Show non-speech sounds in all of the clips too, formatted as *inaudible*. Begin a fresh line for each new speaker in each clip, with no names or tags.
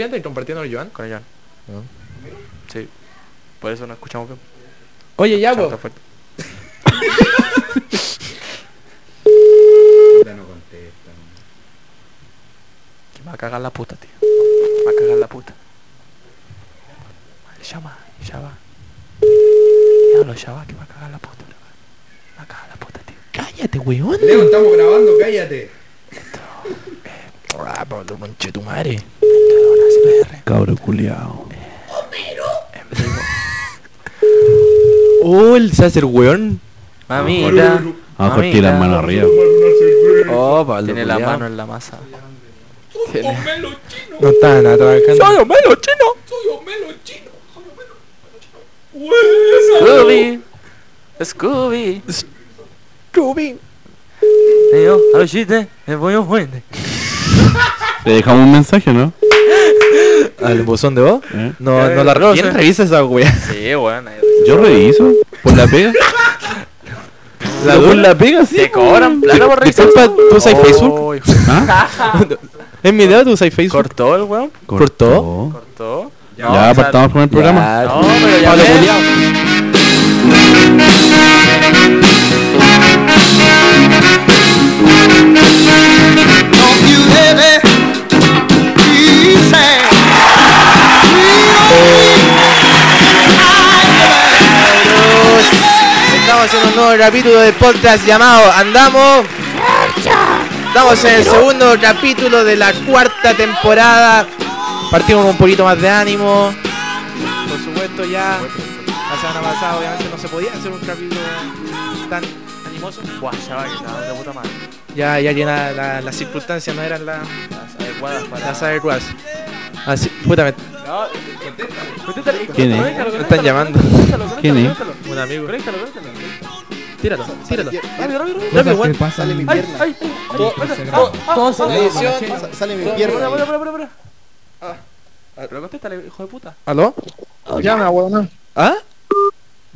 y compartiendo con Joan?
con el Joan.
No.
Sí. Por eso no escuchamos bien.
Oye, ya,
Escuchamos
bo.
tan fuerte.
Puta, no contesta.
Que me va a cagar la puta, tío. Me va a cagar la puta. El Shama, Shaba. Ya lo Shaba, que me va a cagar la puta. Me va a cagar la puta, tío. Cállate, weón.
Leo, estamos grabando, cállate.
Ah, pero tu conche tu madre. Perdona, CPR.
Cabro culiao. *laughs*
En vivo.
Oh, el se hace el weón.
Mamita.
Ah, corté
mamita.
las manos arriba.
Oh,
Pablo
Tiene la
culiao.
mano en la masa. Tiene...
No está nada trabajando.
¡Soy Homero chino! ¡Soy Homero chino! ¡Soy Homero! ¡Scooby! ¡Scooby! Y yo, a los chistes, me voy a un puente.
Te dejamos un mensaje, ¿no?
¿Al buzón de voz?
¿Eh?
No,
Ya,
no la
no
¿Quién
sé.
revisa esa wea?
Sí, weón.
Yo reviso. ¿Por la pega?
*laughs* La
¿Por
dula.
la pega? Sí.
Te cobran plata por revisar.
Disculpa, ¿tú usas
Oh,
Facebook?
hijo.
¿Ah?
En mi edad tú usas Facebook.
Cortó el weón.
¿Cortó?
Cortó. No,
Ya
o sea,
partamos con el programa.
No, pero ya
Pablo
ves.
culiao. Eh, Estamos en un nuevo capítulo de podcast llamado Andamos. Estamos en el segundo capítulo de la cuarta temporada. Partimos con un poquito más de ánimo. Por supuesto ya la semana pasada obviamente no se podía hacer un capítulo tan animoso.
Buah, chaval, que estaban de puta madre.
Ya, ya que la- la- las circunstancias no eran la-
Las adecuadas para.
las adecuadas. Así, puta, me, me
No, contéstale.
¿Quién es?
Conéctalo,
están
conéctalo.
llamando.
¿Quién es?
Un amigo.
Conéctalo, conéctalo.
Tíralo, tíralo.
Rápido, rápido, rápido.
Dame, weón.
Sale mi
Ay, ay, ay.
Todo-
Ah, ah, ah,
La
ah,
edición, sa- sale mi
Espera, espera,
pierna.
espera, espera. Ah, Pero contéstale, hijo de puta.
¿Aló? Llama, weón. ¿Ah?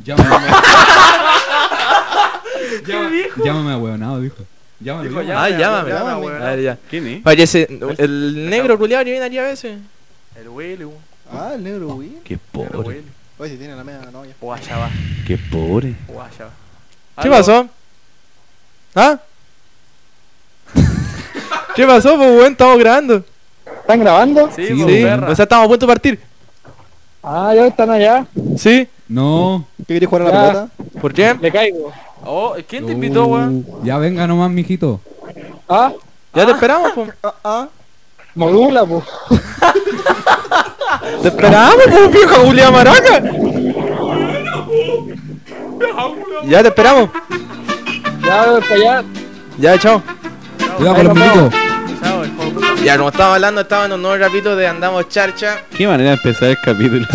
Llámame a Llámame a huevonado, dijo. Llámame,
Dijo,
llámame.
Ah, llámame.
llámame,
A ver, ya.
¿Quién es?
Parece el negro culiado que viene aquí a veces.
El Willy, weón.
Ah, el negro, güey.
Qué
el
pobre.
Willy.
Oye, si tiene la media novia.
Guaya Oh, va,
Qué pobre.
guaya va.
¿Qué
Aló.
pasó? ¿Ah? *laughs* ¿Qué pasó, pues, weón? Estamos grabando.
¿Están grabando?
Sí,
Sí,
po, perra.
o sea, estamos a punto de partir.
Ah, ya están allá.
¿Sí?
No.
¿Qué querés jugar a la
Ya.
pelota?
¿Por qué?
Le caigo.
Oh, ¿quién te
Uh.
invitó, weón?
Ya venga nomás, mijito.
Ah,
Ya te esperamos, pues.
Ah, ah.
modula, pues.
Te esperamos, pues, viejo Julián Maraca. Ya te esperamos.
Ya voy para allá.
Ya, chao.
Cuidado con los milicos.
Chao, hijo de puta.
Ya, como estaba hablando, estaba en un nuevo capítulo de Andamos Charcha.
Qué manera de empezar el capítulo.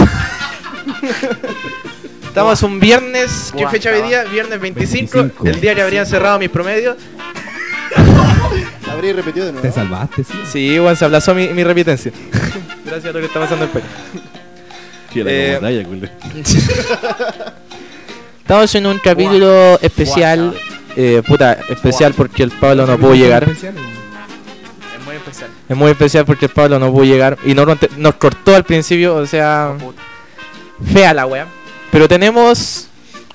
Estamos un viernes. ¿Qué
Buah,
fecha hoy
chaval.
día? Viernes 25,
25.
El día que habrían cerrado mis promedios.
La Habría repetido de
Te
nuevo.
salvaste, sí.
Sí, bueno, se aplazó mi, mi repitencia. *laughs* Gracias a lo que está pasando en Perú.
Tío, la
Eh,
comodalla, culo.
Estamos en un capítulo especial. eh, puta, especial porque el Pablo no pudo llegar.
Especiales, güey.
Es muy especial.
Es muy especial porque el Pablo no pudo llegar. Y no, conte- nos cortó al principio, o sea,
Puta.
fea la wea. Pero tenemos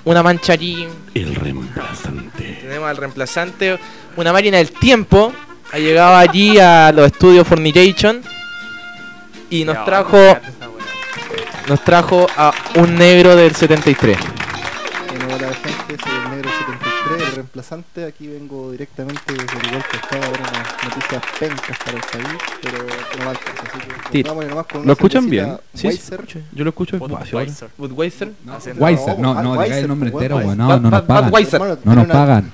una mancha aquí.
El reemplazante.
Tenemos al reemplazante. Una máquina del tiempo. Ha llegado allí a los estudios Fornication. Y nos
Ya,
trajo,
me encanta esa weá.
nos trajo a un negro del 73.
Enhorabuena, gente. Soy el negro 73, el reemplazante. Aquí vengo directamente desde el golpe de estado. Ahora unas noticias pencas para el país, pero no me alcanza. Así que
Tito.
vámonos nomás con una
¿Lo escuchan bien?
cervecita
Sí, sí,
Weiser.
Yo lo escucho
Puta,
despacio ahora.
Weiser.
Budweiser.
No,
Haciendo-
Weiser, no,
Bud-
no, diga
Weiser,
el nombre
Bud-
entero,
Weiser.
güey. No, no nos pagan.
Budweiser.
Hermano,
No nos
tiene una-
pagan.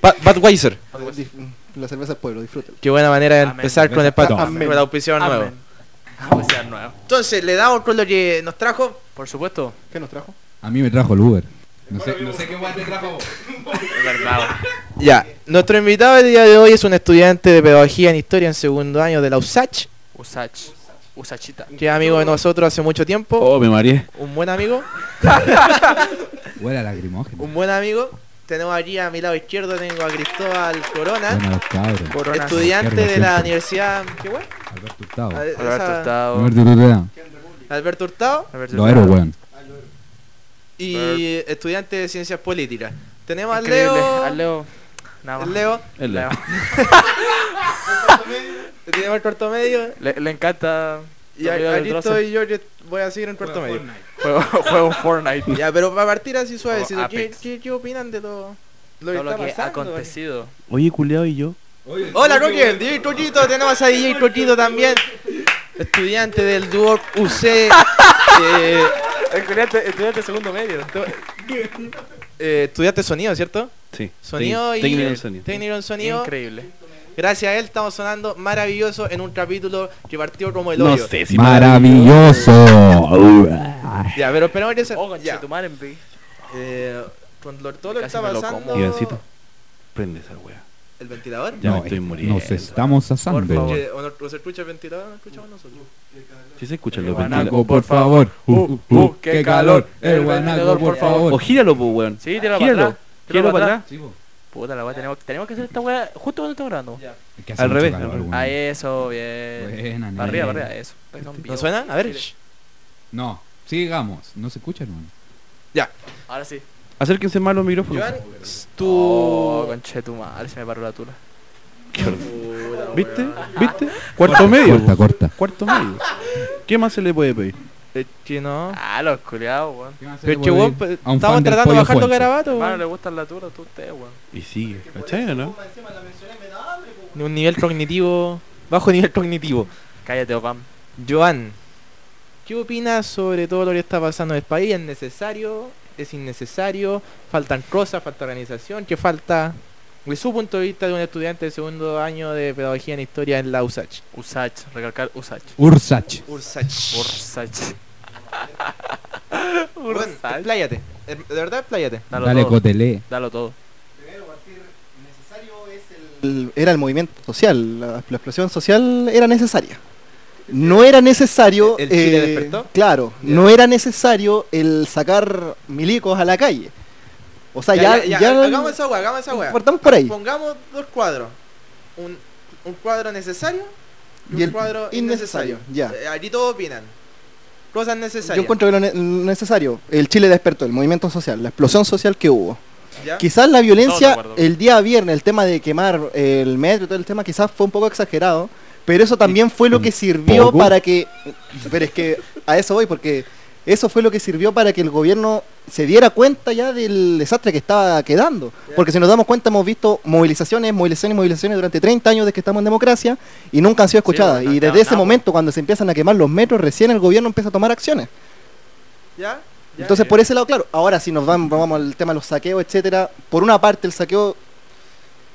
Ba- Budweiser.
Dif- La cerveza del pueblo, disfrútalo.
Qué buena manera de
Amén.
empezar con el pat
Amén.
con el auspiciador nuevo.
Amén. Ah, pues sea nuevo.
Entonces, le damos con lo que Eh, nos trajo.
Por supuesto.
¿Qué nos trajo?
A mí me trajo el Uber. No sé, no sé qué guay te trajo.
Es verdad.
Ya, nuestro invitado el día de hoy es un estudiante de pedagogía en historia en segundo año de la USACH,
weón. Usach. Usachita.
que es amigo de nosotros hace mucho tiempo.
Oh, me mareé.
Un buen amigo,
Huele a lagrimógeno.
un buen amigo. Tenemos allí a mi lado izquierdo, tengo a Cristóbal Corona,
Buena los cabros.
Corona. Oh,
estudiante de la
Siempre.
Universidad. ¿Qué weón?
Alberto Hurtado.
A-
Alberto
Eh, esa-
Hurtado.
Alberto Hurtado.
Alberto Hurtado
Alberto
Los héroes,
Hurtado.
weón.
y estudiante de Ciencias Políticas. Tenemos al
Increíble.
Leo.
Al Leo. Nada más.
El Leo.
El Leo.
Tenemos el cuarto medio.
*laughs* Le, le encanta.
Y
los videos
a-
del
aquí
trozo.
estoy yo que voy a seguir en cuarto medio.
Juego, *laughs* juego Fortnite.
Ya, pero para partir así suavecito,
O
¿qué,
Apex.
qué, qué opinan de lo, lo que
Todo lo
está
que ha
pasando?
acontecido.
Oye, culeado y yo.
*laughs* Hola, Rocky, el DJ Coquito, tenemos a DJ Coquito también, estudiante del Duoc UC. eh,
Estudiante, estudiante segundo medio.
eh, estudiaste sonido, ¿cierto?
Sí.
Sonido
Tec-
y...
Técnico en sonido.
técnico en sonido.
Increíble.
Gracias a él estamos sonando maravilloso en un capítulo que partió como el
No
hoyo.
sé si
Maravilloso.
Ya, pero esperamos que se...
Oh,
ya.
conchetumare, pi.
Eh, con lo- todo lo que
Casi
está
me lo
pasando...
como.
Ivancito, prende esa wea.
¿El ventilador?
Ya me
No,
estoy
eh,
muriendo.
Nos estamos
Por
asando.
favor.
Porque o no- o se escucha el ventilador, no escuchamos nosotros.
Si se escuchan
El
los
guanaco.
Guanaco, por
ventiladores.
favor. Uh, uh, uh, qué calor. El guanaco,
ventilador,
por
por favor.
O
favor.
gíralo, po, weón.
Sí, tíralo para
Gíralo.
atrás.
Gíralo para atrás.
Puta la weá, tenemos, tenemos que hacer esta weá justo cuando estamos grabando.
Es que hace
Al
mucho
revés,
calor,
al revés.
weón.
A eso, bien.
Buena,
eh, Para arriba,
nena.
para arriba, eso. Para que son
¿No
vivos.
suena? A ver.
Sí.
No, sigamos. No se escucha, hermano.
Ahora sí.
Acérquense más los micrófonos.
Joan,
Tu. Oh, conchetumare, se me paró la tula.
Qué horror. ¿Viste? ¿Viste? Cuarto medio.
Corta, corta.
*laughs*
Cuarto medio. ¿Qué más se le puede pedir?
Es que no.
Ah, los culiados, weón.
Pero es que, weón, pe- estamos tratando de bajar los garabatos,
Hermano,
weón.
le gustan la tula a todos ustedes, weón.
Y sigue. ¿Cachai o no?
De un nivel cognitivo, bajo nivel cognitivo.
Cállate, Opam.
Joan, ¿qué opinas sobre todo lo que está pasando en el país? ¿Es necesario? ¿Es innecesario? ¿Faltan cosas? ¿Falta organización? ¿Qué falta? De su punto de vista de un estudiante de segundo año de Pedagogía en Historia en la USACH.
Usach, recalcar Usach.
Ursach.
USACH.
*laughs* Ursach.
Bueno,
Ursach.
expláyate. Eh, De verdad, expláyate.
Dalo
Dale,
todo.
cotelé.
Dalo todo.
el- era el movimiento social, la, la explosión social era necesaria. No era necesario. eh,
¿El Chile despertó?
Claro,
Ya.
no era necesario el sacar milicos a la calle. O sea, ya. ya,
Hagamos esa weá, hagamos esa weá.
partamos por ahí.
Pongamos dos cuadros. Un, un cuadro necesario y,
Y
un
el
cuadro innecesario.
innecesario, ya.
Eh, Aquí todos opinan. Cosas necesarias.
Yo encuentro que lo ne- necesario. El Chile despertó, el movimiento social, la explosión social que hubo.
¿Ya?
Quizás la violencia
No, de acuerdo.
el día viernes, el tema de quemar el metro y todo el tema, quizás fue un poco exagerado, pero eso también fue lo que sirvió
poco.
para que... Pero es que a eso voy, porque eso fue lo que sirvió para que el gobierno se diera cuenta ya del desastre que estaba quedando. Porque si nos damos cuenta hemos visto movilizaciones, movilizaciones, movilizaciones durante 30 años desde que estamos en democracia y nunca han sido escuchadas.
bueno, no
y
han
desde
quedado
ese
nada, pues.
momento, cuando se empiezan a quemar los metros, recién el gobierno empieza a tomar acciones.
¿Ya? ¿Ya?
Entonces, por ese lado, claro, ahora si nos vamos, vamos al tema de los saqueos, etcétera, por una parte el saqueo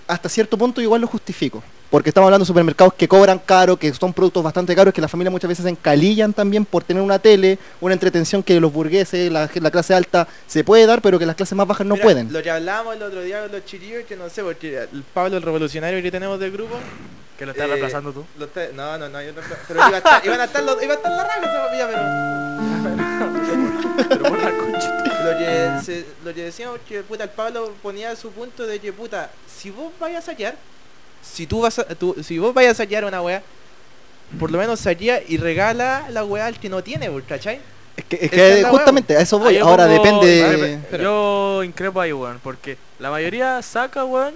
hasta cierto punto igual lo justifico. Porque estamos hablando de supermercados que cobran caro, que son productos bastante caros, que las familias muchas veces se encalillan también por tener una tele, una entretención que los burgueses, la, la clase alta, se puede dar, pero que las clases más bajas no
Mira,
pueden.
Lo que hablábamos el otro día con los chiquillos, que no sé, porque el Pablo, el revolucionario que tenemos del grupo,
Que lo estás
Eh,
reemplazando tú.
lo está- no, no, no, yo no, pero iba a estar, iban a estar, los, iba a estar la raja esa papilla, pero
Pero por la concha.
lo que, se- lo que decíamos que puta, el Pablo ponía su punto de que puta, si vos vayas a saquear, si tú vas a, tú- si vos vayas a saquear una wea, por lo menos saquea y regala la wea al que no tiene, pues, *laughs* ¿cachai?
Es que, es
esa
que
es la
justamente a eso voy.
Ah, yo
ahora
pongo-
depende
Ah,
de...
espera,
*laughs*
Yo increpo ahí, weón, porque la mayoría saca, weón,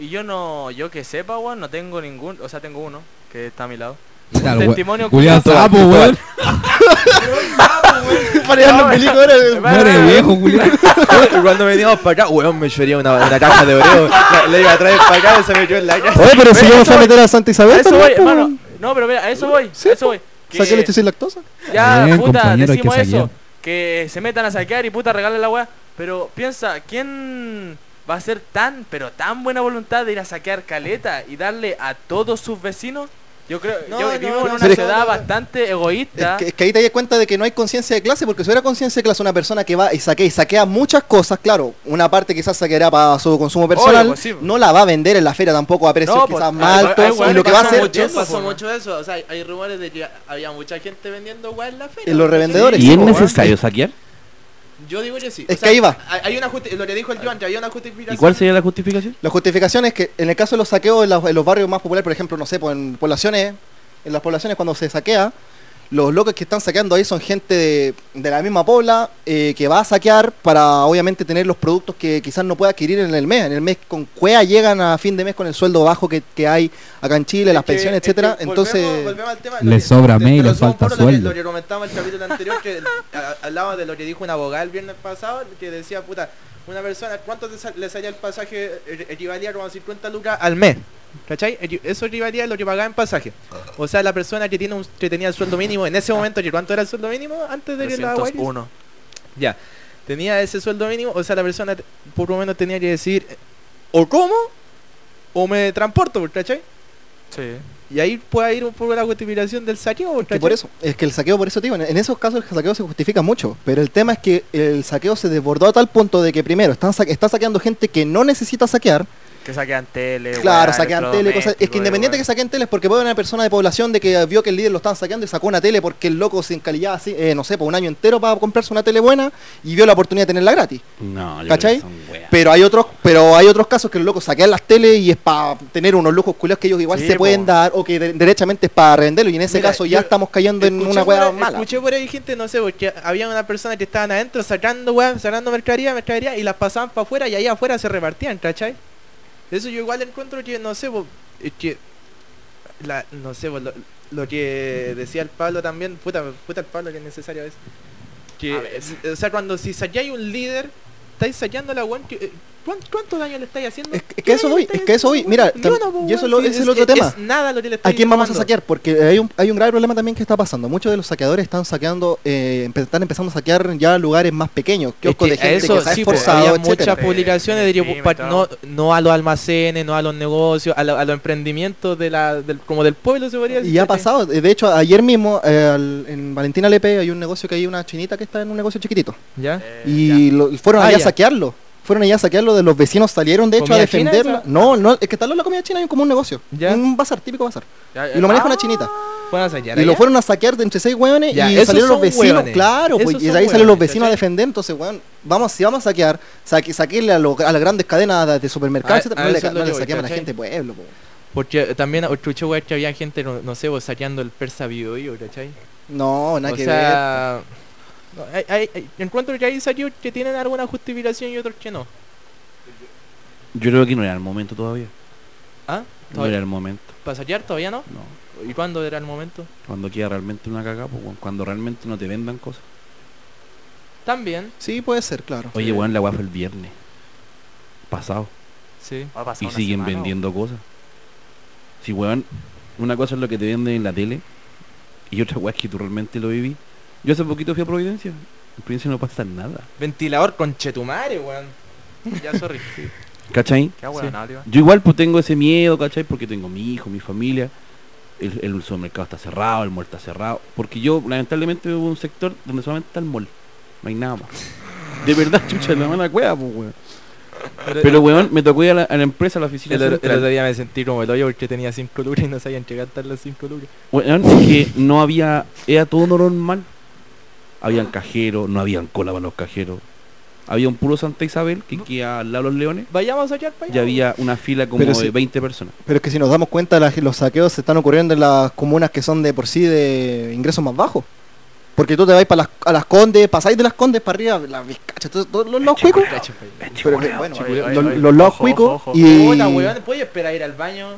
y yo no, yo que sepa, weón, no tengo ningún, o sea, tengo uno que está a mi lado.
Claro, weón.
testimonio
Julián
curioso.
Sapo, weón.
Para ir a los milicos, ahora-
No eres viejo, Julián.
Cuando veníamos para acá, weón, me llevaría una, caja de oreo, le iba a traer para acá y se me echó en la casa.
Oye, pero si yo me fui a meter a Santa
A
Isabel,
eso
también,
voy,
pues,
hermano. No, pero mira, a eso voy,
Sí,
a eso voy. Que-
saqué leche sin lactosa.
Ya,
Bien,
puta,
compañero, hay que
decimos eso.
saquear.
Que se metan a saquear y puta regalen la weá. Pero piensa, ¿quién va a ser tan, pero tan buena voluntad de ir a saquear caleta y darle a todos sus vecinos? Yo creo,
No,
yo
no,
vivimos
no,
en
no,
una ciudad
no, no.
bastante egoísta.
Es que, es que ahí te das cuenta de que no hay conciencia de clase, porque si hubiera conciencia de clase, una persona que va y saquea y saquea muchas cosas, claro, una parte quizás saqueará para su consumo personal,
Obvio, pues sí, pues.
no la va a vender en la feria tampoco a precios
No, pues,
quizás
hay-
más
hay hueones
altos, y lo que
que
va a
pasan
hacer
mucho
mucho,
eso,
pasó
po,
mucho *laughs* eso. O sea, hay rumores de que había mucha gente vendiendo weá en la feria.
En los
¿cachai?
revendedores.
¿Y
sí,
es
po, weón.
necesario saquear?
Yo digo que sí.
Es que ahí va.
hay- Hay una justi- lo que dijo el Joan, que había una justificación.
¿Y cuál sería la justificación?
La justificación es que en el caso de los saqueos en, las- en los barrios más populares, por ejemplo, no sé, pues en poblaciones, en las poblaciones cuando se saquea, los locos que están saqueando ahí son gente de, de la misma pobla eh, que va a saquear para obviamente tener los productos que quizás no pueda adquirir en el mes. En el mes con cuea llegan a fin de mes con el sueldo bajo que, que hay acá en Chile, las
Es que-
pensiones,
es que
etcétera.
volvemos-
Entonces,
volvemos al tema,
Le
lo que-
sobra
te-
mail,
te lo
le
sumo un
falta
poco lo que-
sueldo.
Lo que comentaba el capítulo anterior, que a- hablaba de lo que dijo una abogada el viernes pasado, que decía, puta, una persona, ¿cuánto te sal- le salía el pasaje? Eh, Equivalía como a 50 lucas al mes. ¿Cachai? Equi- Eso equivalía a lo que pagaba en pasaje. O sea, la persona que, tiene un, que tenía el sueldo mínimo, en ese momento, ¿que ¿cuánto era el sueldo mínimo antes de que la guay-
301.
Ya. Tenía ese sueldo mínimo, o sea, la persona te- por lo menos tenía que decir, eh, o como, o me transporto, ¿cachai?
Sí.
Y ahí puede ir un poco la justificación del saqueo,
que
¿cachai?
por eso, es que el saqueo, por eso te digo, en- en esos casos el saqueo se justifica mucho, pero el tema es que el saqueo se desbordó a tal punto de que primero están sa- está saqueando gente que no necesita saquear,
Que saquean tele,
Claro,
weá,
saquean tele, cosas. Es que
electrodomésticos,
independiente
weá.
que saquen teles, porque puede haber una persona de población de que vio que el líder lo estaban sacando y sacó una tele porque el loco se encalillaba así, eh, no sé, por un año entero para comprarse una tele buena y vio la oportunidad de tenerla gratis.
No, yo
¿Cachai?
creo que son weas.
Pero hay otros, pero hay otros casos que los locos saquean las teles y es para tener unos lujos culiados que ellos igual
Sí,
se
po.
pueden dar o que de- derechamente es para revenderlo. Y en ese
Mira,
caso ya
yo
estamos cayendo en
Escuché
una
por
hueá
ahí-
mala.
Escuché por ahí gente, no sé, porque había una persona que estaban adentro sacando weá, sacando mercadería, mercadería, y las pasaban para afuera y ahí afuera se repartían, ¿cachai? Eso yo igual encuentro que, no sé, po, es que, la, no sé, po, lo, lo que decía el Pablo también, puta, puta el Pablo que es necesario a veces. Que, eh, o sea, cuando si sacáis un líder, estáis sacando la weá, que, eh, ¿cuán- ¿cuánto daño le estáis haciendo?
Es que- es que
¿Qué
eso
daño
voy,
le estáis
es que eso
haciendo,
voy. Mira,
weón?
tam-
po,
y eso
weón,
lo-
sí,
ese es el otro tema.
Es nada lo que le
¿A
estáis
quién vamos a
tomando.
saquear? Porque hay un, hay un grave problema también que está pasando. Muchos de los saqueadores están saqueando, eh, empe- están empezando a saquear ya lugares más pequeños, kioscos de
Es que a
gente
eso
que se ha
sí, pues,
esforzado,
había
etcétera.
muchas publicaciones de que
Sí,
pa-
me
no, no a los almacenes, no a los negocios, a, lo- a los emprendimientos de la, del, como del pueblo se podría decir.
Y ha
¿cachai?
pasado, eh, de hecho ayer mismo eh, al- en Valentina Lepe hay un negocio que hay una chinita que está en un negocio chiquitito
¿Ya?
Eh,
y lo- fueron
Ah,
allá a
ya.
saquearlo, fueron allá a saquearlo, de los vecinos salieron de hecho a
¿Comida china
defenderla.
esa?
No, no, es que tal vez la comida china hay como un negocio,
Ya. Eh,
un bazar, típico bazar.
ya, ya.
Y lo maneja una
Ah,
chinita.
Fueron a saquear
Y lo
allá.
fueron a saquear de entre seis hueones
Ya,
y
esos
salieron los
son
vecinos,
hueones.
claro, pues,
Esos
y de
son
ahí salieron los
hueones,
vecinos a
¿cachai?
defender, entonces hueón, vamos, si vamos a saquear, saque, saquearle a, lo- a las grandes cadenas de- de
A-
supermercados, etcétera,
a
no le,
eso es
no
lo
le
que voy,
saqueamos a la
¿cachai?
gente de pueblo, pues. po.
Porque eh, también escuché weón, que había gente, no, no sé, vos, saqueando el persa vivo, ¿cachai?
No, nada
o
que ver.
sea, no, hay- hay- hay- encuentro que hay saqueos que tienen alguna justificación y otros que no.
Yo creo que no era el momento todavía.
¿Ah?
No era el momento.
¿Para saquear todavía no?
No.
¿Y cuándo era el momento?
Cuando queda realmente una cagada, pues, weón. cuando realmente no te vendan cosas.
También,
Sí, puede ser, claro.
Oye, weón, la weá fue el viernes. Pasado.
sí.
ha pasado
Y
una
siguen
semana,
vendiendo cosas. Si, weón, una cosa es lo que te venden en la tele y otra weá es que tú realmente lo viví. Yo hace poquito fui a Providencia. En Providencia no pasa nada.
Ventilador con chetumare, weón. Ya,
*laughs*
sorry.
¿Cachai?
Qué ahueonado, Iván.
Yo igual pues tengo ese miedo, ¿cachai? Porque tengo mi hijo, mi familia. El, el supermercado está cerrado, el mall está cerrado. Porque yo, lamentablemente, vivo en un sector donde solamente está el mall. No hay nada más. De verdad, *laughs* chucha, la mala cueva, pues, weón. Pero, weón, me tocó ir a la, a la empresa, a la oficina.
El, el
central.
otro día me sentí como el hoyo porque tenía 5 lucas y no sabían llegar hasta las 5 lucas.
Weón, es que no había, era todo normal. Habían cajeros, no habían cola para los cajeros. Había un puro Santa Isabel que queda al lado de los leones.
Vayamos a sacar para allá.
Y había una fila como
Pero
de
sí.
20 personas.
Pero es que si nos damos cuenta, las- los saqueos se están ocurriendo en las comunas que son de por sí de ingresos más bajos. Porque tú te vas para las, a las condes, pasáis de las condes para arriba, las vizcachas, todos los, los lados cuicos.
pues.
Pero que, bueno,
Oye, oye,
los,
oye,
los lados
ojo,
cuicos
pues, ojo, ojo.
y...
Hola, weón, ¿puedes esperar a ir al
*laughs*
baño?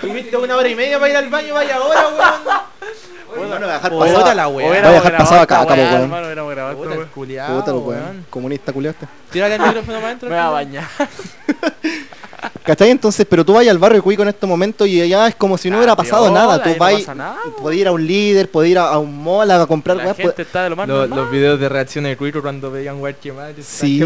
Tuviste una hora y media para ir al baño, vaya ahora, weón.
Bueno, voy a dejar
Hola,
pasar-
la
O
weá. Voy
Voy a
a
hubiéramos
dejar
grabado
pasar acá,
esta
acá, po,
weón,
weón.
hermano, hubiéramos grabado esta
Puta, el
weón.
culiao,
Puta, lo weón.
weón.
Comunista, culiaste.
Tírale el micrófono para adentro.
Me va a bañar.
¿Cachai? Entonces, pero tú vas al barrio cuico en este momento y allá es como si no hubiera pasado
Viola,
nada.
ahí
Tú
no
vas,
pasa nada,
podías ir a un líder, podías ir a, a un mall a comprar
La
weas, pues. po-
gente está de lo más
Lo-
normal.
los videos de reacciones de Cuico cuando veían weón quemar.
Sí,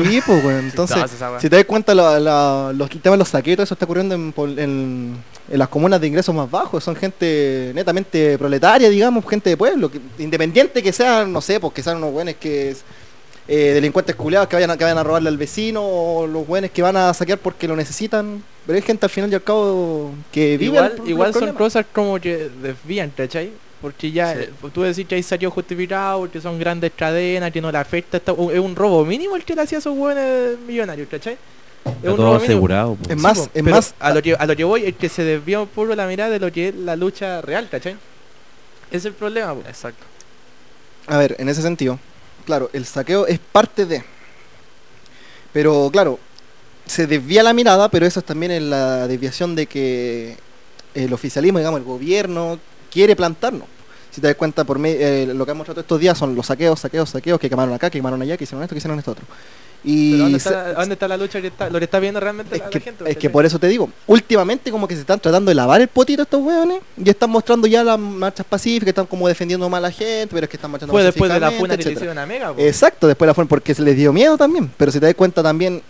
*laughs*
pues, weón. Entonces,
Chistosa esa weá.
si te das cuenta, la- la- los el tema de los saqueos, y todo eso está ocurriendo en, pol- en- en las comunas de ingresos más bajos. Son gente netamente proletaria, digamos, gente de pueblo. que- independiente que sean, no sé, pues que sean unos buenos que. es- eh, delincuentes culeados que vayan, a, que vayan a robarle al vecino o los buenos que van a saquear porque lo necesitan. Pero hay gente al final y al cabo que vive.
Igual,
el- el
igual son
problema.
cosas como que desvían, ¿cachai? Porque ya, eh, tú decís que hay salió justificado, porque son grandes cadenas, que no le afecta, esta- u- es un robo mínimo el que le hacía a esos hueones millonarios, ¿cachai? Es
Está todo asegurado. po.
Es más,
po,
es
pero
más-
A lo, que, a lo que voy es que se desvía un poco la mirada de lo que es la lucha real, ¿cachai? Ese es el problema, po.
Exacto.
A ver, en ese sentido, claro, el saqueo es parte de. Pero claro, se desvía la mirada, pero eso también es la desviación de que el oficialismo, digamos, el gobierno, quiere plantarnos. Si te das cuenta, por me- eh, lo que hemos tratado estos días son los saqueos, saqueos, saqueos, que quemaron acá, que quemaron allá, que hicieron esto, que hicieron esto otro. Y
Pero ¿dónde
se-
está, la- dónde está la lucha que está, lo que está viendo realmente
es
la, la
que,
gente?
es que
¿cachai?
por eso te digo, últimamente como que se están tratando de lavar el potito estos hueones y están mostrando ya las marchas pacíficas, están como defendiendo más a la gente, pero es que están marchando
Fue después de la
pacíficamente,
funa que le
etcétera.
hicieron a Mega, po.
Exacto, después la fueron porque se les dio miedo también. Pero si te das cuenta también,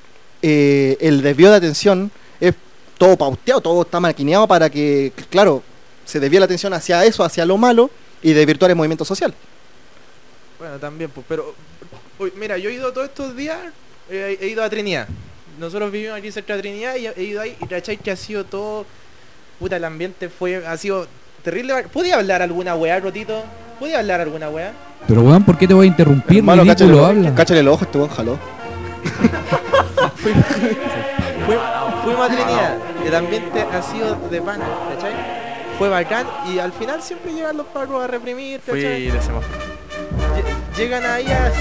eh, el desvío de atención es todo pauteado, todo está maquineado para que, claro, se desvíe la atención hacia eso, hacia lo malo y desvirtuar el movimiento social.
Bueno, también, pues, pero... uy, mira, yo he ido todos estos días, eh, he ido a Trinidad. Nosotros vivimos aquí cerca de Trinidad y he ido ahí y cachai que ha sido todo... Puta, el ambiente fue... Ha sido terrible. ¿Podía hablar alguna weá, Rotito? ¿Podía hablar alguna weá?
Pero weón, ¿por qué te voy a interrumpir?
Hermano, cáchale,
Ridículo,
los-
habla.
cáchale los ojos, este buen jaló.
Fuimos a Trinidad. El ambiente ha sido de pana, ¿cachai? Fue bacán y al final siempre llegan los pagos a reprimir,
Fui
¿cachai?
de semáforo.
Lle- Llegan ahí a...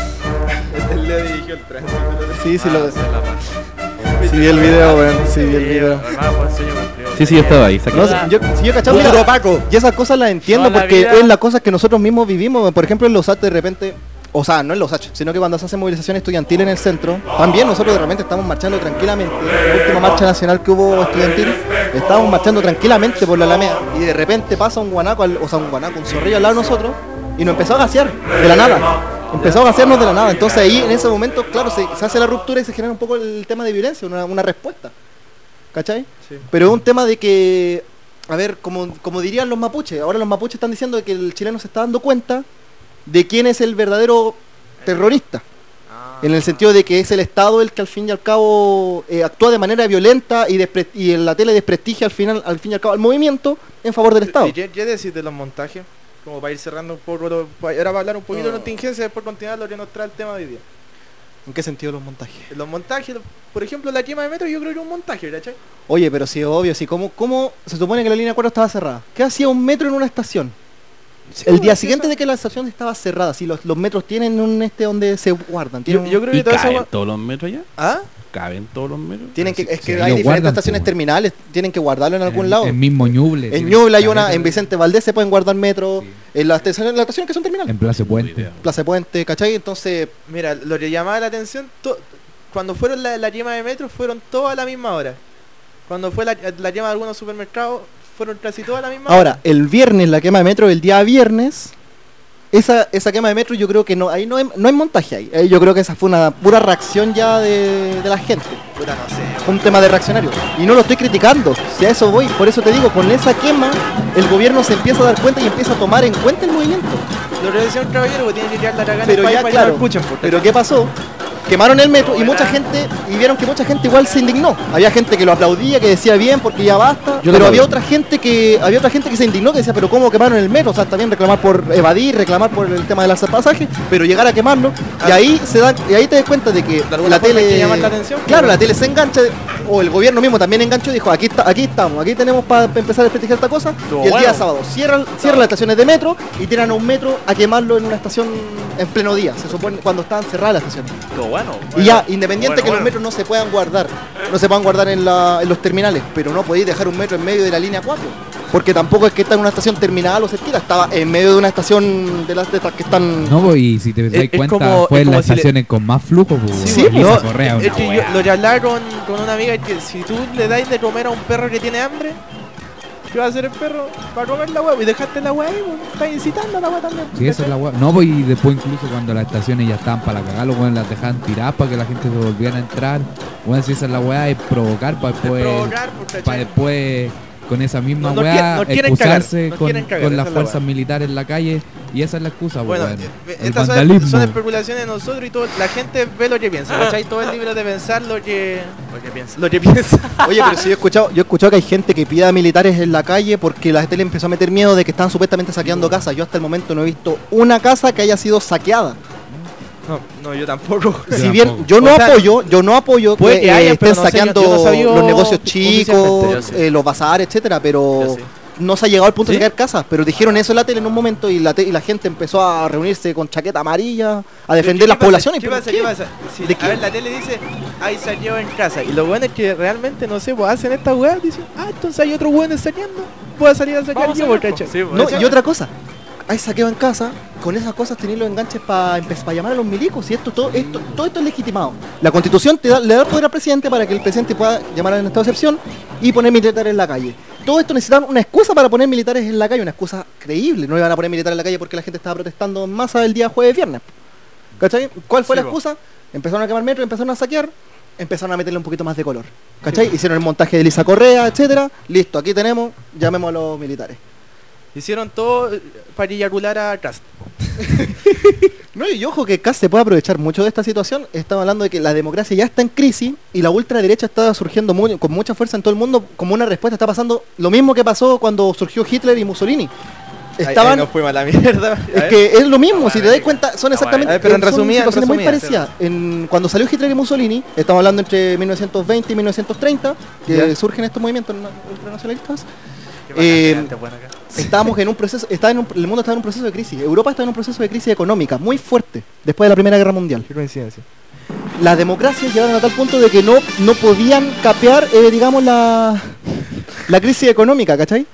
El Leo dirigió el tránsito.
Sí, sí,
Ah,
lo,
esa es la paz.
sí vi el video, weón, sí vi el video.
Hermano, fue un sueño cumplido.
Sí, sí, yo estaba ahí. saqué-
No, si yo, si yo cachaba, mira, y esas cosas las entiendo
No, la
porque
vida-
es la cosa que nosotros mismos vivimos. Por ejemplo, en los H de repente, o sea, no en los H, sino que cuando se hace movilización estudiantil en el centro, también nosotros de repente estamos marchando tranquilamente. La última marcha nacional que hubo estudiantil, estábamos marchando tranquilamente por la Alameda y de repente pasa un guanaco, al- o sea, un guanaco, un zorrillo al lado de nosotros y nos empezó a gasear de la nada. Empezó a gasearnos de la nada. Entonces ahí en ese momento, claro, se, se hace la ruptura y se genera un poco el tema de violencia, una, una respuesta. ¿Cachai? Pero es un tema de que, a ver, como, como dirían los mapuches, ahora los mapuches están diciendo de que el chileno se está dando cuenta de quién es el verdadero terrorista. En el sentido de que es el Estado el que al fin y al cabo eh, actúa de manera violenta y, despre- y en la tele desprestigia al final, al fin y al cabo, al movimiento en favor del Estado.
¿Y qué, qué decís de los montajes? Como para ir cerrando un poco, lo- pa- era para hablar un poquito de contingencia, después continuar lo que nos trae el tema de hoy día.
¿En qué sentido los montajes?
Los montajes, por ejemplo, la quema de metro yo creo que es un montaje, ¿cachai?
Oye, pero sí, obvio, sí, ¿cómo, cómo se supone que la línea 4 estaba cerrada? ¿Qué hacía un metro en una estación? el día siguiente de que la estación estaba cerrada, si los, los metros tienen un este donde se guardan, tienen
Yo,
un-
yo creo
¿Y
que toda esa
caben
hua-
todos los metros ya?
¿Ah?
¿Caben todos los metros?
Tienen que,
Sí,
es que
sí,
hay
lo
diferentes
guardan,
estaciones
pues.
terminales, tienen que guardarlo en algún
En-
lado.
En
En,
mismo Ñuble. tienen
Ñuble hay
caleta
una,
de-
en Vicente Valdés se pueden guardar metro,
Sí.
en las estaciones, las estaciones que son terminales.
En Plaza Puente.
Plaza Puente, ¿cachai? Entonces,
Mira, lo que llamaba la atención, to- cuando fueron la, la quema de metro fueron todas a la misma hora. Cuando fue la, la quema de algunos supermercados, fueron casi todas a la misma
ahora, el viernes, la quema de metro, el día viernes, esa, esa quema de metro yo creo que no, ahí no hay, no hay montaje ahí. Eh, Yo creo que esa fue una pura reacción ya de, de la gente.
hora. Puta, no sé.
un tema de reaccionario. Y no lo estoy criticando, si a eso voy. Por eso te digo, con esa quema, el gobierno se empieza a dar cuenta y empieza a tomar en cuenta el movimiento.
Lo que decía un caballero que tiene que tirar la cagada en
Pero
el país
ya,
para que no
claro.
lo escuchen, pues,
Pero ¿qué pasó? Quemaron el metro y mucha gente, y vieron que mucha gente igual se indignó. Había gente que lo aplaudía, que decía bien porque ya basta,
Yo lo
pero había
aplaudí.
otra gente que había otra gente que se indignó, que decía, pero ¿cómo quemaron el metro? O sea, también reclamar por evadir, reclamar por el tema de las pasajes, pero llegar a quemarlo. Y ahí se da, y ahí te das cuenta de que
alguna
la
forma hay
tele.
que llamar la atención,
claro,
pero-
la tele se engancha, o el gobierno mismo también enganchó y dijo, aquí está, aquí estamos, aquí tenemos para empezar a festejar esta cosa.
Estuvo
y el día
bueno.
sábado cierran, cierran las estaciones de metro y tiran a un metro a quemarlo en una estación en pleno día, se supone cuando estaban cerradas las estaciones.
Todo bueno.
Y ya, independiente
Bueno,
que
bueno.
los metros no se puedan guardar, no se puedan guardar en, la- en los terminales, pero no podéis dejar un metro en medio de la línea 4. Porque tampoco es que está en una estación terminal o cerquita, estaba en medio de una estación de las de estas que están.
No, pues, y si te das
es
cuenta,
como-
fue
es
en
como
las
si le-
estaciones con más flujo, pues.
Sí,
weón, y
pues,
esa
no,
correa
Es
una
que yo-
weá.
lo que hablaba con, con una amiga es que si tú le das de comer a un perro que tiene hambre, ¿qué va a hacer el perro? Va a comer la hueá y dejaste la hueá ahí, weón. Estás incitando a la hueá también.
Sí, esa es la weá. No, pues, y después incluso cuando las estaciones ya estaban para la cagada, los weones las dejaban tirar para que la gente se volviera a entrar. Weón, si esa es la weá, es provocar para después.
provocar, pues, ¿cachai?
para después con esa misma
No- no
weá
quiere- no quieren
excusarse
cagar, no
con,
quieren cagar,
con
esa
las
es la
fuerzas
weá.
militares en la calle Y esa es la excusa, po,
Bueno,
weón.
eh, eh,
El
estas son-
vandalismo.
son, especulaciones de nosotros y todo, la gente ve lo que piensa, ¿cachai? Todo es libre de pensar lo que,
Porque piensa.
lo que piensa. *laughs*
Oye, pero sí, yo he escuchado, yo he escuchado que hay gente que pide a militares en la calle porque la tele empezó a meter miedo de que estaban supuestamente saqueando casas. Yo hasta el momento no he visto una casa que haya sido saqueada.
No, no, yo tampoco.
Yo
si bien
tampoco.
yo no
O sea,
apoyo, yo no apoyo
puede
que,
que
eh,
hayan,
estén
pero no sé, yo- yo no
saqueando
sabía
los negocios
oficialmente.
Yo
chicos,
sí.
eh, los bazares, etcétera,
Yo
pero
sí.
no se ha llegado al punto
¿Sí?
de saquear casas. Pero dijeron eso en la tele en un momento y la, te- y la gente empezó a reunirse con chaqueta amarilla, a defender
¿Qué
las
pasa?
poblaciones.
¿Qué
pero
pasa?
¿qué?
¿Qué pasa? Si-
¿De
a
qué?
ver, la tele dice, hay saqueo en casa. Y los weones que realmente, no sé, pues hacen estas weas, dicen, ah, entonces hay otros weones saqueando. Voy a salir a saquear
Vamos
yo,
a ver,
¿cachai?
po. Sí, po,
No,
eso-
y otra cosa, hay saqueo en casa, con esas cosas tenéis los enganches para llamar a los milicos, y esto todo, esto, todo esto es legitimado. La constitución te da, le da el poder al presidente para que el presidente pueda llamar al estado de excepción y poner militares en la calle. Todo esto necesitaban una excusa para poner militares en la calle, una excusa creíble. No iban a poner militares en la calle porque la gente estaba protestando en masa el día jueves viernes. ¿Cachai? ¿Cuál fue
Sí,
la
po.
excusa? Empezaron a quemar metro, empezaron a saquear, empezaron a meterle un poquito más de color. ¿Cachai? Hicieron el montaje de Lisa Correa, etcétera. Listo, aquí tenemos, llamemos a los militares.
Hicieron todo eh, para eyacular a Cast.
No, y ojo que Kass se puede aprovechar mucho de esta situación. Estaba hablando de que la democracia ya está en crisis y la ultraderecha está surgiendo muy- con mucha fuerza en todo el mundo como una respuesta. Está pasando lo mismo que pasó cuando surgió Hitler y Mussolini.
Ahí- ahí
Estaban...
nos fuimos a la *laughs* mierda. eh, A
Es
ver.
que es lo mismo,
Ah,
si te
bueno,
das
ya.
cuenta, son
Ah,
exactamente
bueno. Eh, pero en
son
resumida- en
situaciones muy
resumida,
parecidas. En, cuando salió Hitler y Mussolini, estamos hablando entre 1920 y 1930, que
Ya.
surgen estos movimientos na- ultranacionalistas,
Qué bacán, mira,
eh,
este weón acá.
estábamos en un proceso, está en un- el mundo está en un proceso de crisis, Europa está en un proceso de crisis económica muy fuerte después de la Primera Guerra Mundial.
Qué coincidencia.
las democracias llegaron a tal punto de que no, no podían capear, eh, digamos, la, la crisis económica, ¿cachai?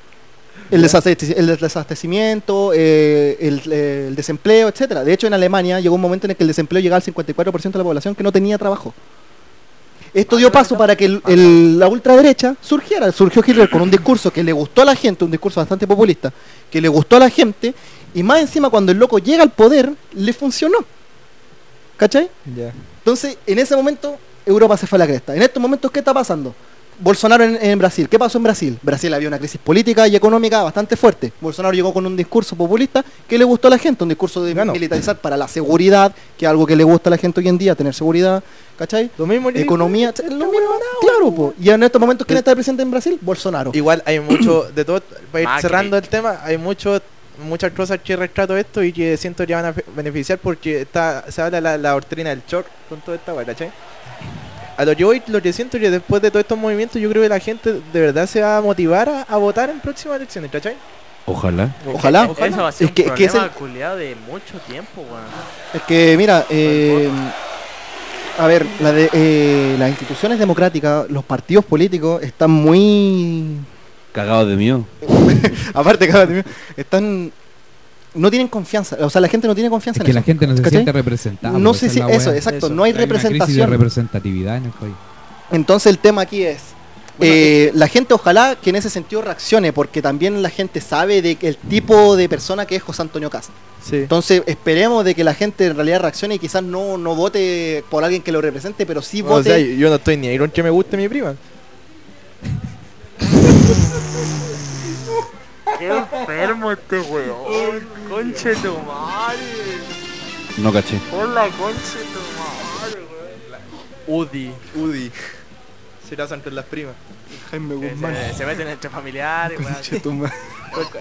El, desaste- el desabastecimiento, eh, el, eh, el desempleo, etcétera. De hecho, en Alemania llegó un momento en el que el desempleo llegaba al 54% de la población que no tenía trabajo. Esto dio paso para que el- el- la ultraderecha surgiera. Surgió Hitler con un discurso que le gustó a la gente, un discurso bastante populista, que le gustó a la gente, y más encima cuando el loco llega al poder, le funcionó. ¿Cachai?
Ya.
Entonces, en ese momento, Europa se fue a la cresta. En estos momentos, ¿qué está pasando? Bolsonaro en, en Brasil. ¿Qué pasó en Brasil? Brasil había una crisis política y económica bastante fuerte. Bolsonaro llegó con un discurso populista que le gustó a la gente, un discurso de
Ganó.
militarizar para la seguridad, que es algo que le gusta a la gente hoy en día, tener seguridad, ¿cachai?
Lo mismo que-
Economía, etcétera, lo mismo, claro, po. Y en estos momentos, ¿quién está presente en Brasil? Bolsonaro.
Igual hay *coughs* mucho, de todo, para ir
Macri.
cerrando el tema, hay mucho, muchas cosas que retrato esto y que siento que van a fe- beneficiar porque está, se habla la, la doctrina del shock con toda esta weá, ¿cachai? A lo que voy, lo que siento es que después de todos estos movimientos, yo creo que la gente de verdad se va a motivar a, a votar en próximas elecciones, ¿cachai?
Ojalá.
Ojalá.
Eso va a ser
Es que-
un
es que es
problema culiao de mucho tiempo, weón.
Es que, mira, eh, a ver, la de- eh, las instituciones democráticas, los partidos políticos están muy
Cagado de miedo.
Aparte, cabrón, mío, están. No tienen confianza. O sea, la gente no tiene confianza
Es que
en
la
eso.
gente no se
¿cachai?
siente representada.
no
po,
sé
esa
si.
es la
Eso,
weá.
exacto.
Eso.
No hay
Hay una crisis de
representación.
representatividad en el país.
Entonces, el tema aquí es. eh, la gente ojalá que en ese sentido reaccione porque también la gente sabe de que el tipo de persona que es José Antonio Cast.
Sí.
Entonces esperemos de que la gente en realidad reaccione y quizás no, no vote por alguien que lo represente, pero sí
O
vote.
sea, yo no estoy ni ahí con que me guste mi prima.
Qué enfermo este weón. Conche tu madre.
No caché.
Por la conche tu madre, weón. Udi.
Udi. Se casan con las primas.
Jaime
que Se, se meten entre familiares, weón.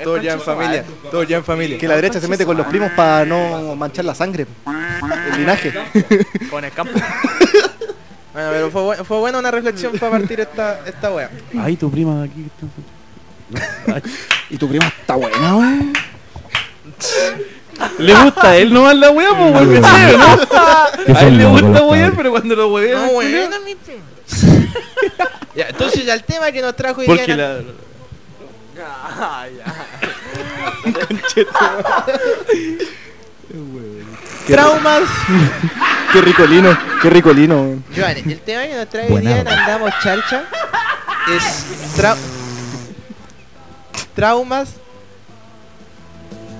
Todo ya en familia. Todo ya en familia.
Que la derecha se mete con los primos para no manchar la sangre, el linaje.
Con el campo.
Bueno, pero fue, bu- fue buena una reflexión para partir esta, esta wea.
Ay, tu prima aquí. que está-
*laughs* y tu prima está buena, wey.
Le gusta a él nomás la weá, pues weón, me sirve, ¿no? A él le gusta weón, pero cuando lo weá.
No, bueno, mi primo. ya, entonces ya el tema que nos trajo hoy día
Porque
era-
la.
Ah, ya.
traumas. *laughs*
Qué ricolino, qué ricolino, wey.
Joan, el tema que nos trae hoy
Buena.
día en Andamos Charcha es trau- traumas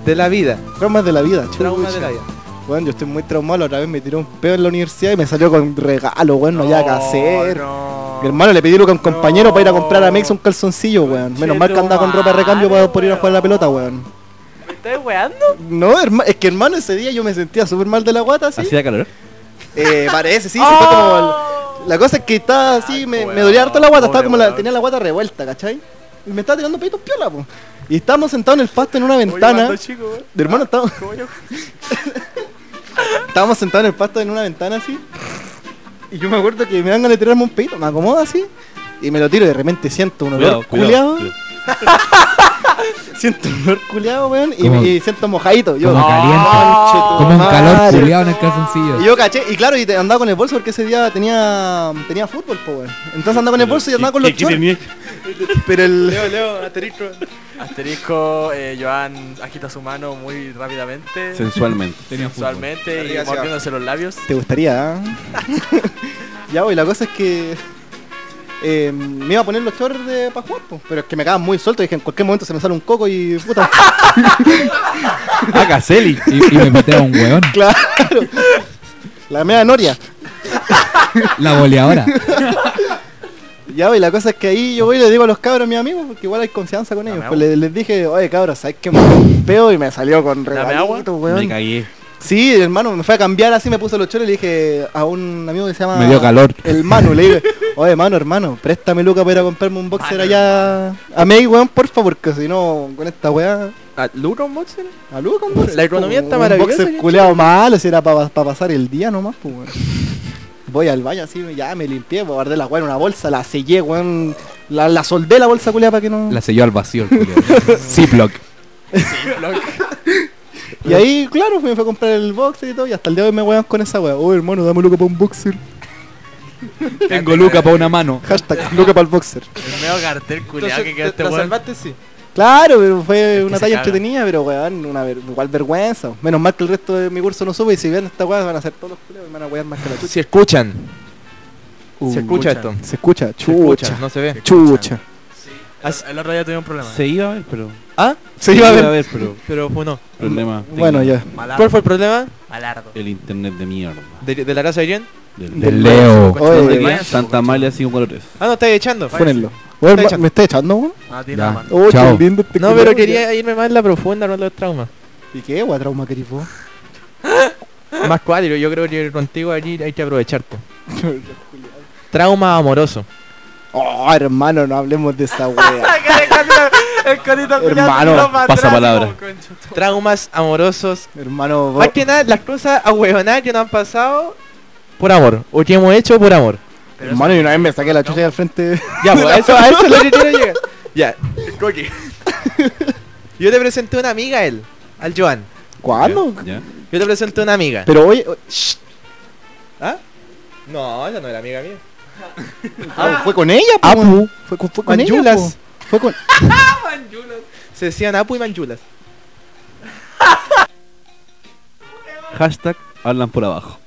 de la vida.
Traumas de la vida, chucha.
Traumas de la vida.
Weón, yo estoy muy traumado. La otra vez me tiró un pedo en la universidad y me salió con regalo, weón. No, había que hacer.
No.
Oh,
Mi hermano le pidieron a un compañero
No.
para ir a comprar a Mex un calzoncillo, weón. Menos mal que andaba con ropa de recambio para poder ir a jugar a la pelota, weón.
estás weando?
No, herma- es que hermano, ese día yo me sentía súper mal de la guata, así.
Hacía calor.
Eh, parece, sí, sí, fue como... La cosa es que estaba así,
Ah,
me, me
Oh. weón,
dolía harta la guata, estaba
pobre
como la,
weón.
tenía la guata revuelta, ¿cachai? Y me estaba tirando peditos piola, po. Y estábamos sentados en el pasto en una ventana. De
ah.
hermano, estábamos, estábamos sentados en el pasto en una ventana así. Y yo me acuerdo que me dan ganas de tirarme un pedito, me acomodo así. Y me lo tiro y de repente siento un olor culiado. Siento un olor culiado, weón. Y,
Como-
me- y siento mojadito. Yo,
como caliente.
Ah,
"Conche tu
Como un calor
madre".
culiado en el calzoncillo.
Y yo caché, y claro, y te andaba con el bolso porque ese día tenía, tenía fútbol, po, weón. Entonces andaba con el bolso y andaba con los shorts. Pero el... *laughs*
Asterisco, eh, Joan agita su mano muy rápidamente,
Sensualmente.
Tenía fútbol.
sensualmente
Arriba
y
hacia
mordiéndose los labios.
Te gustaría, ¿ah? *laughs* ya, voy, la cosa es que. eh, me iba a poner los shorts de para jugar, po, pero es que me quedaban muy sueltos. Dije, en cualquier momento se me sale un coco y puta.
Ah, Caselli.
Y, y me metí a un weón.
claro. La media noria.
La boleadora.
Ya, voy, la cosa es que ahí yo voy y le digo a los cabros, mis amigos, porque igual hay confianza con ellos.
Dame
Pues le- les, dije, oye, cabros, ¿sabes qué? Me dio un peo y me salió con regalito,
Me
weón.
cagué.
Sí, hermano, me fue a cambiar así, me puse los chores y le dije a un amigo que se llama...
Me dio calor.
El Manu, le dije, oye, Manu, hermano, préstame Luca para ir a comprarme un boxer
Manu,
allá a May, weón, porfa, porque si no, con esta weá...
Ah,
¿A Luca un boxer?
La economía está
Un
maravillosa,
boxer
¿cachai?
culeado malo, si era para pasar el día nomás, pues, weón. Voy al baño así, ya me limpié, pues, guardé la weá en una bolsa, la sellé, weón, la, la soldé la bolsa culeada para que no...
La selló al vacío el culiao. *laughs* Ziploc.
Y ahí, claro, pues, me fue a comprar el boxer y todo, y hasta el día de hoy me wean con esa weá. Oye, hermano, dame Luca para un boxer.
Tengo Luca para una mano.
Hashtag Luca para el boxer.
El medio cartel culiado que quedó
Entonces,
este
te- la
weón.
salvaste, sí.
Claro, pero fue
que
una
se
talla
caga.
entretenida, pero weón, una ver- igual vergüenza. Menos mal que el resto de mi curso no sube y si ven esta weá van a ser todos los culeos y me van a wear más que la chucha.
Si escuchan,
Uh,
se escucha esto.
Se escucha,
Se escucha,
chucha.
no se ve.
Chucha.
Así-
El otro día tuvimos un problema.
Se iba a ver, pero.
¿Ah?
Se iba a ver.
pero.
Pero fue no.
Problema.
Bueno, ya.
Malardo.
¿Cuál fue el problema?
Malardo.
El internet de mierda.
¿De, de la casa de Irene?
Del,
Del
Leo.
Oye,
¿Dónde
de-
queda?
Vaya,
Santa Malia 543.
Ah, no, estáis echando.
Pónenlo.
Está
Weón,
echando.
¿Me está echando, weón?
No, tiene
*laughs*
Ya.
la mano.
Oh,
Chao.
qué lindo este
No,
culeo,
pero
weón.
quería irme más en la profunda, no en los traumas. *laughs*
¿Y qué, weón? Trauma, querido.
Más cuadro, yo creo que contigo allí hay que aprovecharte. Trauma amoroso.
Oh, hermano, no hablemos de esa weá.
*laughs*
El carita
Hermano,
pasa palabra.
Traumas amorosos.
hermano, vos-
Más que nada, las cosas ahueonadas que nos han pasado por amor. O que hemos hecho por amor.
hermano, y una vez me saqué la chucha del frente. *laughs*
Ya, pues, a eso, a eso es lo que quiero llegar. Ya. *laughs* Yo te presenté una amiga a él, al Joan.
¿Cuándo?
Ya.
Yo te presenté una amiga.
Pero oye, oye, shh,
¿Ah? No, ella no era amiga mía.
ah, fue con ella, po, weón. Fue con, fue con ella, po.
Manchulas.
Fue con...
Se decían Apu y Manchulas.
Hashtag hablan por abajo.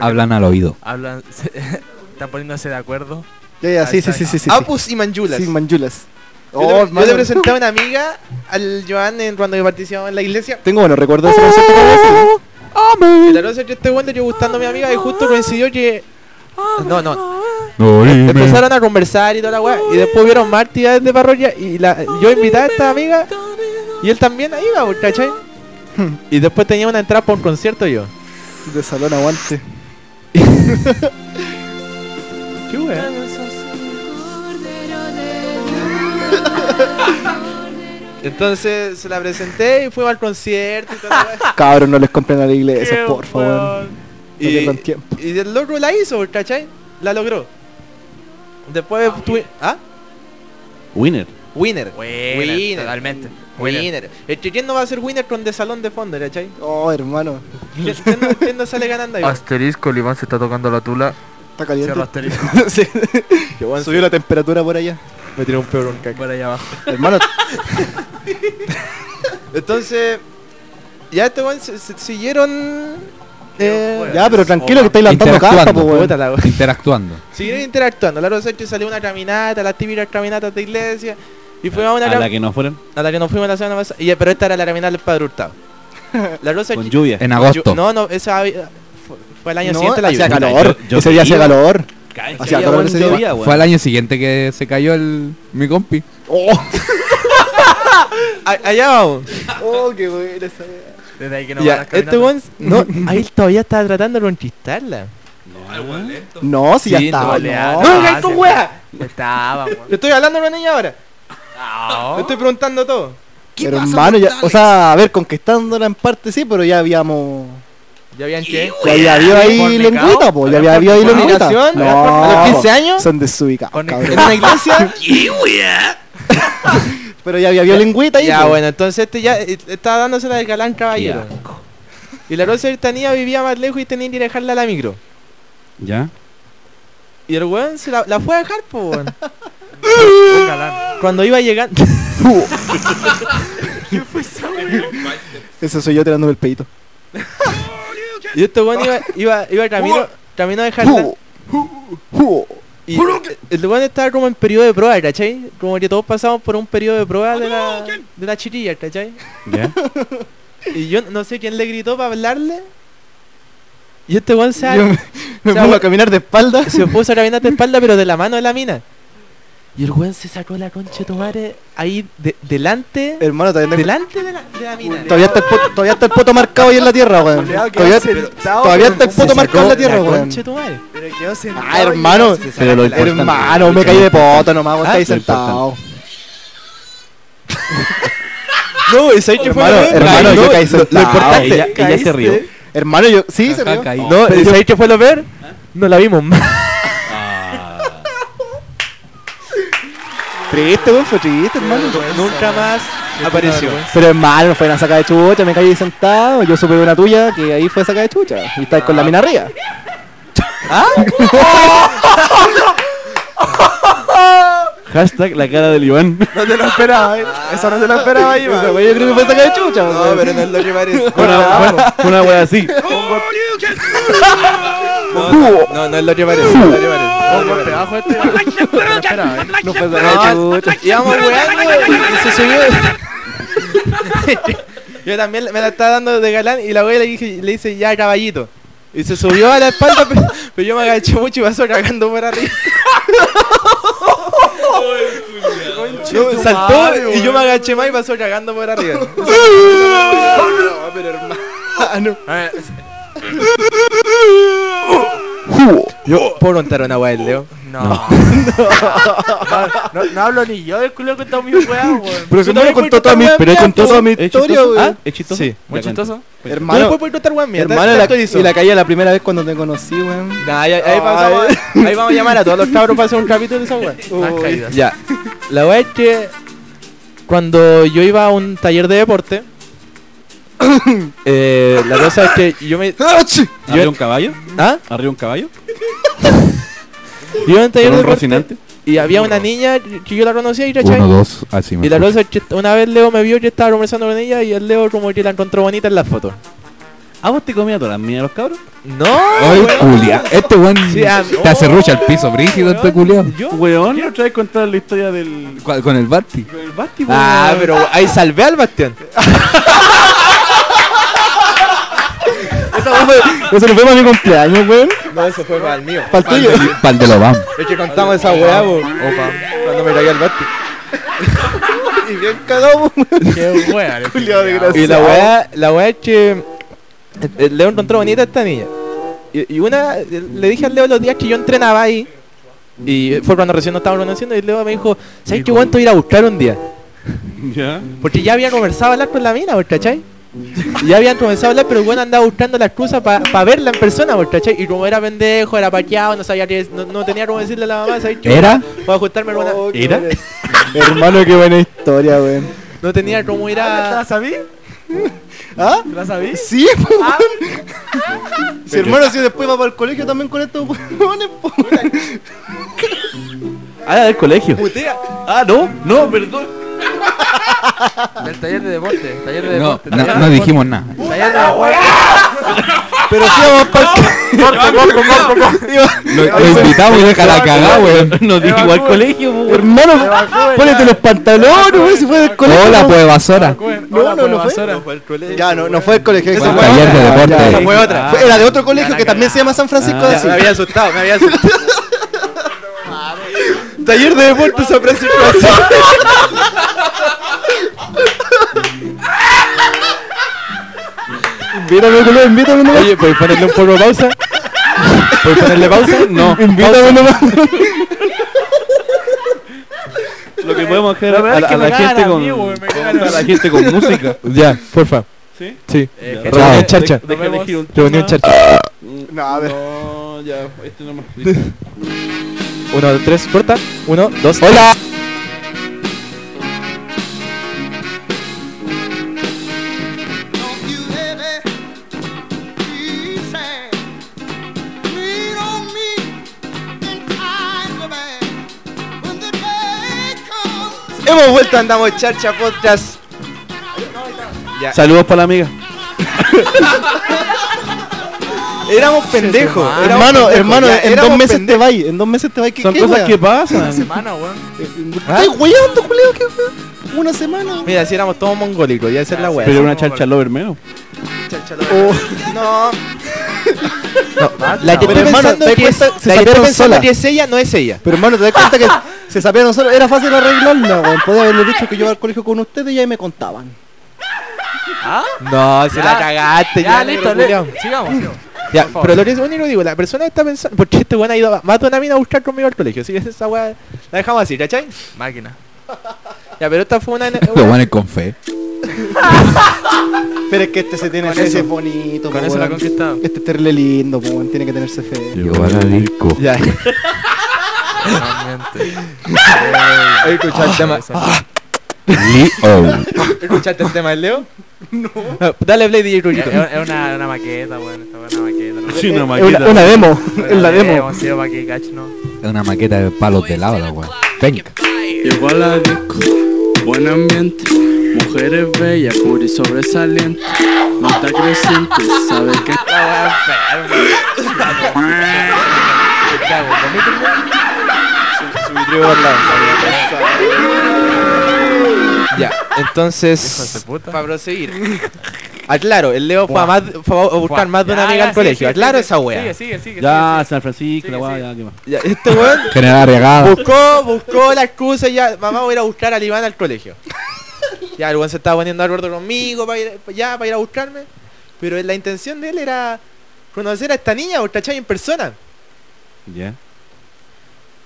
Hablan al oído.
Hablan. se- *laughs* Están poniéndose de acuerdo.
Ya, ya, sí, sí, sí, sí, sí. sí.
Apus y Manchulas.
Sí, manchulas. Oh,
Yo te- yo, te,
hermano. *laughs*
presenté a una amiga al Joan en, cuando yo participaba en la iglesia.
Tengo buenos recuerdos de
Oh.
ese concierto que había sido.
Y La cosa es que este weón le yo gustando a mi amiga y justo coincidió que. No, no. Empezaron a conversar y toda la weá. Y después vieron más actividades de parroquia. Y la, yo invitaba a esta amiga. Y él también ahí iba, ¿cachai? Y después tenía una entrada por un concierto yo.
De salón aguante.
¿Qué weá? Entonces se la presenté y fuimos al concierto y *laughs* toda la weá.
Cabros, no les compren a la iglesia, por favor.
Y,
pierdan tiempo.
y el logro la hizo, pues, ¿cachai? La logró. Después tuve. ¿Ah?
Winner.
Winner.
Winner, totalmente.
Winner.
Winner.
Es que ¿quién no va a ser winner con de salón de fondo, ¿cachai?
Oh, hermano,
¿Quién, quién no, quién no sale ganando ahí?
Asterisco, Limón se está tocando la tula.
está
Cierro
caliente.
asterisco. *laughs*
*laughs* Sí. Subió la temperatura por allá.
Me tiró un peor un caca.
Por allá abajo.
*laughs* Hermano,
Entonces, ya este weón se, se- siguieron. Eh,
ya, pero tranquilo que estáis lanzando caja, po,
Interactuando.
weón.
puta la weá.
Interactuando.
Siguieron interactuando. La cosa es que salió una caminata, las típicas caminatas de iglesia. Y fuimos a una
A la
cam-
que no fueron.
a la que nos fuimos la semana pasada. Y- pero esta era la caminata del Padre Hurtado. La cosa es
Con
que-
lluvia.
*laughs* En
Yo-
agosto.
No, no, esa había- fue, fue el año
No,
siguiente la
hacía
lluvia.
calor.
Yo- yo
ese día hacía
iba.
calor.
Cállate,
Hacía
había
calor
buen
ese día.
día, weón.
Fue al año siguiente que se cayó el mi compi.
Oh.
A- allá vamos.
Oh, qué buena esa weá.
Desde ahí que no
ya,
paras
este
caminando.
weón. No, ahí todavía estaba tratando de conchistarla.
No, si ya
Sí,
estaba.
vale, ah,
No,
¡No, vengáis
se-
con weá!
Estaba, weón.
Le estoy hablando a una niña ahora. Le
No.
estoy preguntando todo.
Pero hermano, ya, o sea, a ver, conquistándola en parte sí, pero ya habíamos.
¿Ya habían qué?
Ya, ya había ahí
¿Fornicado?
lengüita, po. Ya había
¿Había
había ahí lengüita.
¿Fornicación? ¿A los 15 años?
Son desubicados,
Fornic-
cabrón.
¿En una iglesia?
*laughs* Pero ya había, había lengüita ahí.
ya,
po.
bueno, entonces este ya eh, estaba dándosela del galán caballero.
Qué
Y la Rosa Britannia vivía más lejos y tenía que ir a dejarla a la micro.
¿Ya?
Y el weón se la, la fue a dejar, po, weón.
Un galán.
Cuando iba llegando. *laughs*
Ese soy yo tirándome el peito.
y este weón iba, iba, iba camino, camino a dejarla. Y el weón estaba como en periodo de prueba, ¿cachai? Como que todos pasamos por un periodo de prueba de la, de la chiquilla, ¿cachai?
¿Ya?
Y yo no sé quién le gritó para hablarle. Y este weón se,
Yo me, me
O sea,
pongo a
bueno.
caminar de espalda.
se puso a caminar de espalda, pero de la mano de la mina. Y el weón se sacó la concha de tu madre ahí de- delante.
Hermano, todavía, tengo-
Delante de la, de la mina.
todavía, está el poto, todavía está el poto marcado ahí en la tierra, weón.
Culeado, quedó
Todavía,
sentado,
todavía
pero
está el
¿cómo
poto
se
marcado en la tierra,
La
weón.
concha de tu madre.
Pero quedó sentado.
Ah, hermano.
y se sacó
Pero lo
la-
importante-
Hermano, me caí de poto nomás, vos
Ah,
estáis
lo
sentado.
No, esa ahí
Hermano, hermano, yo caí sentado.
Ella, ella se rió.
Hermano, yo. Sí, se
Acá
rió.
caí.
No, pero ¿sabéis qué fue lo peor? No la vimos más.
Ah.
Triste, weón, fue triste, hermano.
Nunca más apareció.
Pero hermano, fue una saca de chucha, me caí sentado. Yo supe una tuya que ahí fue saca de chucha. Y estáis con
Ah.
la mina arriba.
Hashtag la cara del Iván.
No te lo esperaba, eh. Eso no te lo esperaba, Iván.
Esa weá yo creo que fue saca de chucha,
No,
weón.
pero no es lo que parece.
Fue una, fue- fue una wea así.
No, no, no, no es lo que parece. No es lo que parece.
Un golpe bajo este. No esperaba, eh.
No fue saca de chucha.
Íbamos weando y
*laughs*
se subió. Yo también me la estaba dando de galán y la wea le, dije, le dice ya caballito. Y se subió a la espalda, *laughs* pero, pero yo me agaché mucho y pasó cagando por arriba. No, saltó y yo me agaché más y pasó cagando por arriba.
Eh,
Yo puedo contar una wea del Leo.
No. No. *laughs* no. no hablo ni yo del culo que está muy weá, weón.
Pero si
Tú
no me
también
contó
fuiste
toda mi,
tan
pero él contó toda mi
¿Es
historia,
chistoso?
weón.
¿Ah? ¿Es chistoso?
Sí.
Muy
Ya cuento.
chistoso.
Yo después
Hermano,
puedo contar weón mía.
hermano, la,
tanto hizo.
y la caí a la primera vez cuando te conocí, weón.
Nah, ahí, ahí pasamos- ahí vamos a llamar a todos los cabros para hacer un capítulo de esa weá.
Más caídas.
Ya. La weá es que cuando yo iba a un taller de deporte, *coughs* eh, la cosa es que yo me.
¿Arriba un caballo?
¿Ah?
¿Arriba un caballo?
Yo iba a un taller
¿Con
de
un
deporte
rocinante?
y había una niña que yo la conocía y
Uno,
cachai.
dos, así me
Y la cosa es que una vez Leo me vio yo estaba conversando con ella y el Leo como que la encontró bonita en las fotos.
¿A vos te comías todas las mías los cabros?
No,
Ay,
weón.
culia. Este weón
Sí, ah,
te acerrucha el piso brígido, este culiao.
Yo-
Weón, quiero otra vez contar la historia del...
Cu- Con el Basti.
del Basti,
Ah,
weón.
pero ahí salvé al bastión.
*laughs* Eso no fue para mi cumpleaños, weón.
No, eso fue para el mío.
Para el tuyo.
Pal de Lobam.
Es que contamos esa weá, bo. Opa. Cuando me caí al bate.
Y bien cagado, weón.
Qué *laughs* weá.
Culiao
Y
desgraciado.
la weá, la weá es que
eh,
el- el Leo encontró bonita a esta niña. Y, y una, le dije al Leo los días que yo entrenaba ahí. Y fue cuando recién nos estábamos conociendo y Leo me dijo, ¿sabes qué cuánto ir a buscar un día?
¿Ya?
Porque ya había conversado a hablar con la mina, ¿vos ¿cachai? Ya habían comenzado a hablar, pero el weón andaba buscando la excusa para verla en persona, ¿vos ¿cachai? Y como era pendejo, era paqueado, no sabía que no, no tenía cómo decirle a la mamá, ¿sabes qué?
¿Era?
Voy a ajustarme alguna.
¿Era?
Hermano, qué buena historia, weón.
No tenía cómo ir
¿Te
a.
la sabí?
¿Ah?
¿Te la sabí?
Sí, po, weón. Si hermano, si después va para el colegio también con estos weones, po, weón.
Ah, era del colegio.
Putea.
Ah, no, *laughs* no, perdón.
Del taller de deporte. Taller de
No,
deporte.
no, no dijimos nada.
Taller de deporte.
Pero sí vamos
Ah.
para el
Lo, lo invitamos y deja la cagada, weón.
Nos dijo igual colegio,
colegio. Hermano, ponete los pantalones, weón, si fue del colegio.
Hola, pues, basora.
No, no, no fue.
No fue el colegio.
Ya, no, no fue el colegio.
Fue
Esa fue
taller de
otra,
deporte.
ya,
Esa
fue otra. Fue- Era de otro colegio que también se llama San Francisco de
Ya, me
Asís.
había asustado, me había asustado. *laughs*
Taller de deporte San Francisco de Asís. Invítame, culo, invítame nomás.
Oye, ¿puedes ponerle un poco de pausa? ¿Puedes ponerle pausa? Ah, No.
*laughs* Invítame nomás.
Lo
*laughs*
que podemos hacer
La verdad
a,
es
la-
que
a
me
la
cagan
gente
a
con,
mí, güey, me
con-
cagan a
a la gente *laughs* con música.
Ya, porfa.
¿Sí?
Sí.
Eh,
Ya.
gente,
Chao,
de-
chacha.
de-
Deja
nos vemos.
elegir un
Reunión
tema.
charcha.
No, a ver.
No, ya, este no me
Uno, dos, tres, corta. Uno, dos.
¡Hola!
Hemos vuelto, andamos charcha podcast.
Saludos para la amiga.
Éramos pendejos.
madre.
éramos
Hermano,
pendejos,
hermano,
ya,
en dos
éramos
meses
pendejos.
te vais, en dos meses te vais. ¿Qué,
Son
qué,
cosas
wea?
que
Una
pasan.
semana, weón.
¿Estás weyando, culeo? ¿Qué wea? Una semana.
Mira, si éramos todos mongólicos, ya esa es la wea.
Pero una charcha lover menos.
No.
La
Oh. *laughs* La que
Pero
estoy
hermano,
pensando
¿te
que es-
cuesta-
la
se
que estoy
sapearon
pensando
sola?
que es ella, no es ella.
Pero hermano, te das cuenta que se sabían solo. Era fácil arreglarla, weón. Podía haberle dicho que yo iba al colegio con ustedes y ahí me contaban.
No, se
Ya.
la cagaste.
Ah, Ya,
negro
listo, le-
culiao.
sigamos. sigamos.
Ya,
Por favor.
pero lo que es único digo, la persona está pensando, porque este weón ha ido a- más de una mina a buscar conmigo al colegio, así que esa weá la dejamos así, ¿cachai?
Máquina.
Ya, pero esta fue una...
Lo bueno es con fe.
Pero es que este se tiene fe, es bonito,
Con
po,
eso la
weón.
conquistamos.
Este es terrible lindo, po, weón. Tiene que tenerse fe.
Llegó a la disco.
*laughs* ya,
Finalmente.
ahí escuchaste el tema. Ah.
Leo.
¿Escuchaste el tema del
*laughs*
Leo? No. Dale play DJ
Es,
Ruyito.
es una, una maqueta, weón. Esta es una maqueta. ¿no?
Sí, una
Es una,
maqueta.
una demo,
Bueno,
es la
eh,
demo.
hemos sido pa' que cacho, ¿no?
Es una maqueta de palos de lava, la weá. Venga.
Llego a la disco, buen ambiente, mujeres bellas, puri sobresaliente, nota creciente, sabe que
La weá enferma. ¿Qué hago? ¿Comiste el weón?
Ya,
Hijo de
entonces,
puta.
para proseguir. Aclaro, el Leo fue a, más, fue a buscar más de una
Ya,
amiga
ya,
al
sigue,
colegio,
sigue,
aclaro
sigue,
esa weá.
Sigue, sigue, sigue.
Ya,
sigue,
San Francisco,
Sigue,
la guay,
sigue.
ya, qué más.
Ya, este weón
General arriesgada.
buscó, buscó la excusa y ya, mamá voy a ir a buscar al Iván al colegio. Ya, el weón se estaba poniendo de acuerdo conmigo para ir, ya, para ir a buscarme. Pero la intención de él era conocer a esta niña o cachai en persona.
Ya.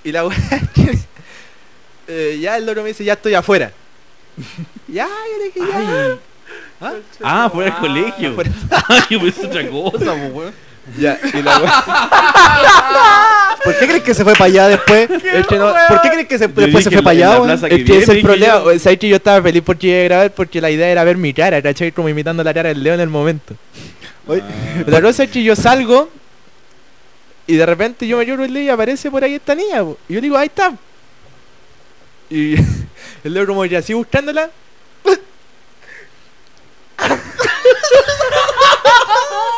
Y la weá que- eh, ya el loco me dice, ya estoy afuera. ya, yo le dije, ya.
Ah, fuera del colegio. *laughs* Ay, pues es otra cosa, po, weón.
Ya, y la weá.
¿Por qué crees que se fue para allá después?
es que Este, no-
¿Por qué crees que se-
dije
después se fue
en la-
para
en la
allá, weón?
plaza
Es que ese Este,
viene,
es el
dije
problema.
yo.
o sea, es que yo estaba feliz porque iba a grabar porque la idea era ver mi cara, ¿cachai? Como imitando la cara del Leo en el momento.
Oye,
Ah.
La cosa es que yo salgo y de repente yo me lloro el Leo y aparece por ahí esta niña. po. Y yo digo, ahí está. Y *laughs* el Leo como ya así buscándola.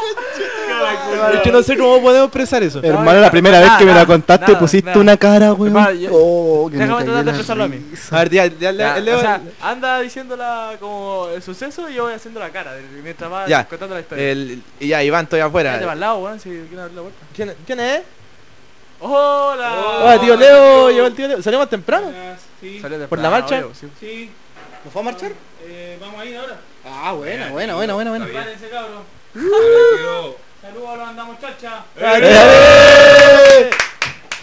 Es que Este, no sé cómo podemos expresar eso.
Hermano, la primera vez que me la
nada,
contaste
nada,
Ah, pusiste
nada.
una cara, weón.
Hermano, yo-
Oh, que me
Déjame tratar
cagué
de
la
expresarlo a mí.
risa.
A ver, ya, ya,
Ya,
el Leo-
o sea, anda diciéndola como el suceso y yo voy haciendo la cara de- mientras va
Ya,
contando la historia.
el- y ya, Iván, estoy
Quédate
afuera.
pa'l lado, weón, si quieren abrir la puerta.
¿Quién, quién es?
¡Hola!
Hola, tío Leo, llegó Ah, el tío Leo. ¿Salimos temprano?
Salió de
¿Por la
plano,
marcha?
obvio, sí.
¿Nos fue a marchar?
vamos a ir ahora.
Ah, buena, buena, buena, buena, buena.
Párense, cabrón. Saludos a los andamos chacha.
Eh,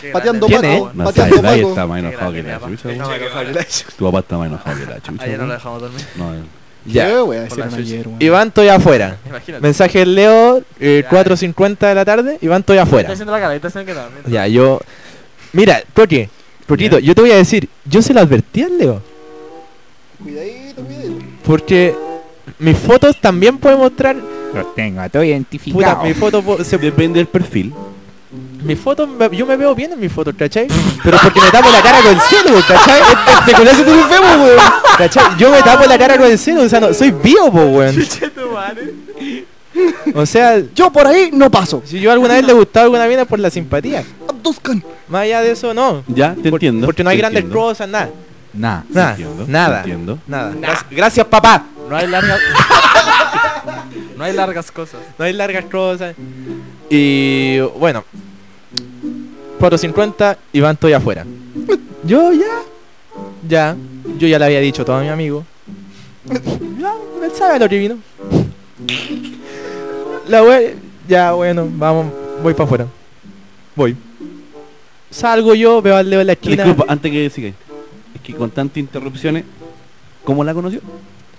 Qué
Pateando
grande.
¿Quién
Paco,
No,
pateando
sabes, ahí
Paco.
está más
Qué
enojado que
grande,
la
papá.
chucha,
Qué
weón.
grande.
Tu papá está más enojado que la chucha,
Ayer no
weón.
lo dejamos dormir. *laughs*
No, eh.
Ya.
¿Qué voy a
Por la
decir
chucha.
ayer, weón?
Iván, estoy afuera.
Imagínate.
Mensaje del Leo, eh,
Ya.
4.50 de la tarde. Iván, estoy
Está
afuera.
haciendo la cara, está haciendo que nada. *laughs*
Ya, yo... Mira, Toque, Toquito, yo te voy a decir, yo se lo advertí al Leo.
Cuidadito, cuidadito.
Porque mis fotos también pueden mostrar...
Lo tengo, estoy
Puta,
identificado.
mis fotos... po- se-
Depende del perfil.
Mis fotos... me- Yo me veo bien en mis fotos, ¿cachai? Pero porque me tapo la cara con el celu, ¿cachai? Este con ese tú lo vemos, weón. ¿Cachai? Yo me tapo la cara con el celu, o sea, no, soy vivo, po, weón. O sea,
Yo por ahí no paso.
Si yo alguna vez le gustaba a alguna mina por la simpatía.
Abduzcan.
Más allá de eso, no.
Ya, te entiendo.
Porque no hay
te
grandes
entiendo,
cosas, nada.
Nah.
Nada.
te entiendo, te
nada.
Entiendo.
Nada. Gracias, gracias, papá.
No hay largas. no hay largas cosas.
No hay largas cosas. Y bueno. 450, Iván estoy afuera. Yo ya. Ya. Yo ya le había dicho todo a mi amigo. Ya, él sabe a lo que vino. la wea. Ya, bueno, vamos, voy para afuera. Voy. Salgo yo, veo al Leo en la esquina.
Disculpa, antes que siga. Es que con tantas interrupciones, ¿cómo la conoció?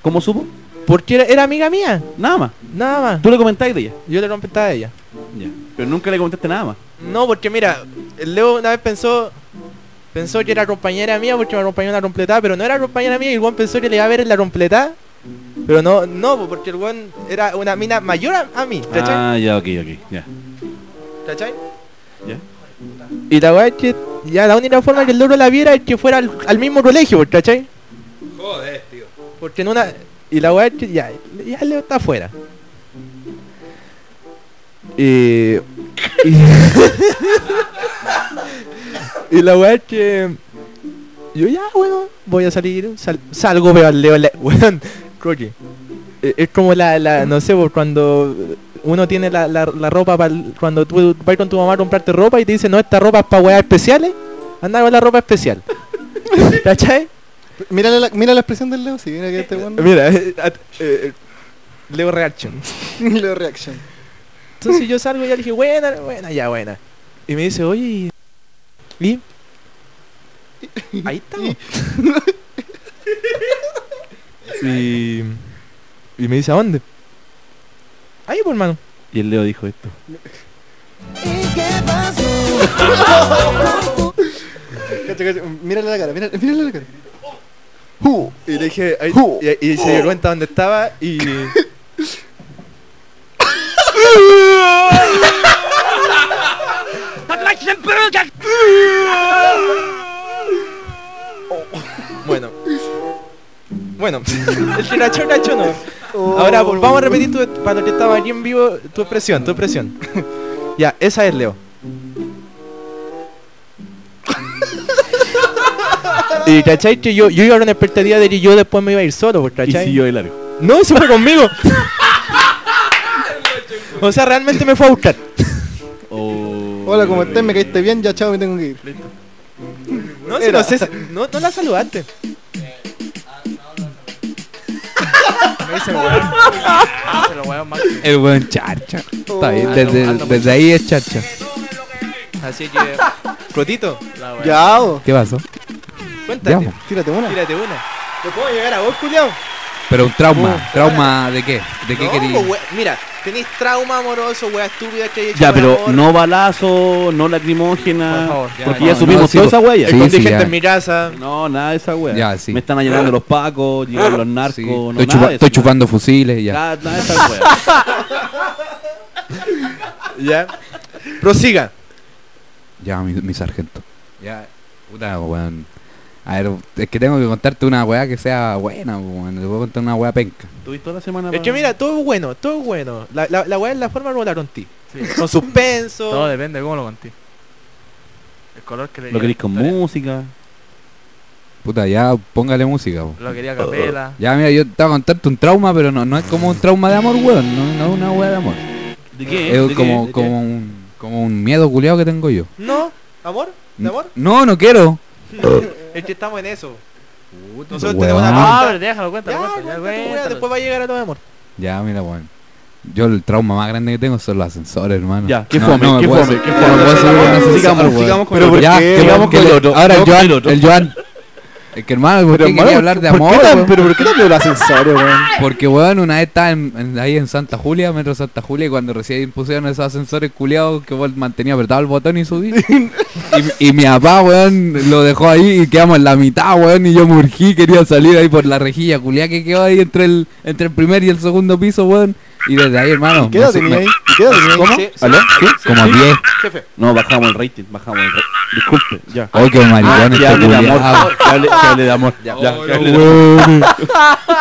¿Cómo supo?
Porque era, era amiga mía,
Nada más.
nada más.
Tú le comentáis de ella.
Yo le comentaba a ella.
Ya. Pero nunca le comentaste nada más.
No, porque mira, el Leo una vez pensó pensó que era compañera mía porque me acompañó en la completada, pero no era compañera mía y el weón pensó que le iba a ver en la completada. Pero no, no, po, porque el weón era una mina mayor a, a mí, ¿cachai?
Ah, ya, ok, ok. Ya.
¿Cachai?
Ya.
Y la weá es que ya la única forma que el logro la viera es que fuera al, al mismo colegio, po, ¿cachai? Joder, tío. Porque en una. Y la weá es que ya, ya el Leo está afuera. Y. *laughs* Y la weá es que. Yo ya, weón, voy a salir. sal- salgo, veo al Leo. en la- Weón, *laughs* creo que. eh, Es como la, la no sé, pues, cuando uno tiene la, la- la ropa para cuando tú vas con tu mamá a comprarte ropa y te dice, no, esta ropa es para weas especiales, anda con la ropa *laughs* especial. ¿Cachai?
Mira la, mira la expresión del Leo, sí, mira que este *laughs* weón.
Mira, eh, at- eh, Leo Reaction.
Leo Reaction.
Entonces yo salgo y ya le dije, buena, buena, ya, buena. Y me dice, oye, ¿y? ¿Y? Ahí estamos. *laughs* y, y me dice, ¿a dónde? Ahí, pues, hermano.
Y el Leo dijo esto.
Cacha, cacha, Mírale la cara, mírale, mírale la cara.
Y le dije, ahí, y, y se dio cuenta dónde estaba y... bueno. Bueno, el churacho, churacho no. Ahora pues, vamos a repetir tu- para los que estaban aquí en vivo tu expresión, tu expresión. ya, esa es Leo. Y cachai que yo, yo iba con una expectativa de que yo después me iba a ir solo, pues,
Y
cachai.
siguió de largo.
No, se fue conmigo. o sea, realmente me fue a buscar.
Oh,
Hola, ¿cómo estás? Me caíste bien, ya chao, me tengo que ir.
No, si
Era.
no, sé, si- no, no la saludaste.
Me dicen weón. Me dicen los weón más que-
El weón charcha. Está bien,
Ando-
desde,
ando
desde ahí es charcha.
Así que, Crotito,
la weá.
Ya, bo,
¿Qué pasó? Ya,
cuéntate.
po.
tírate una.
Tírate una. ¿Te puedo llegar a vos, Julián?
Pero un trauma. ¿Trauma de qué? ¿De qué
No, pues,
querí?
po, wea- mira, tenéis trauma amoroso, wea estúpida que hay hecho
Ya,
por
pero
amor.
no balazo, no lacrimógena.
Por favor, ya,
porque
no,
ya
no,
subimos
sí,
toda
po.
esa huella.
Sí,
Con
sí,
gente
ya.
en mi casa.
No, nada de esa wea.
Ya, sí. Ah,
Me están allanando los pacos, llegan los narcos.
Sí.
No,
estoy,
nada
chupa-
de
estoy
eso.
chupando fusiles ya.
Nada, nada de esa
*laughs*
wea.
Ya. Prosiga.
Ya, mi, mi sargento. Ya, puta, weón. A ver, es que tengo que contarte una weá que sea buena, weón. Te voy a contar una weá penca.
Tuviste toda la semana.
Es que
pa-
mira, todo es bueno, todo es bueno. La, la, la wea es la forma como la conté. *laughs* Con suspenso.
Todo depende de cómo lo conté. El color que le
Lo querís con
eh,
Lo quería-
música.
Puta, ya, póngale música, weón.
Lo quería a capela.
Ya, mira, yo te voy a contarte un trauma, pero no, no es como un trauma de amor, weón. No, no es una weá de amor.
¿De qué? ¿De
Es
qué?
como,
¿De qué?
como, un, como un miedo culiado que tengo yo.
*laughs* No, amor, de amor.
No, no quiero.
Es que estamos en eso.
Puta,
Nosotros tenemos
weón.
una pauta.
Ah, pero déjalo, cuéntalo,
Ya,
cuéntalo. ya,
cuenta tu wea,
cuéntalo.
después va a llegar a todo amor.
Ya, mira, weón. Yo el trauma más grande que tengo son los ascensores, hermano.
Ya, qué
No,
fome,
no me
qué
puedo
fome,
subir-
qué
no
fome.
me puedo subir a un ascensor,
Sigamos,
weón.
sigamos con
Pero
el
¿por
otro.
qué?
Sigamos
Sigamos
con
con
el
el-
otro.
Ahora el
Sigamos con
Joan,
el otro.
el Joan. Es que hermano, ¿por qué quería hablar de
¿por
amor,
qué tan-
weón?
pero ¿por qué tan violas en
*laughs*
serio, weón?
Porque, weón, una vez estaba en- en- ahí en Santa Julia, Metro Santa Julia, y cuando recién pusieron esos ascensores culiados que weón, mantenía apretado el botón y subí. y, y mi papá, weón, lo dejó ahí y quedamos en la mitad, weón, y yo me urgí, quería salir ahí por la rejilla culiada que quedó ahí entre el, entre el primer y el segundo piso, weón. Y desde ahí, hermano.
¿Qué edad
me-
tenía
me-
ahí? ¿Qué edad tenía ahí?
¿Cómo?
Sí, sí.
¿Aló? ¿Sí?
Como 10.
No, bajamos el rating, bajamos el rating. Disculpe, ya.
Oye, qué maricón
que
este
hable de
culiao.
Ah, amor. Que hable, que hable de amor. Ya, que hable de amor.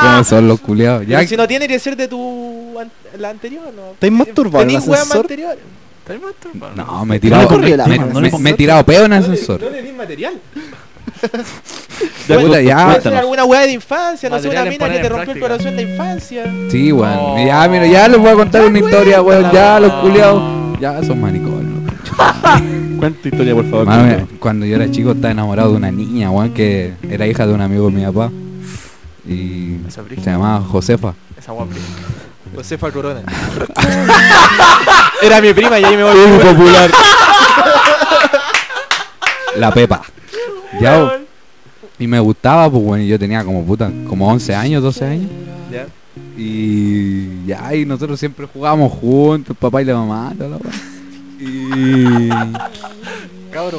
¿Cómo son los culiados? Ya,
Pero si no tiene que ser de tu an- la anterior, ¿no?
¿Estáis masturbado en el
Tenís weas más
ascensor?
anteriores.
Está bien, tú, pa.
no, me he
No le
tirado,
corrió
me,
la
me-
mano.
me- me he tirado peo en ascensor.
No le di material.
Puta, ya.
Ya,
Puede ser
cuéntanos.
alguna wea de infancia, no sé, una
Material en
mina que
poner
te
en
rompió el
práctica.
corazón en la infancia.
Sí, weón.
No.
Ya, mira, ya les voy a contar una historia, weón. Ya, los
weón.
culiados. Ya, son manicones.
Cuenta tu historia, por favor.
Mami, cuando yo era chico estaba enamorado de una niña, weón, que era hija de un amigo de mi papá. Y
Esa
se
brígida.
llamaba Josefa.
Esa guapa.
Josefa Corona. Era mi prima y ahí me volví.
popular.
La Pepa. Ya, bo. Y me gustaba, pues, bueno, y yo tenía como puta, como 11 años, 12 años.
Ya.
Y ya, y nosotros siempre jugábamos juntos, el papá y la mamá, toda la wea. Y...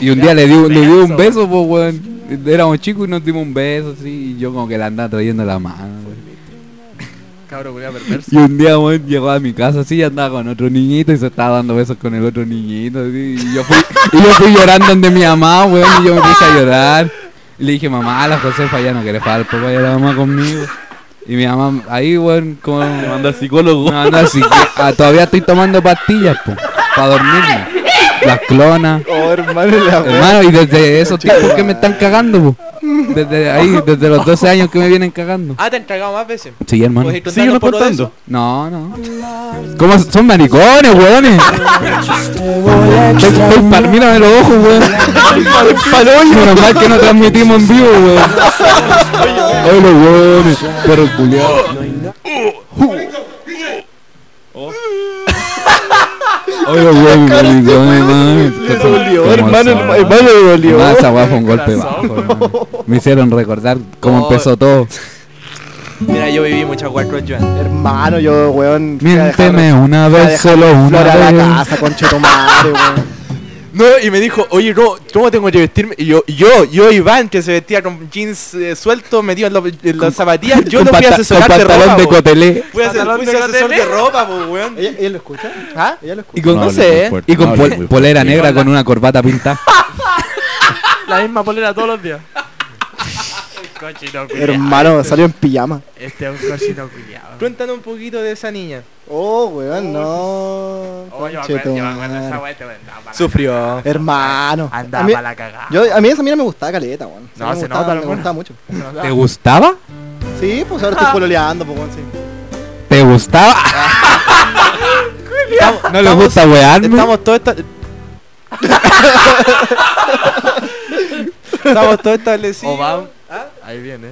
y un día le di, le di un beso, pues, weón. Éramos chicos y nos dimos un beso, así, y yo como que la andaba trayendo la mano, weón.
Cabro, culiao perverso.
Y un día, weón, llegó a mi casa así y andaba con otro niñito y se estaba dando besos con el otro niñito. así, y, yo fui, y yo fui llorando donde mi mamá, weón, y yo me puse a llorar. Y le dije, mamá, la Josefa ya no quiere jugar al papá y a la mamá conmigo. Y mi mamá, ahí, weón, como...
Me manda al psicólogo.
*laughs* No, no, así que- ah, todavía estoy tomando pastillas, po, para dormirme. Las clonas.
Oh, hermano, la wea.
Hermano, y desde esos
Chico,
tiempos que me están cagando, po. Desde ahí, desde los 12 años que me vienen cagando.
Ah, te han cagado más veces.
Sí, hermano.
¿Puedes ir
Síguelo
contando por de eso?
No,
contando.
no. ¿Cómo son- son maricones, weones? Estoy, estoy palmino de los ojos, weón. Menos mal que no transmitimos en vivo, weón. Ay, los weones. Pero culiado. Ay, los weones, maricones, man. Estos son-
dolió,
¿cómo
hermano,
son?
hermano, le dolió.
Ah, esa weá fue un golpe bajo, hermano. Me hicieron recordar cómo
Oh.
empezó todo.
Mira, yo viví muchas cuatro Joan.
Hermano, yo, weón. fui a dejar-
Miénteme una
fui a
vez,
dejar
solo una
flor a la
vez.
casa, conchetomare, weón.
No, y me dijo, oye, ¿cómo, cómo tengo que vestirme? Y yo, yo, yo, Iván, que se vestía con jeans eh, sueltos, metido en, los- en las zapatillas, yo
Con
no fui a
pata-
asesorar
Con
de ropa,
pantalón de
po.
cotelé.
Fui a hacer- fui a ser asesor de ropa, po, weón.
¿Ella, ella lo escucha? ¿Ah? Ella lo escucha.
Y con, no sé, eh.
Y con pol- polera negra con una corbata pintada.
La misma polera todos los días. *laughs* El cochino culiao.
Hermano, salió en pijama.
Este es un cochino culiao.
Cuéntanos un poquito de esa niña.
Oh, weón, no.
Oh, yo me acuerdo, yo me acuerdo de esa
Conchetomare.
weá, te mandaba pa' la
Sufrió.
cagada.
Hermano.
Andaba
A mí-
pa' la cagada.
Yo, a mí esa mina me gustaba caleta, weón.
No,
Esa mina me
se
gustaba,
nota,
me
hermano.
gustaba mucho.
¿Te gustaba?
Sí, pues ahora estoy pololeando, pues, weón, sí.
¿Te gustaba?
Estamos-
*laughs* ¿No le
estamos-
gusta wearme?
Estamos todos
*laughs*
esta- Estamos todos establecidos.
O va-
¿ah?
Ahí viene.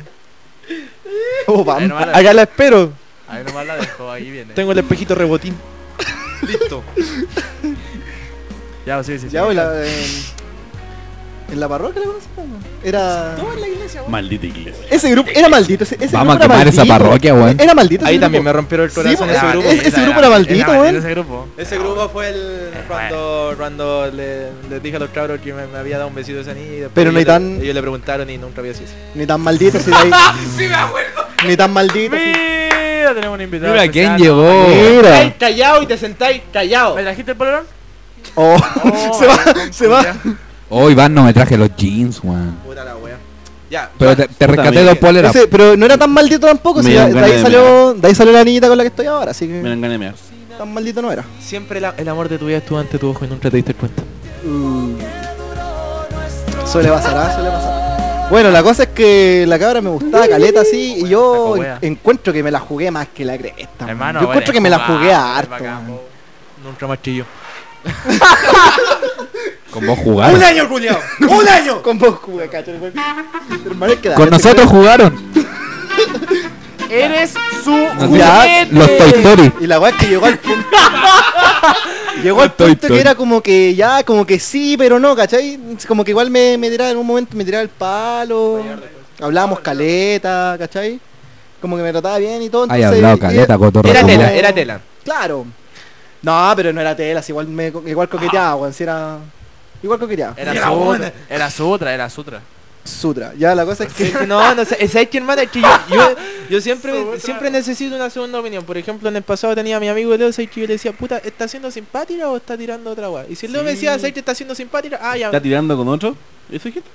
Oh, vamos.
Hermano.
Acá la espero.
Ahí nomás la dejo, ahí viene.
Tengo el espejito rebotín. Listo.
Ya, sí, sí, sí.
Ya, güey, la- en, en la parroquia la conocí, ¿no? Era.
Maldita iglesia.
Ese grupo era maldito. Ese, ese
Vamos a
grupo era
quemar esa
maldito.
parroquia, weón.
Era maldito.
Ahí
ese
también me
grupo.
rompieron el
Sí,
corazón
pues,
ese
ah,
grupo.
eh,
es- ese grupo era maldito, weón.
Ese grupo.
Ese grupo fue el cuando, cuando le, les dije a los cabros que me, me había dado un besito esa niña y después
Pero no
ellos,
hay
le,
tan-
ellos le preguntaron y nunca había sido.
Ni tan maldito, sí, de ahí. Ni tan maldito. sí.
Mira, tenemos un invitado.
Mira quién
especial.
llegó.
Mira.
callado y te sentáis callado.
¿Me trajiste el polerón?
Oh,
Oh,
se va,
vaya,
se va.
ya.
Oh, Iván no me traje los jeans, weón.
Puta la wea. Ya.
Pero te, te rescaté
mía.
dos poleras.
Ese- *laughs* pero no era tan maldito tampoco.
Me
sí,
dieron
de,
ganas
ahí
de
salió, de ahí salió la niñita con la que estoy ahora, así
Me
que
dan ganas de mear.
tan maldito no era.
Siempre la- el amor de tu vida estuvo ante tu ojo y nunca te diste cuenta.
Mm. Suele pasar, ¿ah? suele pasar. Bueno, la cosa es que la cabra me gustaba caleta así y yo
Saco wea.
encuentro que me la jugué más que la cresta.
Hermano,
yo
bueno,
encuentro que me la
jugaba,
jugué a harto.
bacán,
*laughs* man.
Nunca más chillo.
Con vos jugaron.
año, culiao! ¡Un año!
*laughs* Con vos jugué, cacho. hermano. Hermano, es que
Con
dale,
nosotros jugaron.
Eres su
Nos
Ya,
dieron Los Toy Story.
Y la weá es que llegó al punto.
*laughs*
llegó al
Estoy,
punto
estoy.
que era como que ya, como que sí, pero no, ¿cachai? Como que igual me, me tiraba en un momento, me tiraba el palo.
pues.
Hablábamos caleta, ¿cachai? Como que me trataba bien y *laughs* todo.
Hay
entonces,
hablado
eh, era-
caleta, cotorro.
Era
Como-
culiao.
tela, era tela.
Claro. No, pero no era telas, igual me igual
Ah.
coqueteaba, weón, si era. Igual coqueteaba.
Era Sutra, era Sutra, era Sutra.
Sutra. Ya la cosa
*laughs*
es que.
Es que no, no sé, ¿sabes quién mata? Es que yo, yo, yo siempre, siempre necesito una segunda opinión. Por ejemplo, en el pasado tenía a mi amigo Leo, ¿sabes que yo le decía, puta, ¿está siendo simpática o está tirando otra weá? Y si Leo me decía, ¿sabes que está siendo simpática? Ah, ya.
¿Está tirando con otro? ¿Eso es gente?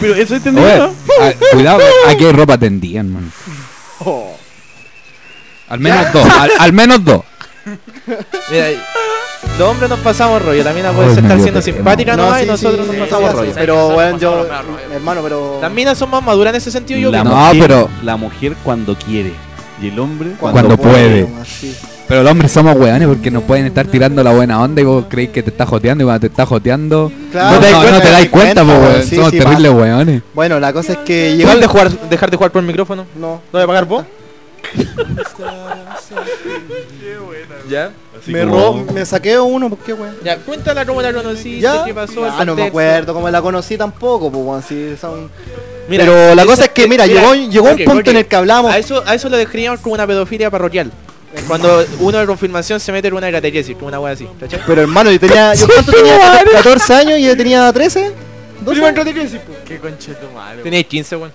Pero eso entendido,
Oye,
¿no?
ah,
*laughs*
cuidado, que aquí hay ropa tendida, man.
Oh.
Al menos dos,
*laughs*
al, al menos dos.
Mira, los hombres nos pasamos rollo, la mina puede
Ay,
ser
me
estar
dio
siendo
pena.
simpática
No,
nomás
sí,
y nosotros
sí,
nos
sí,
pasamos
sí,
rollo.
sí, Pero
Nosotros
weón,
nos
yo.
pasamos rollo.
Hermano, pero.
Las minas son más maduras en ese sentido, yo
La
creo.
No,
mujer-
pero-
La mujer cuando quiere. Y el hombre
Cuando puede.
nomás, sí.
Pero los hombres somos weones porque nos pueden estar tirando la buena onda y vos creéis que te está joteando y cuando te está joteando
Claro,
no, te,
no,
no
no
te
te
dais
das
cuenta,
cuenta,
po,
weón.
weón.
Sí,
Somos
sí,
terribles weones.
Bueno, la cosa es que llegó
¿Puedes
el.
dejar, dejar de jugar por el micrófono?
No.
¿No voy a pagar vos?
¿Ya?
Me, ro me saqué uno, ¿por qué, weón?
Ya, cuéntala cómo la conociste,
¿Ya?
qué pasó. el
Ah, no me
contexto.
acuerdo cómo la conocí tampoco, pues, weón. si son-
Mira,
Pero la
esa-
cosa es que, mira,
mira,
llegó, llegó un
ok,
punto
ok.
en el que hablamos.
A eso, a eso lo describíamos como una pedofilia parroquial. Cuando uno de confirmación se mete en una catequesis, como una wea así, ¿cachai?
Pero hermano, yo tenía.
*laughs*
¿Yo cuánto tenía? 14 años y yo tenía 13. 12.
Qué concheto malo.
Tenías 15, weón.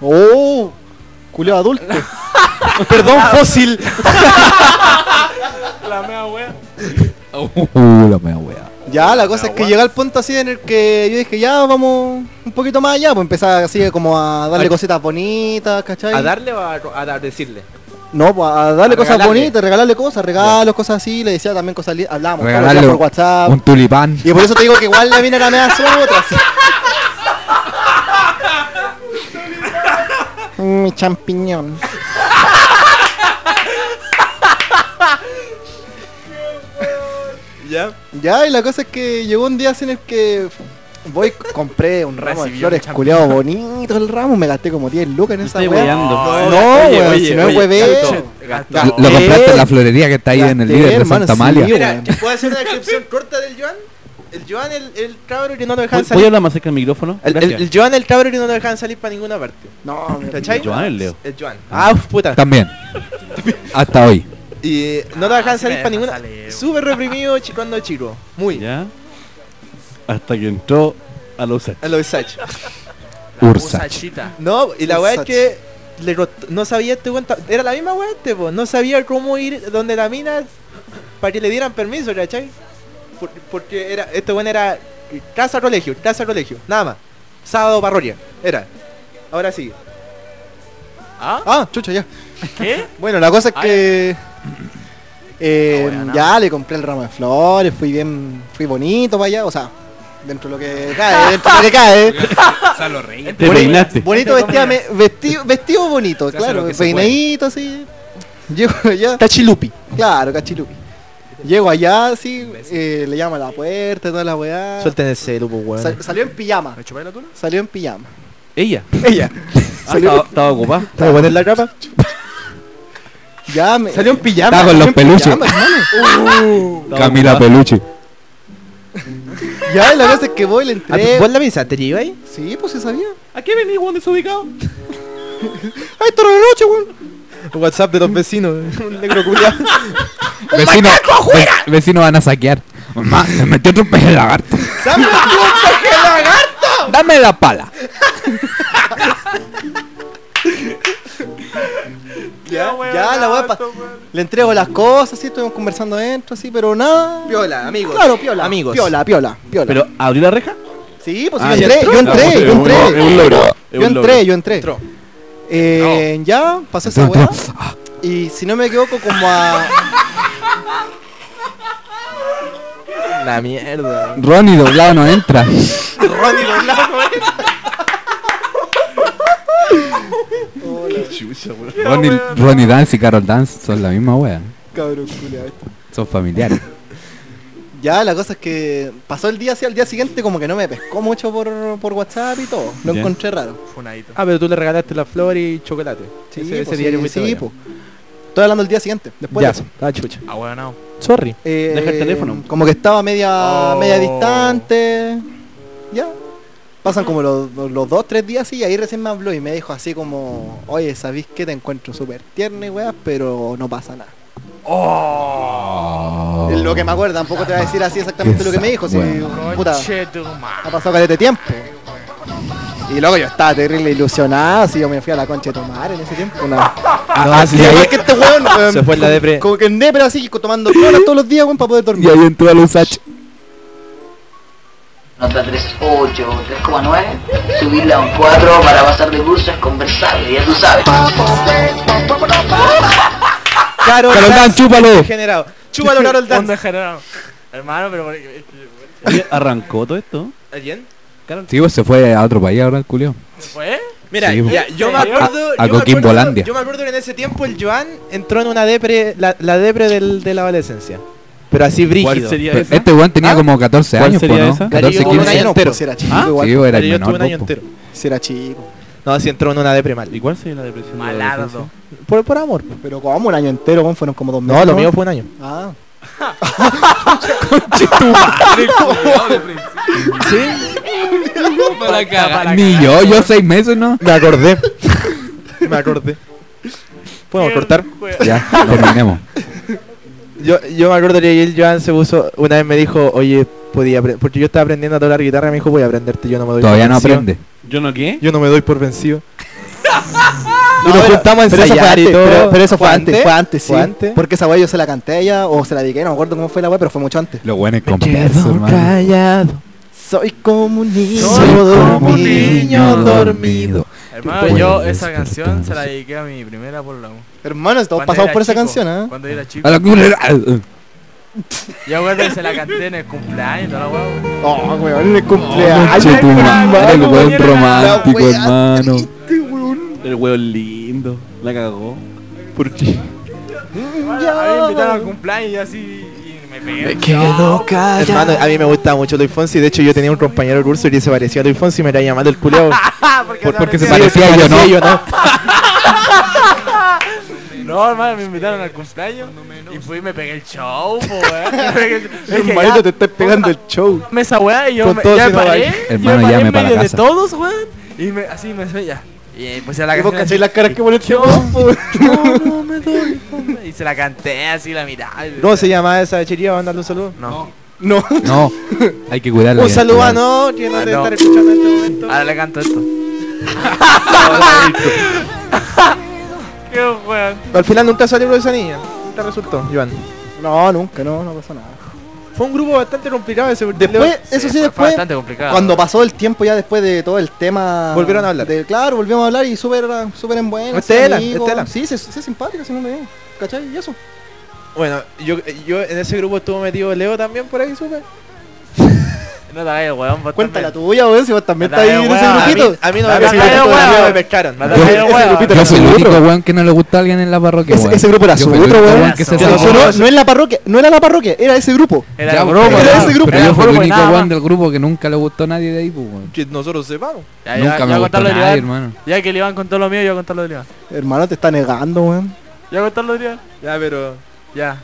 Oh, culeo adulto. Perdón, fósil.
La mea wea.
Uh, la mea wea.
Ya, la cosa es que llegó al punto así en el que yo dije, ya, vamos un poquito más allá. Pues empezaba así como a darle
A-
cositas bonitas, ¿cachai?
¿A darle o a, a dar- decirle?
No, pues a darle
A
cosas
regalarle.
bonitas, regalarle cosas, regalos, cosas así. Le decía también cosas lindas. Hablábamos, claro,
Regalarle
ya por WhatsApp.
Un tulipán.
Y por eso te digo que igual la mina era media sutra. así. Mi champiñón.
¿Ya?
Ya, y la cosa es que llegó un día así en el que voy, compré un ramo de
Recibió
flores
un
culeado bonito el ramo, me gasté como 10 lucas en esa
Estoy
weá.
weyando.
No,
Oye,
weón,
oye,
si no es
oye,
hueveo.
Gato,
Lo
gato.
lo compraste en
Eh,
la florería que está ahí en el
gasté,
líder de
hermano,
Santa
sí,
Malia.
weón.
Mira, ¿puedo hacer una descripción corta del Joan? El Joan, el, el cabro que no lo dejaban
¿Puedo
salir.
hablar más cerca del micrófono?
El, el- el Joan, el cabro que no lo dejaban salir para ninguna parte.
No, me-
¿Cachai?
Joan, el Leo.
El Joan. Ah, uf, puta.
También. Hasta hoy.
Y eh, no lo dejaban salir
me
para
Ah, deja
ninguna.
salir.
Súper reprimido, chicando chico. Muy.
¿Ya? Hasta que entró a los
A los Sach.
Ursa.
Usachita.
No, y la weá es
Sach.
que le costó- no sabía este weón. ta- Era la misma weá este, po. No sabía cómo ir donde la mina para que le dieran permiso, ¿cachai? Por- porque era, este weón era casa colegio, casa colegio, nada más. Sábado parroquia, era. Ahora sí.
¿Ah?
Ah, chucha, ya.
¿Qué?
Bueno, la cosa es
Ah,
que. eh,
No, weón, no.
ya le compré el ramo de flores, fui bien. fui bonito para allá, o sea, dentro de lo que cae, dentro de lo que
*laughs*
cae.
Te peinaste.
Bonito vestida, me- vestido, vestido bonito,
Se hace
claro,
lo que se
peinadito así. Llego allá. Cachilupi. Claro, cachilupi. Llego allá así, eh, le llamo a la puerta, toda la weá.
Suelten el celu, po, weón.
Sal- salió en pijama.
¿Me chupé la tula?
Salió en pijama.
Ella.
Ella.
Ah, estaba, estaba ocupada.
¿Te voy a poner la capa? Ya me. Salió en pijama.
Estaba con los
salió en
peluches.
pijama, hermano.
Estaba
Camila
ocupada.
Peluche.
ya, y la cosa es que voy, le
Ah,
entré.
¿Vos la pensaste, Gio, ahí?
Sí, pues sí sabía.
¿A qué venís, Juan desubicado?
Ah,
¡Ay, toro de noche, weón!
WhatsApp de los vecinos. eh. Un negro culiado.
Vecino, ve- vecino van a saquear. Mamá, me metió otro peje de lagarto. *laughs* Dame la pala.
Ya, ya, la weá. pa- Le entrego las cosas, sí, estuvimos conversando adentro, así, pero nada.
Piola, amigos.
Claro, piola.
Amigos.
Piola, piola, piola.
¿Pero abrió la reja?
Sí, pues sí,
Ah,
yo
ya
entré,
entró.
yo
Ah,
entré,
pues,
yo
es un
entré.
logro, es un logro, es
Yo
un logro.
entré, yo entré.
Entró.
Eh, ya, pasó esa
Entró,
weá.
entró.
Y si no me equivoco, como a.
La *laughs* mierda.
Ronnie doblado no entra.
Chucha, weón.
Ronnie, Ronnie Dance y Carol Dance son la misma wea.
Cabrón, culiao.
Son familiares.
Ya, la cosa es que pasó el día así, al día siguiente como que no me pescó mucho por, por WhatsApp y todo. Lo
Ya.
encontré raro.
Funadito.
Ah, pero tú le regalaste la flor y chocolate.
Sí,
ese,
pues,
ese diario
sí,
fuiste
sí,
vaya.
po. Estoy hablando el día siguiente, después
Ya,
de eso.
ah, chucha.
Ah, bueno, no.
Sorry.
Eh,
Deja el teléfono.
Como que estaba media,
Oh.
media distante. Ya. Pasan como los, los- los dos, tres días y ahí recién me habló y me dijo así como, oye, ¿sabéis que te encuentro súper tierna y weas, pero no pasa nada?
Oh.
Es lo que me acuerdo, tampoco te voy a decir así exactamente lo que me dijo, si
Bueno.
puta,
Concheto, ma.
ha pasado caleta de tiempo. Y luego yo estaba terrible ilusionado, así yo me fui a la concha de tomar en ese tiempo. una-
Ah, sí,
Sí,
ahí-
igual que este weón, weón.
Se fue en la depre.
Como que en depre así, tomando cola todos los días, weón, para poder
Y
dormir.
ahí entró al Usach.
Nota 3.8, 3.9, subirla a un 4 para pasar de curso es conversable, ya tú sabes.
Carol,
Carol
Dance,
Dance, chúpalo.
degenerado. Chúpalo, *laughs* Carol
Onda
Dance.
generado. Hermano, pero... por- *laughs*
Oye, ¿Arrancó todo esto?
¿Alguien?
Sí, pues se fue a otro país ahora el culio.
¿Se fue?
Mira,
Sí,
ya, yo me
A-
acuerdo. yo me
a
acuerdo-
Coquimbolandia.
Yo me acuerdo que en ese tiempo el Joan entró en una depre, la, la depre del, de la adolescencia. Pero así
¿Cuál
brígido.
sería
Pero
esa?
Este weón tenía como 14
¿Cuál
años, po,
sería
¿no?
esa?
Cariño,
14,
como un
15
año
no,
entero.
pues, si era chico,
¿Ah?
igual.
Sí, era
Pero
el
yo estuve
menor.
un año
po.
entero.
Si era chico.
No, si entró en una depre mal.
¿Y cuál sería la depresión? de la
Malardo.
adolescencia?
Por, por amor.
Pero como un año entero, weón, fueron como dos meses.
No, lo mío fue un año.
Ah.
Para cagar.
Ni yo, yo seis meses, ¿no?
Me acordé. *laughs* Me acordé. ¿Podemos cortar?
Ya, terminemos.
Yo, yo me acuerdo que el Joan se puso, una vez me dijo, oye, podía apre- porque yo estaba aprendiendo a tocar guitarra, me dijo, voy a aprenderte, yo no me doy
Todavía
por
no
vencido".
aprende.
¿Yo no qué?
Yo no me doy por *laughs* vencido.
No,
nos
pero-
juntamos a
pero eso fue
ensayar y
antes,
todo.
Pero, pero eso
¿Fue
fue antes,
antes?
fue antes, sí.
¿Fue antes?
Porque esa weá yo se la canté a ella o se la dediqué, no me acuerdo cómo fue la weá, pero fue mucho antes.
Lo bueno es con
Llevo
hermano.
callado.
Soy como un niño.
Soy como un niño
dormido.
Hermano, yo
Puedes
esa canción se la
despertarse.
dediqué a mi primera por la U.
Hermanos, todos
Cuando
pasamos
era
por esa
chico,
canción, ¿eh?
Cuando era chico.
A la culera.
Yo acuerdo que se la canté en el cumpleaños, toda la hueá, weón.
Oh, weón, en el
Ay,
cumpleaños.
che, tu madre, el weón
compañero,
romántico,
la wea
hermano.
El weón lindo. La cagó.
¿Por qué?
A mí me invitaron al cumpleaños y así y me pegué.
Hermano, a mí me gustaba mucho Luis Fonsi. De hecho, yo tenía un compañero de curso que se parecía a Luis Fonsi y me era llamando el *laughs* culeado.
se
porque se
parecía
parecía
a yo,
yo,
¿no?
¿no? Yo, ¿no?
No, hermano, me invitaron al cumpleaños y fui y me pegué el show, po,
*laughs*
weón. Me pegué el- dije,
Hermanito,
ya,
te estás pegando el
*laughs*
show.
póngame esa weá y yo
Con
me,
todo
ya me
sin
paré.
hogar.
yo
Hermano,
me paré
ya
en
me para
medio de
casa.
todos, weón. Y me, así me fue ya. Y pues ya la
Y vos
canté.
cacháis las caras que pone el show, po.
*laughs* No, no, me doy, po, Y se la canté así, la mirada. y-
¿Cómo se llama esa chiría? Mandarle un saludo.
No.
No.
No, hay que cuidarla.
Un
bien,
saludo a
cuidarla.
no, que no
Ah,
te
no.
estar escuchando en este momento.
Ahora le canto
*laughs*
esto. Qué weón.
Al final nunca salió de esa niña. Te resultó, Iván.
No, nunca, no, no pasó nada.
Fue un grupo bastante complicado ese.
Después, eso sí,
fue- Fue
después,
bastante complicado.
cuando pasó el tiempo ya después de todo el tema...
Volvieron a hablar.
de- claro, volvimos a hablar y súper súper en buena.
Estela,
sí,
Estela.
Sí, sí, sí, simpática, si no me digo. ¿Cachai? Y eso.
Bueno, yo, yo en ese grupo estuvo metido Leo también por ahí, supe.
No te hagas, weón. vos
Cuéntala
también.
tuya, weón, si vos también
Dale,
estás ahí en ese
weón,
A mí,
grupito.
a mí no me
Dale,
pescaron,
dale,
todavía
weón.
me pescaron.
No te hagas,
Ese
weón.
grupito
Yo
era
soy el
su
único
otro.
weón que no le gusta a alguien en la parroquia.
Ese-
weón.
ese grupo era
Yo
su
fui el
otro
único
weón.
que se
Ese-
No,
salvó.
eso no, no es la parroquia, no era la parroquia, era ese grupo.
Era
Ya,
el
pero-
grupo,
era
ya.
ese grupo.
Pero
Era
yo fui el
grupo y
único
nada
weón
más.
del grupo que nunca le gustó a nadie de ahí, pues, weón.
Que nosotros sepamos.
Ya, ya,
Nunca
ya
me
voy a
gustó
contar lo de
nadie,
Iván.
hermano.
Ya que el Iván contó lo mío, yo voy a contar lo del Iván.
Hermano, te está negando, weón.
Yo voy a contar lo del Iván.
Ya, pero.
Ya,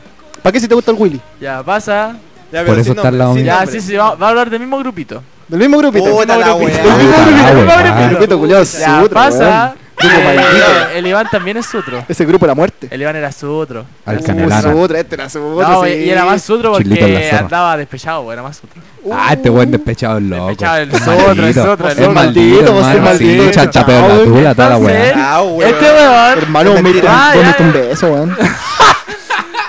¿Para qué si te gusta el Willy?
ya, pasa.
Ya, pero
Por eso
sin
está al lado
nombre, sin
mío.
Ya,
nombre.
Ah, sí, sí, va, va a hablar del mismo grupito.
Del mismo grupito.
Puta la
Del mismo
weá.
grupito. Del mismo
Puta la
grupito.
weá.
El grupito culiado
Ya,
sutro,
pasa.
weón. Grupo
Eh,
maldito.
el Iván también es sutro.
Ese grupo era muerte.
El Iván era sutro.
Al
Uh,
canelano.
Sutra, este era Sutra,
No,
sí.
y era más sutro
Chilito en la
porque
zorra.
andaba despechado, weón, era más sutro.
Ah, este weón despechado es loco.
Despechado, el
Es
sotro, el
maldito.
sotro, el
Es
sotro.
Maldito,
maldito,
vos
hermano,
eres maldito.
Sí, chancha
Chao,
perla,
weón.
tula, toda la weá.
Entonces,
Ah, weón.
Este weón,
Hermano, me
Ah, ya,
vomita
ya.
un beso, weón.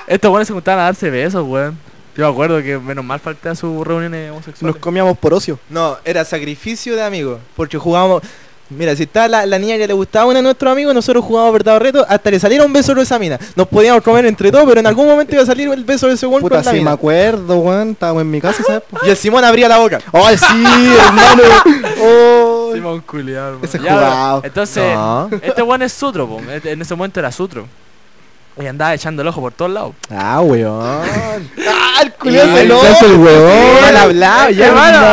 estos weones se juntaban a darse besos, weón. Yo me acuerdo que menos mal falté a sus reuniones homosexuales.
Nos comíamos por ocio.
No, era sacrificio de amigos. Porque jugábamos. Mira, si estaba la, la niña que le gustaba a uno de nuestros amigos, nosotros jugábamos verdad o reto hasta que saliera un beso de esa mina. Nos podíamos comer entre todos, pero en algún momento iba a salir el beso de ese weón
Puta,
con la
si me
mina.
acuerdo, weón. Estábamos en mi casa, ¿sabes? po?
Y el Simón abría la boca.
*laughs* Ay, sí, hermano. *laughs* Oh.
Simón culiao, hermano.
Ese
Ya, weón,
jugado.
Entonces, este weón es sutro, po. Este- en ese momento era sutro. Y andaba echando el ojo por todos lados.
Ah, weón. Ah, el culiado
Ah,
se lo.
entonces el weón.
Mal hablado, ya,
Hermano,
hermano.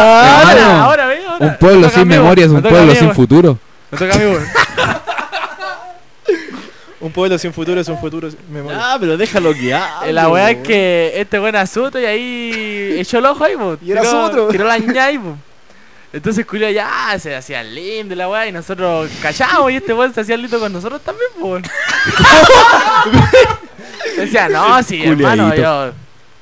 ahora, ahora, ve, ahora.
Un pueblo
Me toca a
sin
mí, weón.
memoria es
Me
un
toca a
pueblo
mí,
sin
weón.
futuro.
Me toca a mí, weón.
Un pueblo sin futuro es un futuro sin memoria.
Ah, pero déjalo guiar.
Eh, La weá es que este weón era suto y ahí echó el ojo ahí, po.
Y era
Tiró-
sutro.
Tiró la ña ahí, po. Entonces Julio ya se hacía lindo la weá y nosotros callamos y este weón se hacía lindo con nosotros también, po.
*laughs*
weón. Decía, no, sí, hermano, yo.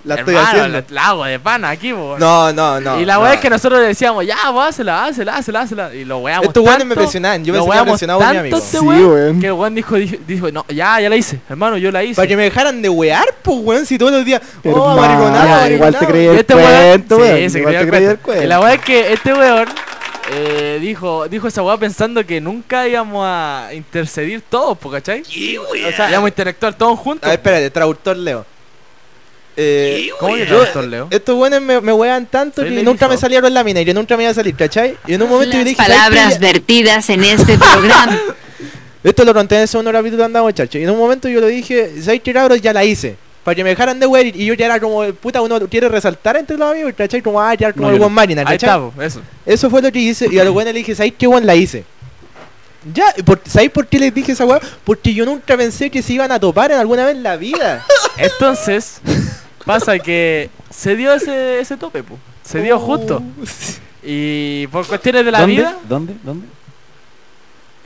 La estoy
hermano,
haciendo.
la- la hago de pana aquí, po. weón.
No, no, no.
y la
no.
weá es que nosotros le decíamos, ya, vos hazla, hazla, hazla, hazla. Y los weamos.
Estos weones
tanto,
me presionaban. Yo
lo
pensé que me
weamos
presionaba un
tanto
amigo.
este
Sí,
weón,
weón.
Que el weón dijo, dijo, dijo, no, ya, ya la hice, hermano, yo la hice.
Para que me dejaran de wear, pues, weón, si todos los días. Oh, mariconado,
Hermano, igual te creí
Y
el
este weón-
cuento, weón.
Sí, se
Igual
creía
te
el
creí el
cuento. Y
cuento.
La weá es que este weón eh, dijo, dijo esa weá pensando que nunca íbamos a intercedir todos, po, ¿cachai? O sea, íbamos a interactuar todos
A
juntos.
ver, espérate, traductor Leo. Eh,
¿Cómo que
yo-
traductor, Leo?
Estos weones me, me wean tanto
Soy
que
el
nunca
hijo.
me salieron la mina y que nunca me iba a salir, ¿cachai? Y en un momento yo
Las
dije, ¿sabes qué?
palabras vertidas en este programa.
*laughs* Esto lo conté en el segundo capítulo de Andamos Chacho. Y en un momento yo lo dije, ¿sabes qué cabros? Ya la hice. Para que me dejaran de wear y yo ya era como, puta, uno quiere resaltar entre los amigos, ¿cachai? Como, ah, ya como
No,
el
yo
buen marina,
Ahí
¿cachai?
está, po, eso.
Eso fue lo que hice y a los weones le dije, ¿sabes qué weón la hice? Ya, y por, ¿sabéis por qué les dije esa weá? Porque yo nunca pensé que se iban a topar en alguna vez en la
*laughs*
vida.
Entonces, pasa que se dio ese, ese tope, po. Se
Uh,
dio justo. Y por cuestiones de la
¿Dónde?
vida,
¿Dónde? ¿Dónde?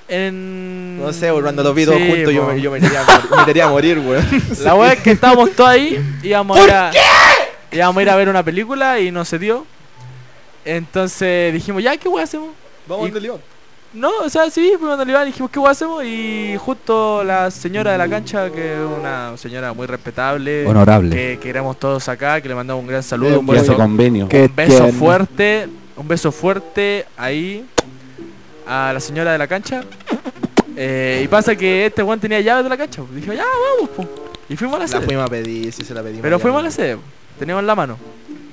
en...
No sé, weón, cuando los vi todos
Sí,
juntos yo,
po.
me- yo me, quería, mor- me quería
*laughs*
morir, weón.
La weá es que estábamos todos ahí, íbamos a ir a, íbamos a ir a ver una película y no se dio. Entonces dijimos, ya, ¿qué weá hacemos?
Vamos
Y-
donde León.
No, o sea, sí, fuimos a Oliván y dijimos, ¿qué weá hacemos? Y justo la señora de la cancha, que es una señora muy respetable,
Honorable.
que, que éramos todos acá, que le mandamos un gran
Eh,
saludo, un
Y hace
beso,
convenio.
¿Qué?
un beso
tierno.
fuerte, un beso fuerte ahí a la señora de la cancha. Eh, y pasa que este weón tenía llaves de la cancha. Dije, ya, vamos, po. Y fuimos a la *laughs*
La
sede.
fuimos a pedir, sí se la pedimos.
Pero
ya,
fuimos a la
weón.
sede, teníamos la mano.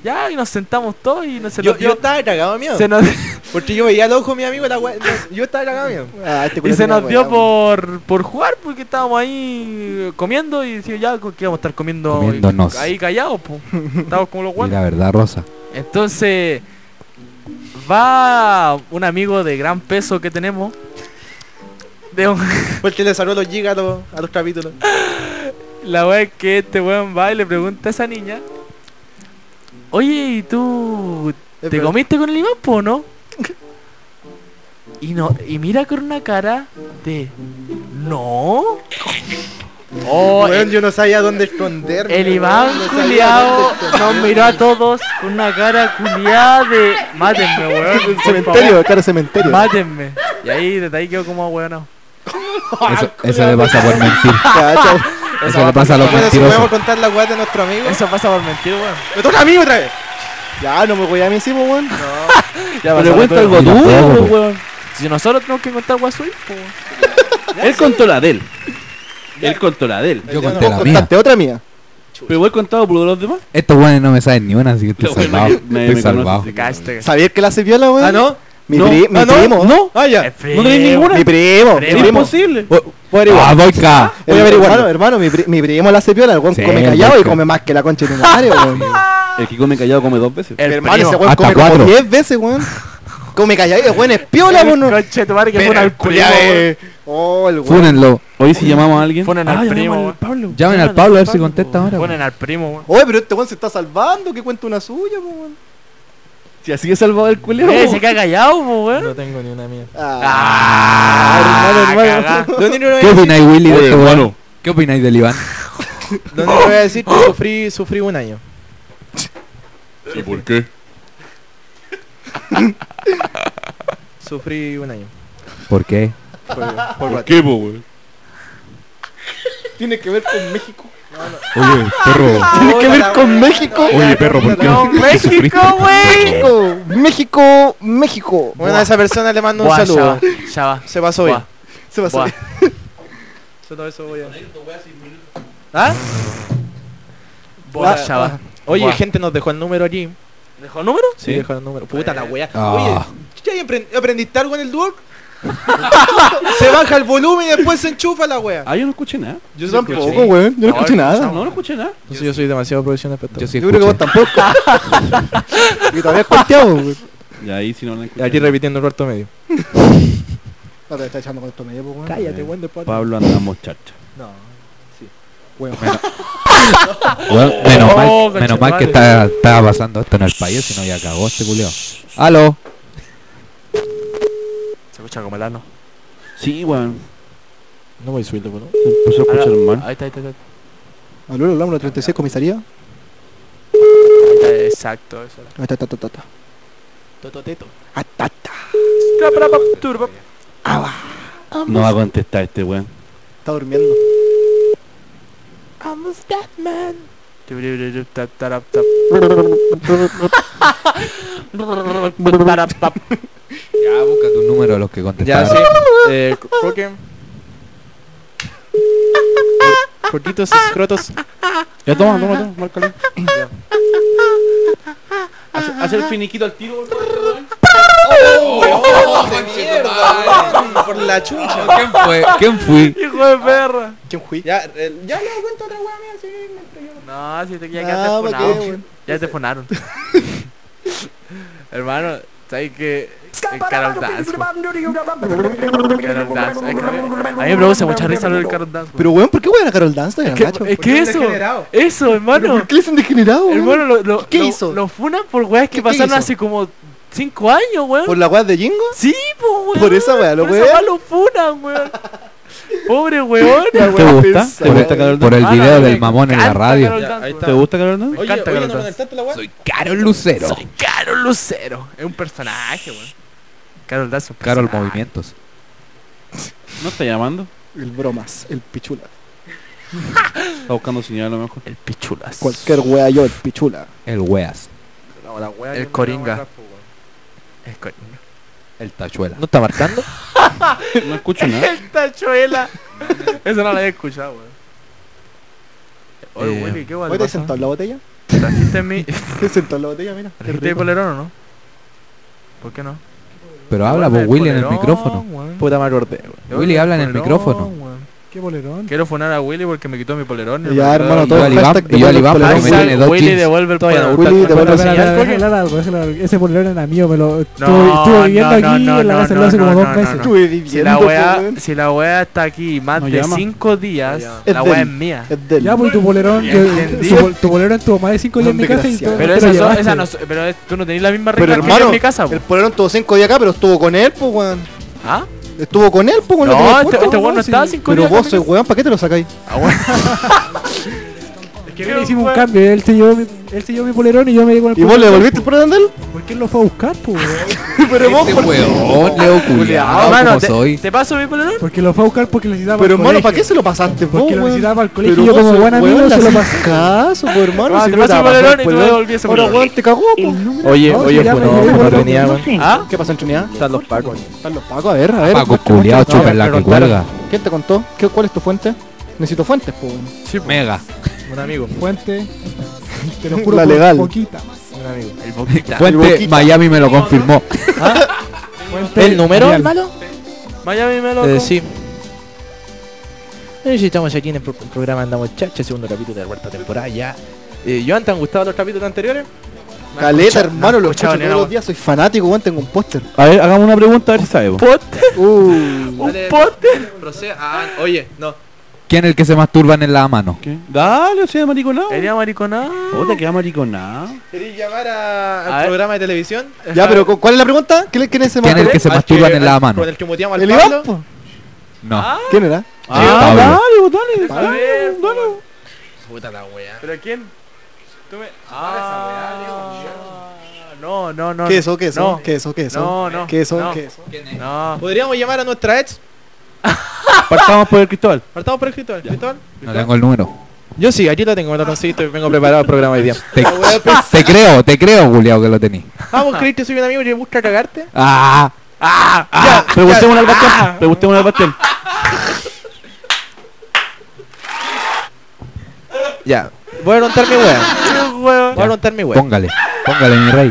Ya, y nos sentamos todos y nos, se
Yo,
nos
yo
dio-
estaba cagado de miedo.
se *laughs* nos-
Porque yo veía al ojo mi amigo la weá. no, Yo estaba cagado de miedo.
Ah, este
y
culiao
se
tiene
nos dio
weá, weón.
por, por jugar porque estábamos ahí eh, comiendo y decíamos ya que íbamos a estar comiendo
Comiéndonos.
ahí callados,
*laughs*
po. Estábamos como los
Y
guantes.
la verdad, Rosa.
Entonces, va un amigo de gran peso que tenemos. De un-
Porque le sacó los gigas a los, a los capítulos.
la wea es que este weón va y le pregunta a esa niña. Oye, ¿y tú te
Pero-
comiste con el imán, po, o no? Y no, y mira con una cara de no. Oh,
Weón, yo no sabía dónde esconderme.
El
weón,
Iván
no sabía
culiao
dónde esconderme.
nos miró a todos con una cara culiada de mátenme,
*laughs*
weón. por
Cementerio, claro, cementerio.
favor, Mátenme. Y ahí desde ahí quedó como weón.
Eso, eso le pasa por mentir.
Cacha.
Eso le pasa a los
Bueno, si podemos
mentirosos.
contar la weá de nuestro amigo.
Eso pasa por mentir, weón.
¡Me toca a mí otra vez!
Ya, no me voy a mí encima, weón.
Ya
Pero cuenta algo
Y la juego,
duro,
po.
weón.
Si nosotros tenemos que contar weón suyo, po.
Él contó la de él. Él contó la de él.
Yo
Vos
conté la mía.
contaste otra mía.
Pero voy contado por los demás.
Estos guanes no me saben ni una, así que estoy
Lo bueno
salvado.
que nadie
Estoy
me conoce,
salvado.
así que-
Cachaste.
¿Sabías que la hace viola, weón?
Ah, ¿no?
Mi,
No.
pri- mi
Ah, no.
primo.
No,
Ah, ya.
no tenéis ninguna.
Mi primo. Mi
Es
Primo.
primo.
imposible.
Voy a
¡Ah,
averiguar.
boica!
Voy a averiguar. Hermano, hermano, mi, pri- mi primo la hace viola. El weón
Sí,
come
el
callado y
weón.
come más que la concha de mi madre, weón.
El que come callado come dos veces.
El
Hermano, ese
primo.
weón
Hasta
come como
cuatro.
10 veces, weón. Come callado y el weón es piola, weón. no.
Conche tu madre que
Pero
fue
el
al primo.
culiao,
weón.
eh. Oh, el weón.
Fúnenlo.
Hoy si llamamos a alguien.
Funen al primo,
llamamos
weón.
Pablo.
Llamen al Pablo a ver si contesta ahora. weón.
Ponen al primo, *laughs* weón.
Oye, pero este weón se está salvando. ¿Qué cuenta una suya, po, weón?
Si así es salvado el culero.
Eh, se queda callado, po, weón.
No tengo ni una mía.
Ah,
Ah,
hermano, hermano.
cagá.
Lo único que voy
¿Qué
a decir,
opináis, Willy, de
Oye,
este
hermano.
weón? ¿Qué opináis del Iván?
lo único que voy a decir que sufrí, sufrí un año.
¿Y por qué?
Sufrí un año.
¿Por qué?
Por, por
¿Por
guata.
qué, po, weón?
tiene que ver con México.
Oye, perro.
Tiene que ver con México.
Oye, perro, ¿por qué?
No, México, wey.
México, México, México.
Bueno, a esa persona le mando un
Buah, ya
saludo.
va, ya va.
Se pasó bien.
Buah,
Se pasó.
buah.
Solo eso voy a-
¿Ah? Buah,
Ah,
ya va.
Oye,
Buah.
gente nos dejó el número aquí.
¿Dejó número?
Sí, dejó el número. Eh, Puta la wea.
Ah.
Oye, ¿ya aprend- aprendiste algo en el *laughs* Duoc? se baja el volumen y después se enchufa la wea.
Ah, yo no escuché nada.
Yo
Yo tampoco, weón. Yo no escuché nada.
No, no escuché nada.
Yo, soy demasiado profesional para
Yo sí
Yo creo que vos
escuché.
tampoco. *laughs* Yo todavía cuenteado, weón.
Y ahí si no la escuché.
Aquí repitiendo el cuarto medio.
No te está echando con esto medio, po, weón.
Cállate,
weón, después.
Pablo andamos chacha.
No.
Weón.
Weón, Menos
Oh,
mal, menos mal que está, está pasando esto en el país, si no ya cagó este culeo. ¡Aló!
Se escucha como el ano.
Sí, weón.
No voy a subirlo, ¿no?
Se empezó a escuchar mal.
Ahí está, ahí está, ahí está.
Aló, la 136, comisaría.
Ahí está, Exacto, eso.
Ah, ta, ta, ta, ta, ta.
Tototeto.
Ah, ta, ta.
*laughs*
Ah, pues.
No va a contestar este weón.
Está durmiendo.
Ya, busca tu número de los que
Ya,
contestaron.
sí. Eh, creo que... Cortitos escrotos.
Ya toma, toma, toma, márcale. Hace, hace Ah, el finiquito al tiro, weón.
Por la chucha.
¿Quién fue? ¿Quién fui?
Hijo de perra.
¿Quién fui?
Ya, eh, ya le cuento otra weá mía, sí.
No, si te, ya,
Ah,
ya te
¿para qué, *laughs*
funaron.
weón?
Ya te funaron. Hermano, ¿sabes que Carol Dance. po. Carol Dance. es que me- A mí me produce mucha risa lo del Carol Dance. eh,
Pero weón, ¿por qué weón a Carol Dance? Es
Es que eso, eso, hermano.
¿Por qué le dicen degenerado? weón?
Hermano, lo, lo,
¿Qué
lo-
hizo?
lo funan por weas que
¿Qué- qué
pasaron
hizo?
hace como 5 años, weón.
¿Por la weá de Jingo?
Sí, po, weón.
Por esa weá, lo
Por esa wea
weón.
lo funan,
*laughs*
weón. Pobre weón.
¿Te gusta? ¿Te gusta Carol
Por el
Dance?
video del mamón en la radio.
Carol Dance,
¿Te gusta Carol Dance?
Me encanta Carol Dance.
Soy Carol Lucero.
Soy Carol Lucero. Es un personaje, weón. Carol pues, ah, Dance es un
Carol
personaje.
Movimientos.
¿No está llamando?
El bromas, el pichula.
Está buscando señal a lo mejor.
El pichulas.
Cualquier wea yo, el pichula.
El weas.
El coringa. El coringa.
El tachuela.
¿No está marcando?
No escucho nada.
El
*laughs*
tachuela. Eso no lo había escuchado, weón. Oye,
Eh,
Willy, qué
¿Hoy te
guay.
sentó en
*laughs*
la botella?
¿Trajiste
*laughs*
mi.
¿Te sentó en la botella? Mira. qué
¿Trajiste mi
rico.
polerón o no? ¿Por qué no?
Pero habla vos, Willy, en el micrófono.
Puta mal borde, weón.
Willy, habla en el micrófono.
¿Qué polerón?
Quiero funar a Willy porque me quitó mi polerón. y
Ya,
me
hermano,
quitó-
todo
Iván-
hashtag
y Iván
devuelve el
Iván
polerón.
Pamela.
Willy,
Willy, dos
Willy
jeans.
devuelve el
Todavía no
polerón.
Willy,
Espera,
devuelve
espera,
señal.
Déjale hablar algo, déjale hablar. Ese polerón era mío, me lo estuve,
No,
estuve viviendo
no,
aquí
no, no,
en la casa
no,
lo hace
no,
como
no,
dos
no,
meses.
no.
Estuve
Si
viviendo,
la
po,
weá,
pues, weón.
si la weá está aquí más
No
de
llama.
5 días,
Es
la weá
del-
es mía.
Es del.
Ya, pues tu polerón,
Ya
yo-
entendí.
su pol- tu polerón estuvo más de 5 días en mi casa y tú
Desgraciado.
Pero
te
esa,
lo
so-
llevaste.
esa no, so- pero es- tú no tenías la misma
Pero
regla que yo en
hermano,
mi casa, po.
el polerón estuvo cinco días acá, pero estuvo con él, pues weón.
¿Ah?
Estuvo con él, pues weón. lo
No,
tenía
este-
puesto,
este weón no
sí.
estaba cinco
Pero
días
vos
acá,
soy
mira.
weón, ¿para qué te lo sacáis?
Le hicimos un cambio, él se, llevó mi, él se llevó mi polerón y yo me di con el
¿Y vos le devolviste el polerón de él?
¿Por qué él lo fue a buscar, po, weón?
*laughs* Pero vos,
Este
¿por-
weón, Leo
Ah,
culiao,
hermano,
como
te,
soy.
¿te paso mi Ah, polerón?
Porque lo fue a buscar porque lo necesitaba
Pero
al
hermano, ¿para
colegio.
qué se lo pasaste vos,
Porque lo
weón?
necesitaba al colegio
Pero
y yo
vos
como
sos
buen amigo
weón,
se
le
lo
haces
pasé.
Caso, pues hermano.
Ah,
si
te
no
paso el
pasó
polerón
el
y tú me
polerón.
devolví ese
Ahora
polerón.
weón te cagó, po.
Oye,
No,
oye,
ya
pues
me
no,
quedé
no
con el
tenía, weón.
¿Ah?
¿Qué pasa en Trinidad?
Están los pacos.
Están los pacos, a ver, a ver.
Paco
¿quién te
culiao,
contó?
chupa la que
Preguntaron.
cuelga.
¿Quién te contó? ¿Qué, ¿Cuál es tu fuente? Necesito fuentes, po. weón.
Mega.
Un amigo.
Fuente, te lo juro,
La
por
legal.
poquita.
Fuente, Miami me lo confirmó.
Fuente
¿El número,
real.
hermano?
Miami me lo.
Eh, sí. Eh, sí, Estamos aquí en el pro- programa Andamos Chacha, segundo capítulo de la cuarta temporada ya. Eh, Joan, ¿te han gustado los capítulos anteriores?
Caleta,
escuchado, no
hermano,
he
lo escucho
escuchado ni una,
todos los
weón.
días. Soy fanático, weón. Tengo un póster.
*laughs* A ver, hagamos una pregunta a ver si sabe. vos.
Uh.
Un pote. Proceda. Ah, oye, no.
¿Quién es el que se masturba en la mano?
¿Qué? Dale, o sea, mariconado.
Sería mariconada.
Puta, que va mariconado.
¿Queréis llamar a-
A
al
ver.
programa de televisión?
Ya, pero ¿cu- ¿cuál es la pregunta? ¿Qué le- ¿Quién es ese
¿Quién es el
martes?
que se
eh, Al
masturba
que-
en la
al-
mano?
Con
Ah,
el que muteamos al
¿El
Pablo.
Iván? po?
No.
¿Quién era?
Ah,
Pablo.
dale, vos, dale.
Está bien, po.
Puta la wea.
Pero quién. Tú me. Ah. No, no, no.
Queso, queso,
Ah. No.
queso, queso.
No, no.
Queso,
no,
queso.
No.
¿Podríamos llamar a nuestra ex?
Partamos por el Cristóbal.
Partamos por el Cristóbal. Cristóbal.
No tengo el número.
Yo sí, aquí lo tengo, me lo conseguiste, vengo preparado al programa *laughs* hoy día.
Te,
Ah, pues.
te creo, te creo, culiao, que lo tení.
Vamos, Chris, te soy un amigo y me gusta cagarte.
Ah,
Ah.
Ah, preguntémosle al Bastián. Preguntémosle al Bastián.
Ya. Voy a contar mi *laughs* wea.
Qué huevo.
Voy a contar mi wea.
póngale, póngale, mi rey.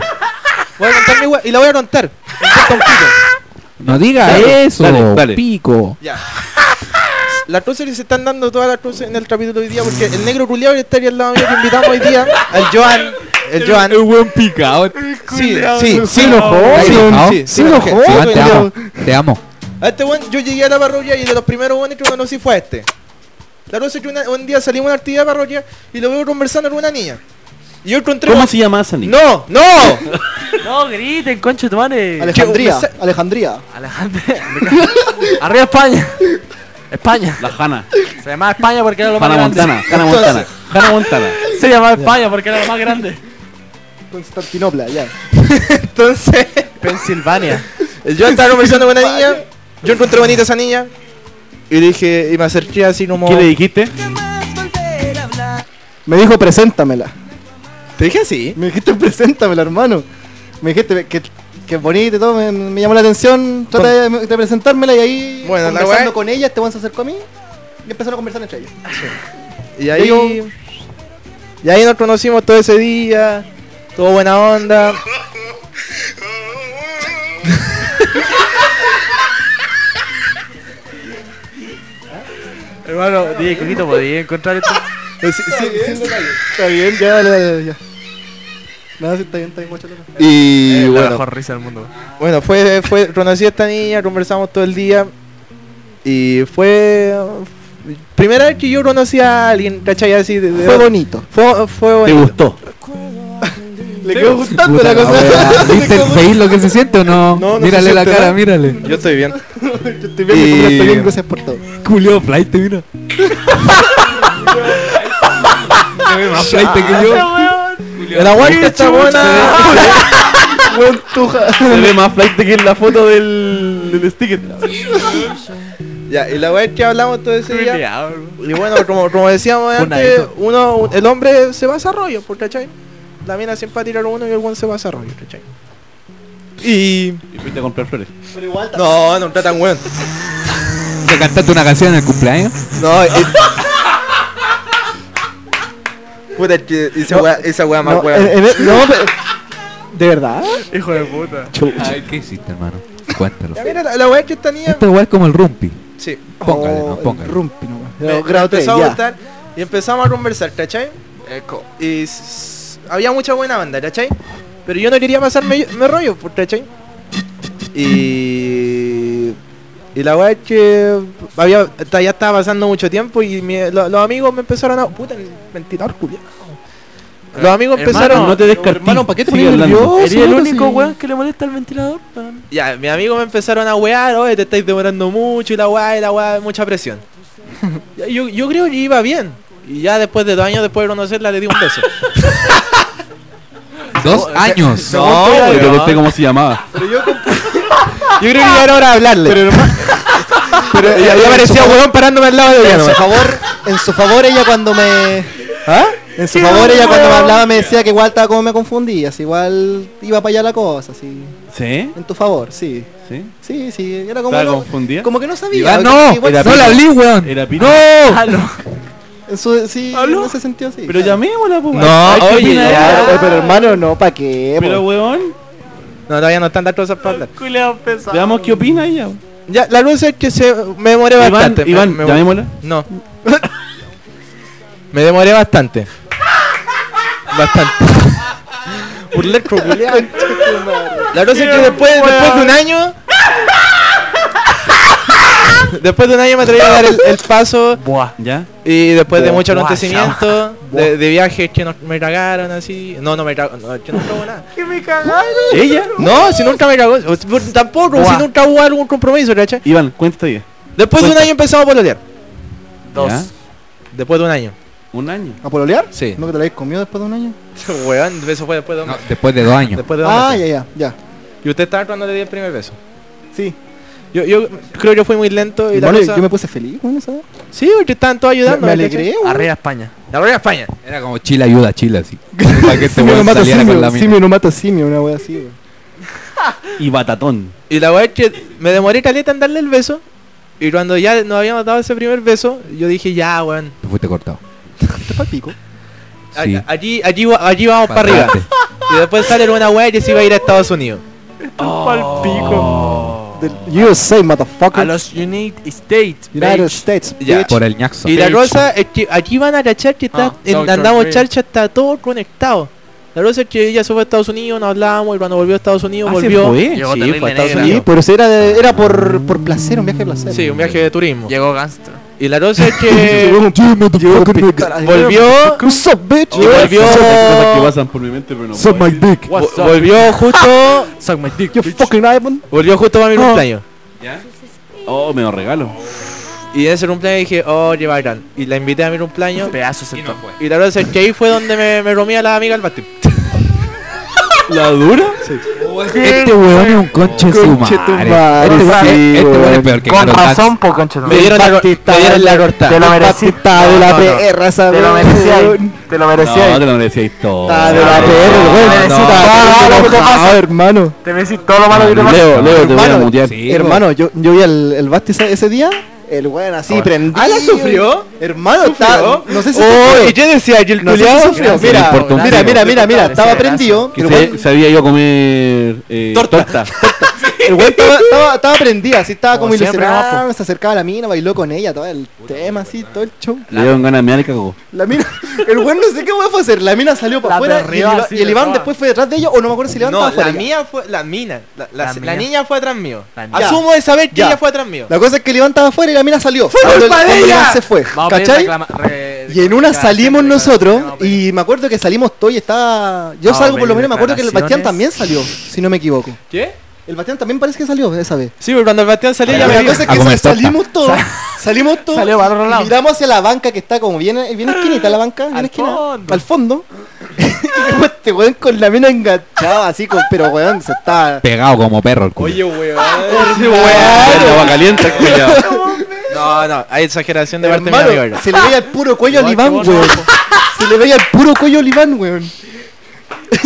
Voy a contar mi wea y la voy a *laughs* contar. Me importa un pico.
No diga
Dale,
eso,
dale, dale.
pico.
*laughs* Las cruces que se están dando todas las cruces en el capítulo hoy día porque el negro culiao que está aquí al lado mío que invitamos hoy día, el Joan, el Joan.
buen picado.
Sí, sí, sí,
lo
Ay, no.
sí, sí,
Sí, lo
sí,
joden.
sí,
te amo, te amo.
A este weón, yo llegué a la parroquia y de los primeros weones que conocí fue a este. La cosa es que una- un día salimos a una actividad de parroquia y lo veo conversando con una niña. Y yo encontré.
¿Cómo se llama esa niña?
¡No! ¡No! *laughs*
No griten, concha de tu madre.
Alejandría,
Qué un mensa-
Alejandría.
Alejandro. *laughs* Arriba España. España.
La Hanna.
Se llamaba España porque era lo más
Hanna
grande.
Montana. Hanna Montana. Hanna Montana.
Se llamaba España porque era lo más grande.
Constantinopla, ya.
Entonces,
Pensilvania.
el Joan estaba conversando con una niña. Yo encontré bonita esa niña. Y le dije, y me acerqué así como.
¿Qué le dijiste?
Me dijo, preséntamela.
Te dije así.
Me dijiste, *laughs* preséntamela, hermano. Me dijiste que, que es bonita y todo, me, me llamó la atención. Trata de, de presentármela y ahí,
Bueno, la
conversando
weá-
con ella, este weón se acercó a mí y empezaron a conversar entre ellos.
Y ahí.
Yo-
Y ahí nos conocimos todo ese día. Todo buena onda. Eh,
Hermano, dije, Coquito, podía encontrar esto.
Eh, sí, sí, sí, Está bien, ya, dale, dale, ya. No, sí, está bien, está bien, guacho, loco.
Y
la
bueno.
mejor risa del mundo.
Bueno, fue, fue, conocí a esta niña, conversamos todo el día. Y fue. eh, Primera vez que yo conocí a alguien, ¿cachai? Así de- de-
Fue bonito.
Fue, fue
¿Te
bonito.
gustó?
Le quedó gustando
Puta
la cosa.
wea. ¿Viste el país lo que se siente o no?
No, no
mírale
se
la
siente
cara,
nada.
mírale.
Yo estoy *laughs* bien.
*laughs* Yo estoy bien, mi
Y-
familia está bien, gracias por todo.
Culio flight, mira. Se ve más flight que yo.
El aguante está buena.
Se ve más flight que en la foto del, del sticker.
Ya, y la weá es que hablamos todo ese día. Y bueno, como, como decíamos
Una
antes,
hito.
uno, un- el hombre se va a desarrollo, pues, ¿cachai? La mina siempre va a tirar uno y el buen se va a desarrollo, ¿cachai? Y.
Y fuiste a comprar flores.
Pero igual,
No, no está tan weón.
¿Te cantaste una canción en el cumpleaños?
No, es... *laughs* Puta, es que esa weá, esa weá más
no,
weá.
en- en-
*laughs*
no, pero- ¿De verdad?
Hijo de puta.
Ay, ¿qué hiciste, hermano? Cuéntalo.
Ya eh, mira, la, la weá que esta niña.
Este
Esto igual es como el rumpi.
Sí.
Póngale,
Oh,
no, póngale.
Rumpi, no, weón.
Me- me
grado tres,
empezó a
ya.
gustar y empezamos a conversar, ¿cachai? Eco. Y s- había mucha buena banda, ¿cachai? Pero yo no quería pasarme me rollo, pues, ¿cachai? Y... Y la weá es que había, ta- ya estaba pasando mucho tiempo y mi- lo- los amigos me empezaron a... Puta, el mentidor, culiao. Los amigos empezaron...
Hermano, no te descartí.
Hermano, ¿para qué te
Sigue
pones
hablando.
nervioso?
Sería el
loco,
único
si-
weón que le molesta el ventilador, weón.
Ya, mis amigos me empezaron a wear, oye, te estáis demorando mucho y la weá, y la weá,
*laughs*
mucha presión. Ya, yo, yo creo que iba bien. Y ya después de dos años después de conocerla le di un beso.
Dos años.
No,
Yo te
weón.
pregunté cómo se llamaba.
Yo creo que ya era hora de hablarle. Pero, ya, ya parecía weón parándome al lado de
En
ella.
su favor, en su favor ella cuando me.
¿Ah?
En su favor ella cuando me hablaba me decía que igual estaba como me confundía, si igual iba para allá la cosa, así.
¿Sí?
En tu favor, sí.
¿Sí?
Sí, sí, era como
¿Estaba
no-
confundida?
como que Ah, no sabía.
Ah,
Iván,
porque
no,
igual-
no la hablé, weón.
Era pito.
No.
en su- sí, Ah.
¿Aló?
no se sintió así.
Pero
claro.
llamémosla, pues.
No,
Ay, ¿qué
oye,
opina
ya,
ella?
Claro, pero hermano, no, ¿para qué?
Pero, weón,
No, todavía no están las cosas para hablar.
Culeado pesado.
veamos qué opina ella.
Ya, la luz es que se, me demoré
Iván,
bastante. me-
Iván,
me-
llamémosla.
No. *laughs* me demoré bastante. Bastante. *laughs* Burlerco, culiao. La cosa es que después, después de un año. *laughs* después de un año me atreví a dar el, el paso.
Buah.
¿Ya?
Y después de
Buah,
mucho
buah,
acontecimiento, de, de viajes que no, me cagaron así. No, no me cagaron. No, yo no cago nada.
¿Ella?
*laughs* No, si nunca me cagó. o si- Tampoco,
Buah.
si nunca hubo algún compromiso, ¿cachai?
Iván, cuenta ella.
Después de un
Cuenta.
año empezamos a pololear.
¿Ya?
Dos.
Después de un año.
Un año.
¿A pololear?
Sí.
¿No que te la habéis comido después de un año?
*laughs* Weón, eso fue después de un
No, después de dos años.
Después de dos
Ah,
meses.
ya, ya, ya.
Y usted estaba cuando le di el primer beso.
Sí.
Yo, yo creo que fui muy lento y la
Vale,
cosa...
yo me puse feliz, weón, ¿sabes?
Sí, porque estaban todos
Me,
ayudando.
me alegré, weón.
Arriba España.
La verdad España.
Era como Chile ayuda a Chile, *laughs* así. Para que este
Simio no
weón
mata
saliera con la
simio,
mina.
simio no mata simio, una wea así, weón.
Y batatón.
Y la verdad es que me demoré caleta en darle el beso. Y cuando ya nos habíamos dado ese primer beso, yo dije, ya, weón.
Te fuiste cortado.
Te fue al pico.
a-
Sí.
Allí, allí, va- allí vamos para arriba.
Adelante.
Y después sale una weá que se iba a ir a Estados Unidos.
The USA, motherfucker.
A los United States.
United
bitch.
States.
Ya.
Por el ñaxo.
Y la
Bitch.
cosa es que aquí van a cachar que está,
Ah,
en-
Doctor
andamos
Dre.
charcha, está todo conectado. La cosa es que ella se fue a Estados Unidos, no hablábamos, y cuando volvió a Estados Unidos,
Ah, se
volvió.
fue.
Llegó
Sí,
terrible
fue a Estados
negra.
Sí,
Unidos.
pero si era, de- era por, por placer, un viaje de placer.
Sí, un viaje de turismo.
Llegó Gangster.
Y la cosa es
*laughs*
que
Llegó pica-
volvió,
What's up, bitch?
Y volvió-
Son las cosas que pasan por mi mente, pero no
Suck
puedo
my
decir.
dick.
What's up?
volvió justo,
*laughs* Suck my dick.
You fucking Ivan.
volvió justo para mi
Ah.
No.
cumpleaños.
Oh, me lo regalo.
Y en ese cumpleaños dije, oh, qué bacán. Y la invité a mi cumpleaños.
Pedazos el top.
Y la verdad es que ahí fue donde me, me romía la amiga al pastel.
¿La dura?
Este weón es un conche su madre.
madre,
Este weón
sí,
es- este weón es
weón.
peor que Carol Dance.
po, concha.
Me dieron la, me dieron la cortada.
*laughs* Te lo merecita de la perra, esa
Te lo
weón.
merecías. Te lo
No, te lo merecíais todo.
Ah,
Está de la perra, weón.
merecita.
Está de la perra, hermano.
Te merecís todo lo malo que te pasa.
Leo, Leo, te voy a
Hermano,
mutear.
Sí,
Hermano, yo, yo vi al el Basti ese, ese día, el weón así prendido.
¿Ah, la sufrió?
Hermano, está, no sé si
Oh,
sufrió.
¿y qué decía aquí el
No sé si
culiao?
sufrió.
si le
Mira,
importa un
mira,
pico.
mira, mira, mira, estaba
Ese
prendido.
Que
pero
se,
weón,
se había ido a comer eh,
Torta.
torta.
El güey estaba, estaba, estaba prendido, así estaba Como como siempre, ilusionado. Se acercaba a la mina, bailó con ella, todo el tema, así, todo el show.
Le dieron ganas de mirar y cagó.
La mina, *laughs* el güey no sé qué weón fue a hacer. La mina salió para
La
afuera y el,
perreó
Iva-
así,
y el
la
Iván
toda.
después fue detrás de ellos o no me acuerdo si le
No,
levantaba
la
afuera. ya.
mía fue. La mina. La, la-
La
la
mía.
niña fue atrás mío.
niña.
Asumo de saber que
Ya.
ella fue atrás mío.
La cosa es que el Iván estaba afuera y la mina salió. Cuando el-
culpa de
cuando el
ella!
Iván se fue,
Vamos a pedir
¿cachai?
reclama- re-
Y en una
reclama-
salimos nosotros
reclama-
y me acuerdo que salimos todos y estaba... Yo
Vamos a
salgo por lo
pedir
menos, me acuerdo que el Bastián
declaraciones.
también salió, si no me equivoco.
¿Qué?
El Bastián también parece que salió esa vez.
Sí, pero cuando el Bastián salió,
La
ya me
cosa es
vio.
que
A comer
sal- salimos
torta.
todos, salimos todos,
Salió para otro
y
lado.
miramos hacia la banca que está como bien, bien esquinita la banca, bien
Al
esquina,
fondo.
al fondo. *laughs* y vemos este weón con la mina enganchada así, con- pero weón se está...
Pegado como perro el culo.
Oye, weón.
Agua
*laughs*
caliente, culiao.
No, no, hay exageración de parte de mi
Hermano,
amigo, *laughs* ¿verdad?
se le veía el puro cuello al
Igual
Iván,
que vos,
weón. Se le veía el puro cuello al Iván, weón. *laughs*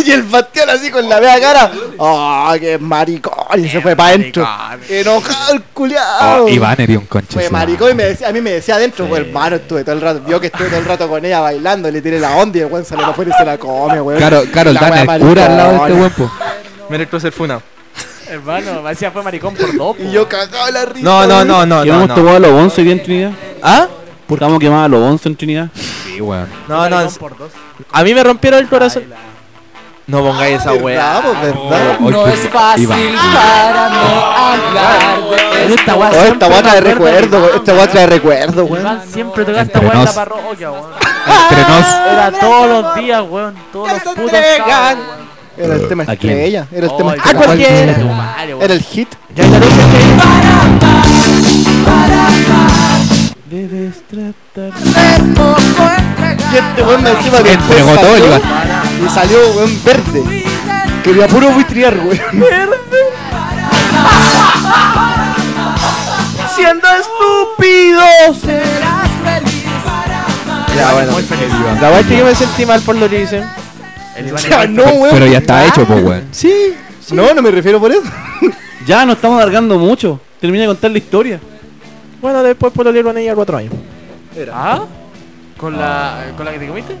Y el Bastián así con la media cara. ¡Ah, qué maricón! Y se fue para adentro. Enojado el culiao.
Oh, Iván era un concha.
Fue
su madre.
maricón y me decía, a mí me decía adentro, pues hermano, estuve todo el rato, vio que estuve todo el rato con ella bailando, le tiré la onda y el weón salió afuera y se la come, weón.
Caro, Caro, el
La wea
Dan es cura al lado de este
maricona.
huevo.
Merece ser funa.
Hermano, me decía fue maricón por dopo.
Y yo cagado la risa.
No, no, no, no, no,
Llevamos
no.
tomados a los 11 hoy día en Trinidad.
¿Ah?
¿Por qué vamos quemados a los 11 en Trinidad?
Sí, weón.
No, no,
Maricón por dos.
a mí me rompieron el corazón. No pongáis esa weá.
Ah, pues, ¿verdad?
No es fácil.
Esta
Oh, esta guata de recuerdo, weón, esta guata de recuerdo, weón.
Iván siempre tocaba esta weá en la
Entrenos.
parroquia, weón.
Entre nos.
Era todos los días, weón. Todos los putos sábados, weón.
Era el tema
¿A quién?
estrella, era el
Oh,
tema
el
estrella.
tema
cualquiera.
tu madre, weón.
Era el hit.
Debes tratar.
Y este weón me encima que
Entregó
después
todo el
salió,
Iván.
Y salió weón verde. Quería puro buitriar, weón.
Siendo estúpidos. Ya, bueno. La weá es que yo me sentí mal por lo que hice.
El
O
Iván
sea, no, weón.
Pero ya está hecho, pues, weón.
Sí, No, no me refiero por eso.
Ya, nos estamos alargando mucho. Termina de contar la historia.
Bueno, después por lo que con ella cuatro años.
¿Ah? ¿Con la,
Ah.
¿Con la que te comiste?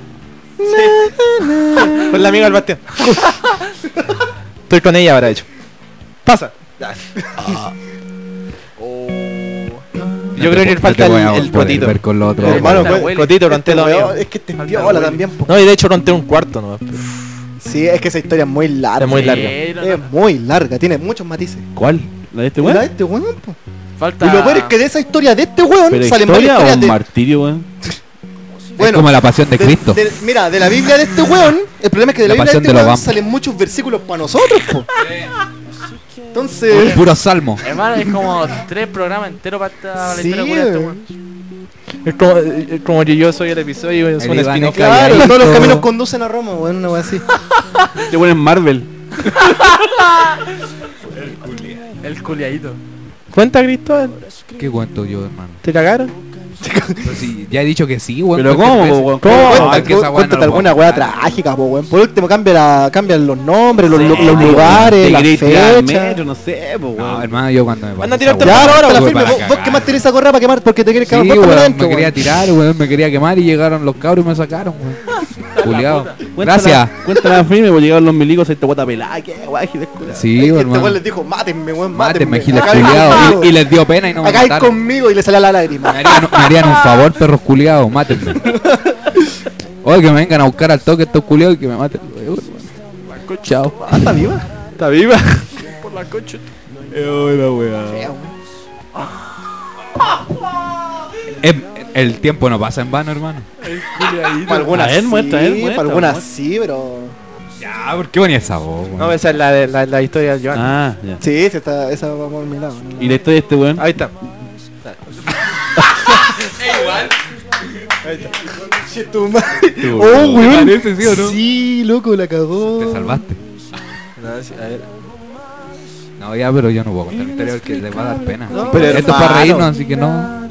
Con la amiga del Bastián. Estoy con ella ahora, de hecho. Pasa.
Oh.
Yo creo que le falta el, el cotito.
Ver con lo otro.
Hermano,
weón.
pues,
Huele.
Cotito, conté lo mío.
Weón, Es que este es viola también, po.
No, y de hecho conté un cuarto nomás. pero-
Sí, es que esa historia es muy larga.
Es muy
Sí,
larga.
no, no,
Es
no.
muy larga, tiene muchos matices.
¿Cuál? ¿La de este
La de
weón?
este weón, po.
Falta.
Y lo peor es que de esa historia de este weón
¿Pero
salen varias
historia o
historias
un
de.
martirio, weón?
Es
Bueno,
como la pasión de Cristo.
de- mira, de la Biblia de este weón, el problema es que de la,
La
Biblia de
pasión
este
de los
weón
vamp.
salen muchos versículos para nosotros, po. Entonces.
Puro salmo.
Hermano, es como tres programas enteros para esta para la
Sí,
historia culiada de este
weón.
weón.
Es como, es como que yo soy el episodio y es
El
un
Iván
espino.
es
Claro,
calladito.
todos los caminos conducen a Roma, weón, una wea
*laughs*
así.
Este weón es Marvel.
El culiadito.
Cuenta, Cristóbal.
¿Qué cuento yo, hermano?
¿Te cagaron?
Pero si ya he dicho que sí, weón.
¿Pero
cualquier
cómo,
vez.
weón?
Pero
¿Cómo?
Cuenta
cuéntate,
Oh, que esa weá no
cuéntate
la
alguna
puedo
weá
contar.
trágica, po, weón. Por último, cambia la- cambian los nombres, los, los- los
Te
lugares, las
queréis tirar al
fechas.
metro, no sé, po,
No,
weón.
hermano, yo cuando me pasó
Anda a
esa
tirarte
weá,
Ya, ahora, la
estuve
firme.
para
Vos, vos
cagar.
quemaste esa gorra para quemar porque te quieres
Sí,
quemar. vos también
weón,
adentro,
me quería
weón.
tirar, weón, me quería quemar y llegaron los cabros y me sacaron, weón. Culeado. Gracias.
Cuéntala firme, porque llegaron los milicos a esta guata pelada. Qué guay, de
Sí,
Este
hermano.
weón les dijo, mátenme, weón,
Mátenme,
mátenme.
giles
Acá hay
culiados.
conmigo.
Y, y les dio pena y no me
Acá hay
mataron.
conmigo y le sale la
Me
lágrima.
harían, me harían un favor, perros culiados, mátenme. Oye, que me vengan a buscar al toque estos culiados y que me maten. Weón, weón. Chao.
Ah, está viva.
Está viva.
Em, el tiempo no pasa en vano, hermano.
*laughs* Para algunas
A ver,
sí,
muestra, a ver,
para
muestra,
algunas
muestra.
sí, pero...
Ya, ¿por qué ponía esa voz, weón?
No, esa es la, de- la, la historia del Joan.
Ah, ya.
Sí, sí, está, esa va por mi lado. ¿no?
Y la historia de este weón.
Ahí está.
Che, tu madre.
Este weón.
Oh, weón.
parece, sí o no?
Sí, loco, la cagó.
Te salvaste. No, ya, pero yo no puedo contar historia porque les va a dar pena. Así que-
pero
esto es para
hermano.
reírnos, así que no.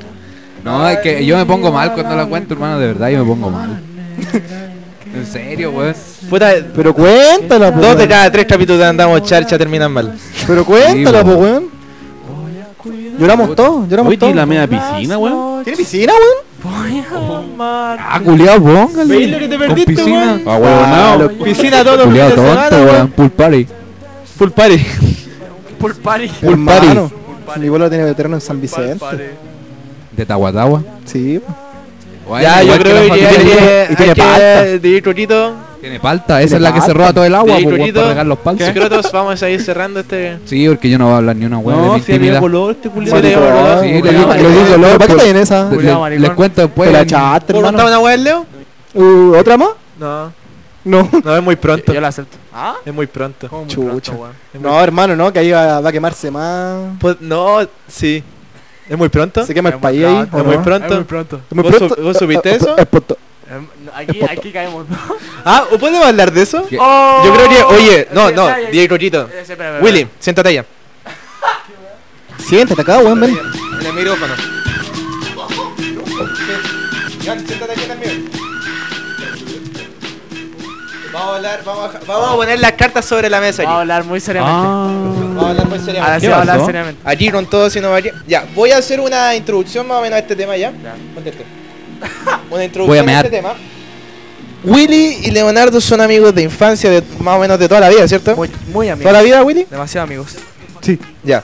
No, es que yo me pongo mal cuando la cuento, hermano, de verdad, yo me pongo mal.
*laughs*
En serio, pues. weón.
Puta,
Pero cuéntala, po,
dos de
weón.
cada tres capítulos de andamos charcha terminan mal.
Pero cuéntala,
Sí, pues.
po, weón. Lloramos todos, lloramos
Oye, tiene
todos.
la media piscina, weón.
¿Tiene piscina, weón?
Ah, culiao, póngale.
¿Veis lo que te
Con
perdiste,
piscina.
weón?
Ah,
Ah,
weón,
lo-
Piscina todos los
Culiao
fines de
tonto,
semana,
weón. Pool party.
Full party.
Pool party.
Pool
Hermano.
party. Mi abuelo tiene terreno en San Vicente.
¿De Tahuatahua?
Sí.
Ya, yo creo que hay que-
Y tiene
hay que
palta.
dividir trotito.
Tiene palta,
Tiene
esa es la que se
palta.
roba todo el agua,
Dividir
pues, weón,
trotito.
para regar los paltos.
Crotos, vamos a ir cerrando este...
Sí, porque yo no voy a hablar ni una hueá de mi intimidad.
este
Sí, le dio color. Sí, le dio- le dio color,
¿Para qué
pues.
está en esa?
Le- le- les cuento pues, después.
Te la
en-
echaste,
¿Puedo contar
hermano.
una hueá del Leo?
Uh, ¿Otra más?
No.
No.
No, es muy pronto. Yo la acepto.
¿Ah?
Es muy pronto.
Chucha. No, hermano, no, que ahí va, va a quemarse más.
Pues no, sí. ¿Es muy pronto?
Se quema el
Es muy
país ahí.
pronto, es muy pronto.
Es muy pronto.
Es muy
¿Vos
pronto.
su- ¿Vos
*laughs*
subiste eso?
Es pronto.
Em, no, Aquí, aquí caemos.
Ah, ¿o ¿podemos hablar de eso?
¿Qué?
*laughs* Oh.
Yo creo que, oye, no,
Sí,
no,
ya, ya,
Diego Rollito.
ya, espera, espera,
Willy, siéntate allá.
*laughs* Siéntate acá, weón, ven.
En el micrófono. Jan, siéntate aquí también. Vamos a hablar, vamos a, vamos a poner las cartas sobre la mesa.
Vamos a
Aquí.
hablar muy seriamente.
Ah,
Ah.
Vamos a hablar muy
Ahora sí,
seriamente.
vamos a hablar seriamente.
Aquí con todo, si no varía. Ya, voy a hacer una introducción más o menos a este tema ya.
Ya.
Ponte *laughs* esto. Una
Voy a
introducción a,
mear.
este tema. Willy y Leonardo son amigos de infancia, de, más o menos de toda la vida, ¿cierto?
Muy, muy amigos.
¿Toda la vida, Willy?
Demasiado amigos.
Ya.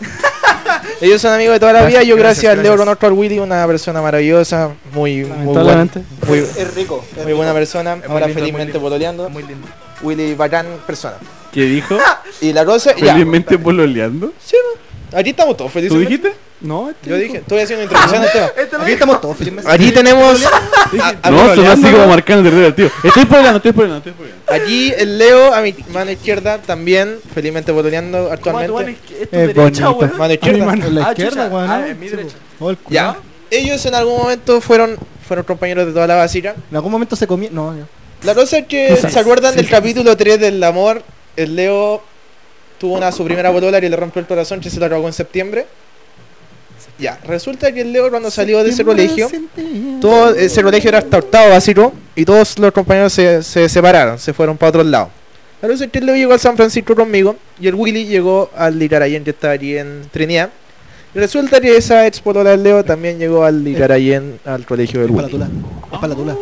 Ellos son amigos de toda la
Gracias,
vida. Yo,
gracias,
gracias, al Leo,
gracias.
conozco al Willy, una persona maravillosa, muy, muy, buena,
Lamentablemente.
muy,
Es rico.
muy buena persona. Ahora felizmente pololeando.
Muy lindo.
Willy, bacán persona.
¿Qué dijo?
Y la cosa, ya.
Felizmente pololeando.
Sí, ¿no? Aquí estamos todos felices.
¿Tú dijiste? No, este
Yo dije, estoy haciendo una introducción al tema.
Aquí estamos todos felices.
Allí *laughs* tenemos. a-
No, son así
Ah, pololeando,
como
¿no?
marcando el dedo al tío. Estoy pololeando, estoy pololeando, estoy pololeando.
Allí el Leo a mi mano izquierda también, felizmente botoneando
¿Cómo tú
actualmente.
es tu
Es
derecha,
bonito.
weón?
Mano izquierda.
En
Ah,
la izquierda,
chucha.
weón.
Ah,
¿no?
en mi
Sí,
derecha.
po. Oh, el
Ya.
culo.
Ellos en algún momento fueron fueron compañeros de toda la básica.
En algún momento se comía. No, ya.
La cosa es que
Quizás,
se acuerdan del capítulo 3 del amor. El Leo tuvo una su primera bolola y le rompió el corazón que se lo acabó en septiembre. Ya, resulta que el Leo cuando salió de ese colegio, todo ese colegio era hasta octavo básico y todos los compañeros se, se separaron, se fueron para otros lados. La cosa es que el Leo llegó al San Francisco conmigo y el Willy llegó al Licarayén que está allí en Trinidad. Y resulta que esa ex bolola del Leo también llegó al Licarayén, al colegio del
Es para la
Willy.
tula. Es para la tula.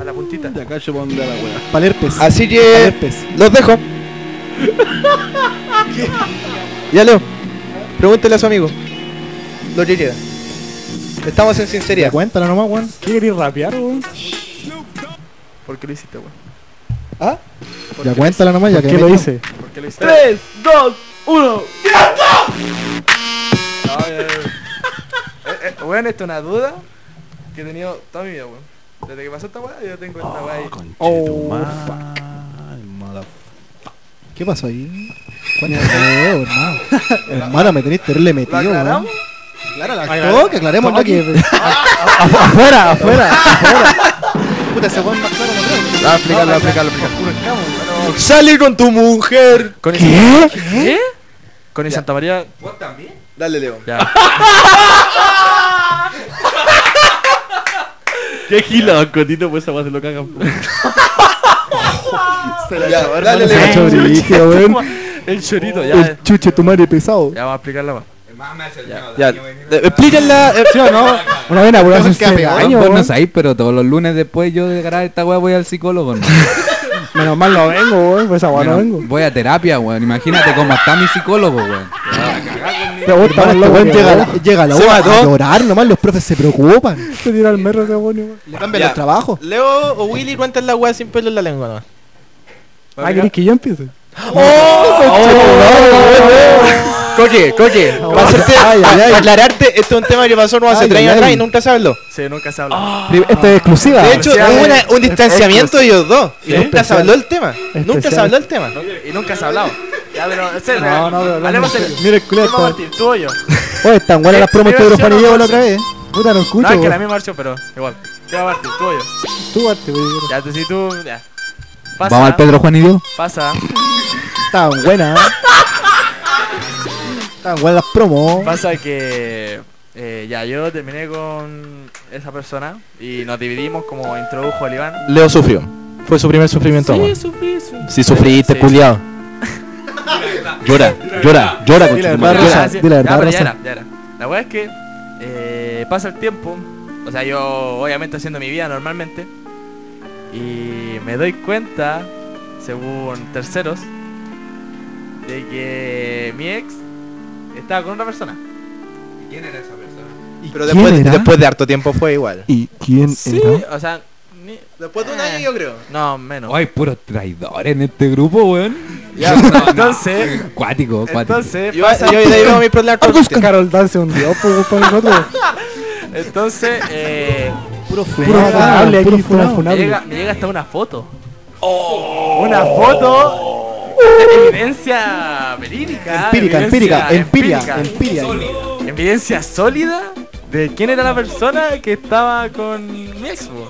A la puntita.
De acá yo pongo a la wea.
Para el herpes.
Así
Para el
que
herpes.
los dejo. ya Leo, pregúntele a su amigo. Lo que quiera. Estamos en
Ya,
sinceridad.
Cuéntalo nomás, weón.
¿Qué querés rapear, weón?
¿Por qué lo hiciste, weón?
¿Ah?
Ya cuéntalo nomás, ya que
¿Qué
me-
lo hice?
¿Por qué lo hiciste? 3, 2, 1. ¡Cierto! Eh, Weón, esto es una duda que he tenido toda mi vida, weón. Desde que pasó esta weá, yo tengo esta weá ahí.
Oh,
Oh.
¿Qué pasó ahí? Cuéntalo, hermano. Hermano, me tenés terrible metido, weón.
aclaramos?
Claro, la toca, aclaremos lo *laughs* que.
Afuera, afuera.
Puta, ese weón más claro no creo.
Aplícalo, aplícalo, aplícalo. Sale con tu mujer.
Con ¿Qué? ¿Qué? Con el Santa María.
Dale, Leo.
Ya.
Qué gila, don Cotito, pues esa wea se lo cagan.
Ya, dale,
Se
Leo.
cachó brígido, weón.
El chorito, ya.
El chuche, tu madre pesado.
Ya vamos a explicarla más.
Ya. eh, Explíquenla. eh,
¿Sí o no? Una vez
Vos
apurado
no
hace siete años, weón.
sabéis, pero todos los lunes después yo de grabar esta weá voy al psicólogo. ¿no?
Menos mal no vengo, weón. Pues agua no
Bueno,
vengo.
voy a terapia, weón. Imagínate cómo está mi psicólogo, weón.
Te gusta
Hermano, este
el loco
weón
que
llega, a
ahora
la- llega a la
Se
hora
mató.
a llorar, nomás los profes se preocupan.
Te tira el merro ese weón, weón.
Le cambian
Ya.
los trabajos.
Leo o Willy cuentan la weá sin pelo en la lengua, ¿no?
Ah, ¿querés que yo empiece?
Oh,
Oh,
Oh,
Coche, coche. Para hacerte-
Ay, ay, ay.
a- aclararte, esto es un tema que pasó no hace
Ay,
tres
ay,
años atrás
ay.
y nunca se habló.
Sí, nunca se habla.
Pri- Esta es exclusiva.
De hecho,
especial.
hubo una- un distanciamiento de ellos dos. Y nunca se
Especial.
habló el tema. Nunca se
Especial.
habló el tema.
Y nunca se ha hablado. Ya, pero, en serio. eh,
No, no, pero hablando
Hablemos
en
serio.
serio. Mira el culo
Tema
está-
Martín, tú o
*laughs*
yo.
Oye, están buenas las promos de Eurofan y Diego la otra vez. eh.
Puta, no
No,
escucho,
es que la
weón.
misma versión, pero igual. Tema Martín, tú o yo.
Tú, arte, weón.
Ya, tú sí, tú. Ya. Pasa.
Vamos al Pedro Juan y Diego.
Pasa.
Estaban buenas. eh. Estaban buenas las promos.
Pasa que eh, ya yo terminé con esa persona y nos dividimos como introdujo el Iván.
Leo sufrió. Fue su primer sufrimiento. amor.
sufrí,
Si sufriste,
Sí,
culiao.
Llora, llora, llora con
Dile,
tu
hermano.
madre.
Rosa,
sí.
di la
Ya,
verdad,
pero ya
Rosa.
era, ya era. La verdad es que eh, pasa el tiempo, o sea, yo obviamente haciendo mi vida normalmente y me doy cuenta, según terceros, de que mi ex Estaba con otra persona.
¿Y quién era esa persona?
Pero
quién
después,
era?
después de harto tiempo fue igual.
¿Y quién
Sí, o sea,
Después de un año yo creo.
No, menos.
Ay, puro traidor en este grupo, weón. *laughs*
Ya, entonces-
Cuático, cuático.
Entonces,
Yo- yo- yo- yo- mi problema con
Busca Carol Dance un día, pues, para nosotros.
entonces, eh, puro
Puro funable aquí, puro
Me
funable.
llega, me llega hasta una foto. Una foto. Evidencia verídica.
Empírica, empírica,
evidencia
empírica, empírica.
Evidencia sólida de quién era la persona que estaba con mi ex. po.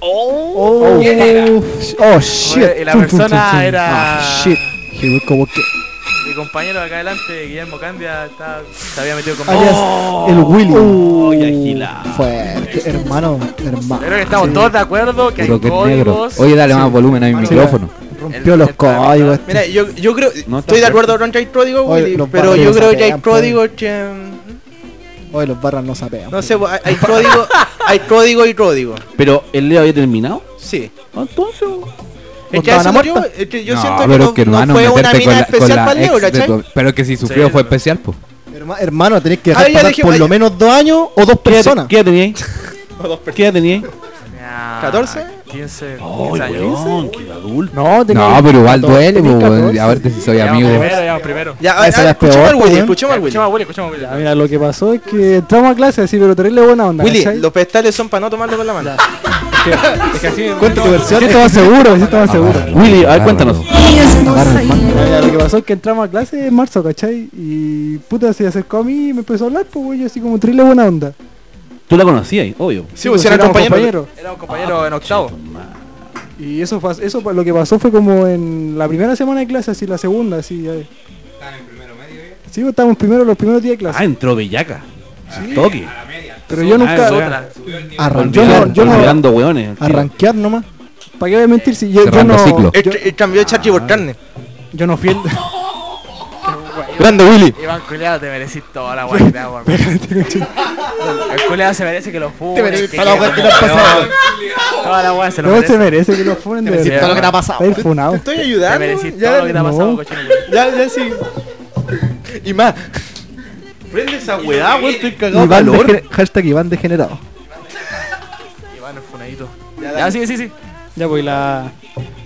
Oh,
¿Quién era?
oh, shit.
Y la
Tum, tum,
persona
tum, tum.
era-
Ah, shit. Here we go again.
Mi compañero acá adelante, Guillermo Candia, está- se había metido con
Alias el Willy. Este
Fuerte,
hermano, hermano.
Creo que estamos todos de acuerdo que hay
Puro que es negro.
códigos.
Oye, dale más volumen a mi micrófono.
Rompió los códigos. este.
Mira, yo, yo creo.
No,
estoy de
tampoco.
acuerdo con Trade Código,
Oye,
Willy,
los
pero
barrios
yo creo
sapean,
que hay
pues.
códigos. que-
Oye, los barras no sapean.
No sé, pues, hay, hay código, hay código y código.
Pero el Leo había terminado.
Sí.
Entonces.
Es que
Estaban
eso
a
yo,
muerta.
es que yo
No,
siento que
pero
no,
que
no
hermano,
fue una
meterte
mina
con la- con
especial
la
para el Leo,
ex de
¿cachai?
tu- Pero que si sufrió fue especial, pues.
Herma- hermano, tenés que
Ah,
dejar
ya
pasar
dejé-
por
ay-
lo menos dos años o dos
¿Qué edad
personas.
qué edad tenía ahí? ¿Qué edad tenía ahí?
Ya,
14?
15,
Ay,
15 años.
weón, qué adulto.
No, tenía
No, pero igual
14,
duele,
tenía
pues, weón.
14.
A ver si soy
Ya,
amigo.
primero, ya, primero.
Ya, a-
Esa
a-
la es
escuchemos
peor,
al Willy,
weón.
escuchemos al Willy.
Escuchamos a Willy, escuchamos a Willy.
Ah, mira, lo que pasó es que entramos a clase así, pero terrible buena onda.
Willy,
¿cachai?
los pedestales son para no tomarlo con la mano.
Es que así.
Cuenta tu versión.
Sí estaba seguro, sí
eh,
Ah,
estaba seguro.
Willy, a ver, cuéntanos.
Agarra el mando. Ya, Lo que pasó es que entramos a clase en marzo, ¿cachai? Y puta se acercó a mí y me empezó a hablar, pues güey, yo así como terrible buena onda.
Tú la conocías, ahí, obvio.
Sí, pues, eran
éramos
compañeros.
Era un compañero en octavo.
Y eso fue, eso fue- lo que pasó fue como en la primera semana de clase, así la segunda, así ya. ¿Estaban en primero medio? Sí, pues, estábamos primero los primeros días de clase.
Ah, entró Bellaca. Al Toque.
pero yo
Ah,
nunca,
weón.
Arranquear,
yo no- yo no-
Olvidando weones.
arranquear nomás.
¿para qué voy a mentir si yo, yo
Cerrando
no,
ciclo.
El,
yo,
tr- el cambio de Chachi por carne.
yo no fui el,
Grande Willy.
Iván Culeado, te merecís toda la guardia, por El Culeado se merece que lo fumen.
Te mereces
que
toda la
quede
weá que te ha
como
pasado.
weón. Toda la
*laughs*
guardia se lo
no se
merece.
merece que lo funen de
merecí
verdad.
Todo lo que te ha pasado.
Está el funado.
Estoy
Te
ayudando.
merecís
weón.
todo lo que te ha
no.
pasado, cochino. weón.
Ya, ya sí. Y más. Prende esa weá, weón, estoy cagado.
Iván degener- hashtag Iván degenerado.
Iván, el funadito. Ya, sí, sí, sí.
Ya, pues la.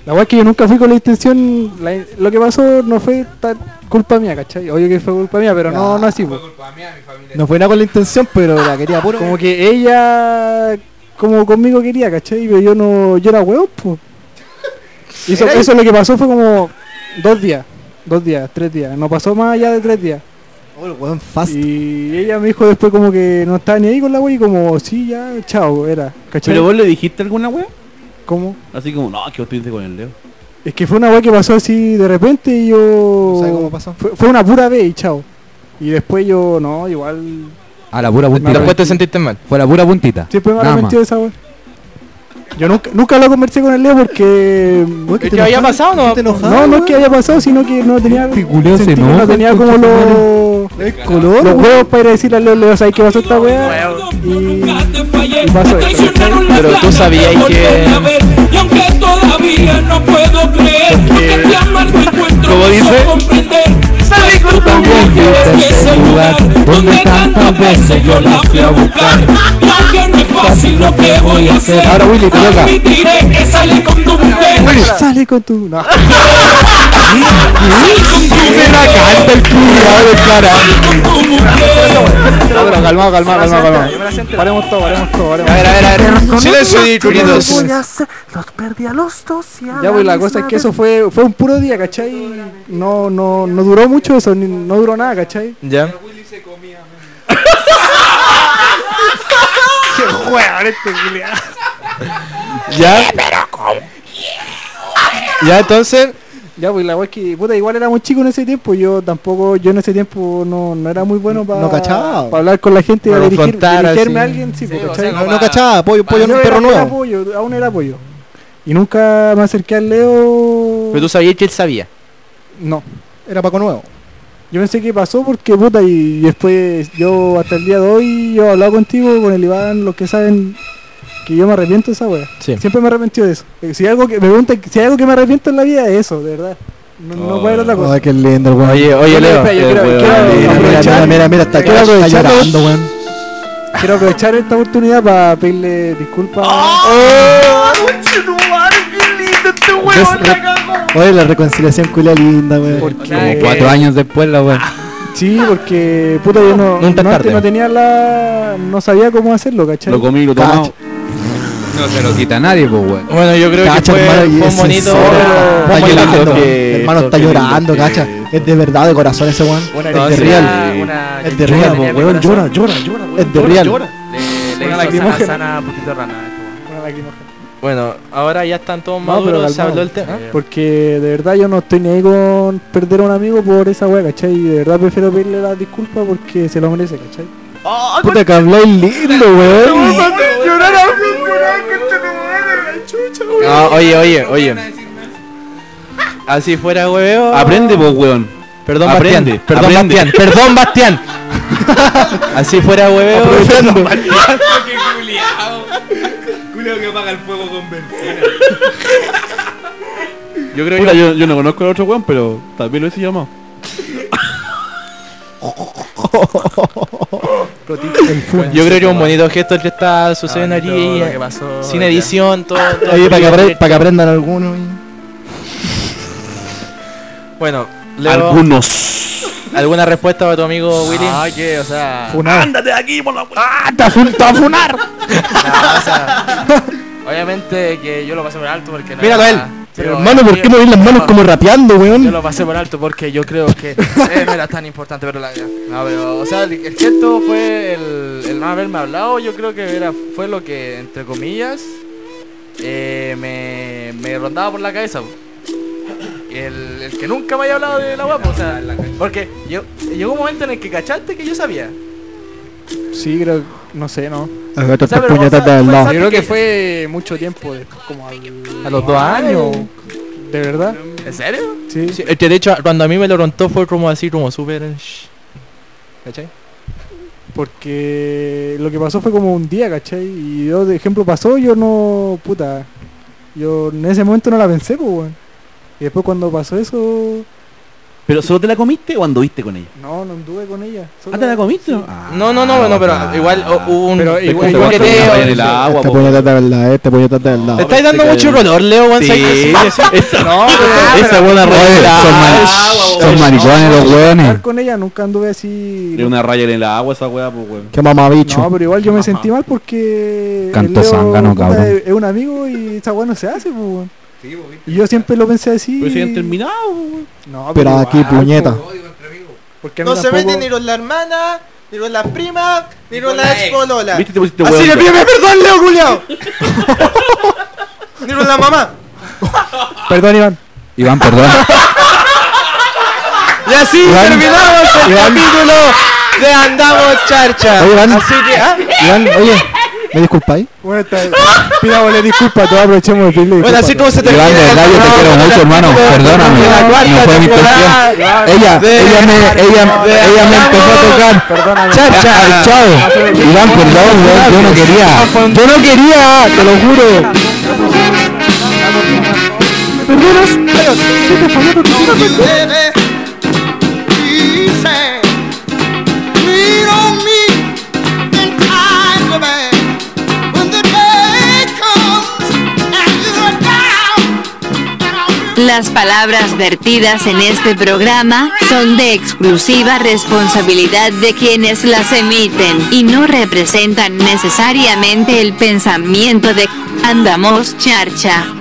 La weá es que yo nunca fui con la intención. la- lo que pasó no fue tan culpa mía, ¿cachai? Obvio que fue culpa mía, pero no, no así, pues.
No fue nada con la intención, pero la quería puro.
Como que ella. Como conmigo quería, ¿cachai? Pero yo no. Yo era huevo,
*laughs*
pues. Y Eso, eso lo que pasó fue como. Dos días. Dos días, tres días. No pasó más allá de tres días.
Oh, el weón fast.
Y ella me dijo después como que no estaba ni ahí con la wea y como, sí, ya, chao, era. ¿Cachai?
¿Pero vos le dijiste alguna wea?
¿Cómo?
Así como, no, que vos estuviste con el Leo.
Es que fue una weá que pasó así de repente y yo.
No sabe cómo pasó.
Fue, fue una pura vez y chao. Y después yo, no, igual.
A la pura puntita.
Después te sentiste mal.
Fue la pura puntita.
Siempre me
Nada
arrepentí de
más.
esa weá. Yo nunca, nunca lo conversé con el Leo porque.
¿Qué te había pasado, no?
¿Te enojaste,
No, no es
weón?
que haya pasado, sino que no tenía.
Este culiao se
sentí que
enoja,
No tenía como
concha
los.
El color.
Los huevos para ir a decirle al Leo, Leo, ¿sabes qué pasó esta weá? Y. y pasó esto.
Pero tú sabías que. Como dice.
También que es el lugar donde tantas veces yo la fui a buscar. Y aunque no es fácil lo que voy a hacer,
Ahora, Willy, te toca.
*laughs*
admitiré que salí con tu mujer.
Sale con tu. No.
Salí con tu mujer. Salí con tu mujer.
No, pero calmado, calmado, calmado, calmado.
Yo me la senté.
Paremos todo, paremos todo, paremos
A ver, a ver, a ver. Silencio,
Los
churitos.
perdí a Pues los dos Ya, pues la cosa es que eso fue, fue un puro día, ¿cachai? No, no, no duró mucho eso, ni- no duró nada, ¿cachai?
Ya. *laughs* este Ya. Ya, entonces.
Ya, pues la wea es que, puta, igual era muy chico en ese tiempo, yo tampoco, yo en ese tiempo no, no era muy bueno para
No cachaba.
hablar con la gente,
Para
dirigir-
confrontar,
dirigirme a
así.
alguien, sí, pues,
o
¿cachai? Pues
sea,
No, no cachaba, pollo, pollo en
Yo
un
era-
perro
era
nuevo.
pollo, aún era pollo. Y nunca me acerqué al Leo...
Pero tú sabías que él sabía.
No.
Era Paco Nuevo.
Yo pensé que pasó porque puta y después yo hasta el día de hoy yo he hablado contigo, con el Iván, los que saben que yo me arrepiento de esa wea.
Sí.
Siempre me he arrepentido de eso. Eh, Si hay algo que me preguntan, si hay algo que me arrepiento en la vida es eso, de verdad. No, no puede haber otra cosa.
Ay, qué lindo el weón.
Oye, oye, Leo.
Espera, yo
Eh,
quiero-
weón.
quiero
Mira, mira,
aprovechar-
mira, mira, mira, hasta que
quiero
está
aprovechar-
llorando, weón.
Quiero aprovechar esta oportunidad para pedirle disculpas.
Oh,
Entonces, re- Oye, la reconciliación culia linda, weón.
Como
eh,
cuatro años después, la weón.
Sí, porque puta yo no,
Nunca es
no,
tarde.
no tenía la. no sabía cómo hacerlo, ¿cachai?
Lo comí, lo tomado. No se lo quita nadie, pues, weón.
Bueno, yo creo
Cacha, hermano, y es sincero. Está llorando, hermano, está llorando, cacha. Es de verdad, de corazón ese weón.
No,
Es de
sí,
real.
una-
Es de
llora,
real,
tenía mi
weón. Llora,
corazón.
llora, llora. Es de
Llora,
real.
llora. Le, le
Una
hizo sana,
lacrimógena.
sana, poquito rana. esto, weón.
Bueno, ahora ya están todos
No, Ah, pero
maduros, se
calmado,
habló el tema.
Eh.
Porque de verdad yo no estoy ni ahí con perder a un amigo por esa wea, ¿cachai? Y de verdad prefiero pedirle las disculpas porque se lo merece, ¿cachai?
Puta que habláis lindo, weón.
No, oye, oye, oye. Así fuera, hueveo.
Oh. Aprende vos, weón.
Perdón,
Aprende,
Bastián. Perdón,
aprende.
Bastián. Perdón,
*laughs*
Bastián. Así fuera, hueveo.
Julio que apaga el fuego con bencina.
Yo creo que yo, yo no conozco al otro weón, pero también lo hice llamado.
Yo creo que un bonito gesto el que está sucediendo
Bonito
aquí. eh,
lo que pasó,
Sin
ya.
edición, todo. todo
Oye, para que, apre-
directo.
pa' que aprendan algunos.
Bueno, Leo,
Algunos.
¿Alguna respuesta para tu amigo Willy?
Ah, que, o sea.
Ándate de aquí por la
¡Ah, te afun- te va a funar!
no, o sea,
*laughs*
obviamente que yo lo pasé por alto porque la
Míralo a él.
verdad-
Pero
Yo-
hermano, ¿por qué no ven las manos como rapeando,
Yo
weón?
lo pasé por alto porque yo creo que eh, no era tan importante pero la No, pero, o sea, el, el gesto fue el, el no haberme hablado, yo creo que era, fue lo que, entre comillas, eh, me, me rondaba por la cabeza. po. El, el que nunca me haya hablado de la guapa, o sea, porque yo, llegó un momento en el que cachaste que yo sabía.
Sí, creo, no sé, ¿no?
Agarra
sea,
estas
pero, o
puñetas
sea,
de al
fue
lado.
exacto-
Creo que fue mucho tiempo, de- como al-
A los dos años.
¿De verdad?
¿En serio?
Sí.
Sí, este, de hecho, cuando a mí me lo contó fue como así, como súper... shh. ¿Cachai?
Porque lo que pasó fue como un día, ¿cachai? Y yo, de ejemplo, pasó, yo no, puta, yo en ese momento no la pensé, pues, weón. Y después cuando pasó eso,
¿Pero solo te la comiste o anduviste con ella?
no, no anduve con ella. solo-
Ah, ¿te la comiste?
sí.
Ah,
No, no, no, no, pero igual o- hubo un...
Pero igual-
un
igual-
coqueteo.
en el agua,
Esta
po,
puñetas Este de al lado, esta puñetas de al
Te
lado.
estáis dando
Se
mucho
cayó.
color, Leo, weón.
Sí,
¿sabes?
esa-
No,
esa buena
Oye,
raya.
son mal-
Son maricones los
Andar
Mm.
weones.
con ella nunca anduve así.
Era una raya en el agua esa weá, pues weón.
Qué mamabicho.
No, pero igual yo me sentí mal porque.
Canto
el Leo,
zángano,
puta,
cabrón.
Es es un amigo y esta weá no se hace, pues, weón. Y yo siempre lo pensé así.
Pero si han terminado, weón.
No,
Pero aquí,
igual,
puñeta.
po, Porque a mí
No se
tampoco-
mete ni con la hermana, ni con la prima, ni con la ex polola.
¿Viste? Te pusiste
Así
weón.
le pídeme perdón, Leo Juliao. ni con la mamá.
Perdón, Iván.
Iván, perdón.
Y así
Iván-
terminamos el
Iván-
capítulo de Andamos Charcha.
Oye, Iván.
Así que, ¿ah?
Iván, oye, ¿me disculpáis?
Bueno, está bien. Pidámosle disculpas, todos aprovechemos de pedirle
Bueno,
disculpas.
así como se termina.
Iván,
el
de verdad yo te
programa
quiero
de
mucho,
la-
hermano.
de la
Perdóname. No
cuarta
fue mi
temporada.
intención.
Ella,
de-
ella me, ella,
de-
ella me empezó a tocar.
Perdóname.
Chacha, ay, chao. Iván, perdón, weón, yo no quería. Yo no quería, te lo juro.
Baby, easy. We don't meet in time, baby. When the day comes and you're down,
Las palabras vertidas en este programa son de exclusiva responsabilidad de quienes las emiten y no representan necesariamente el pensamiento de Andamos Charcha.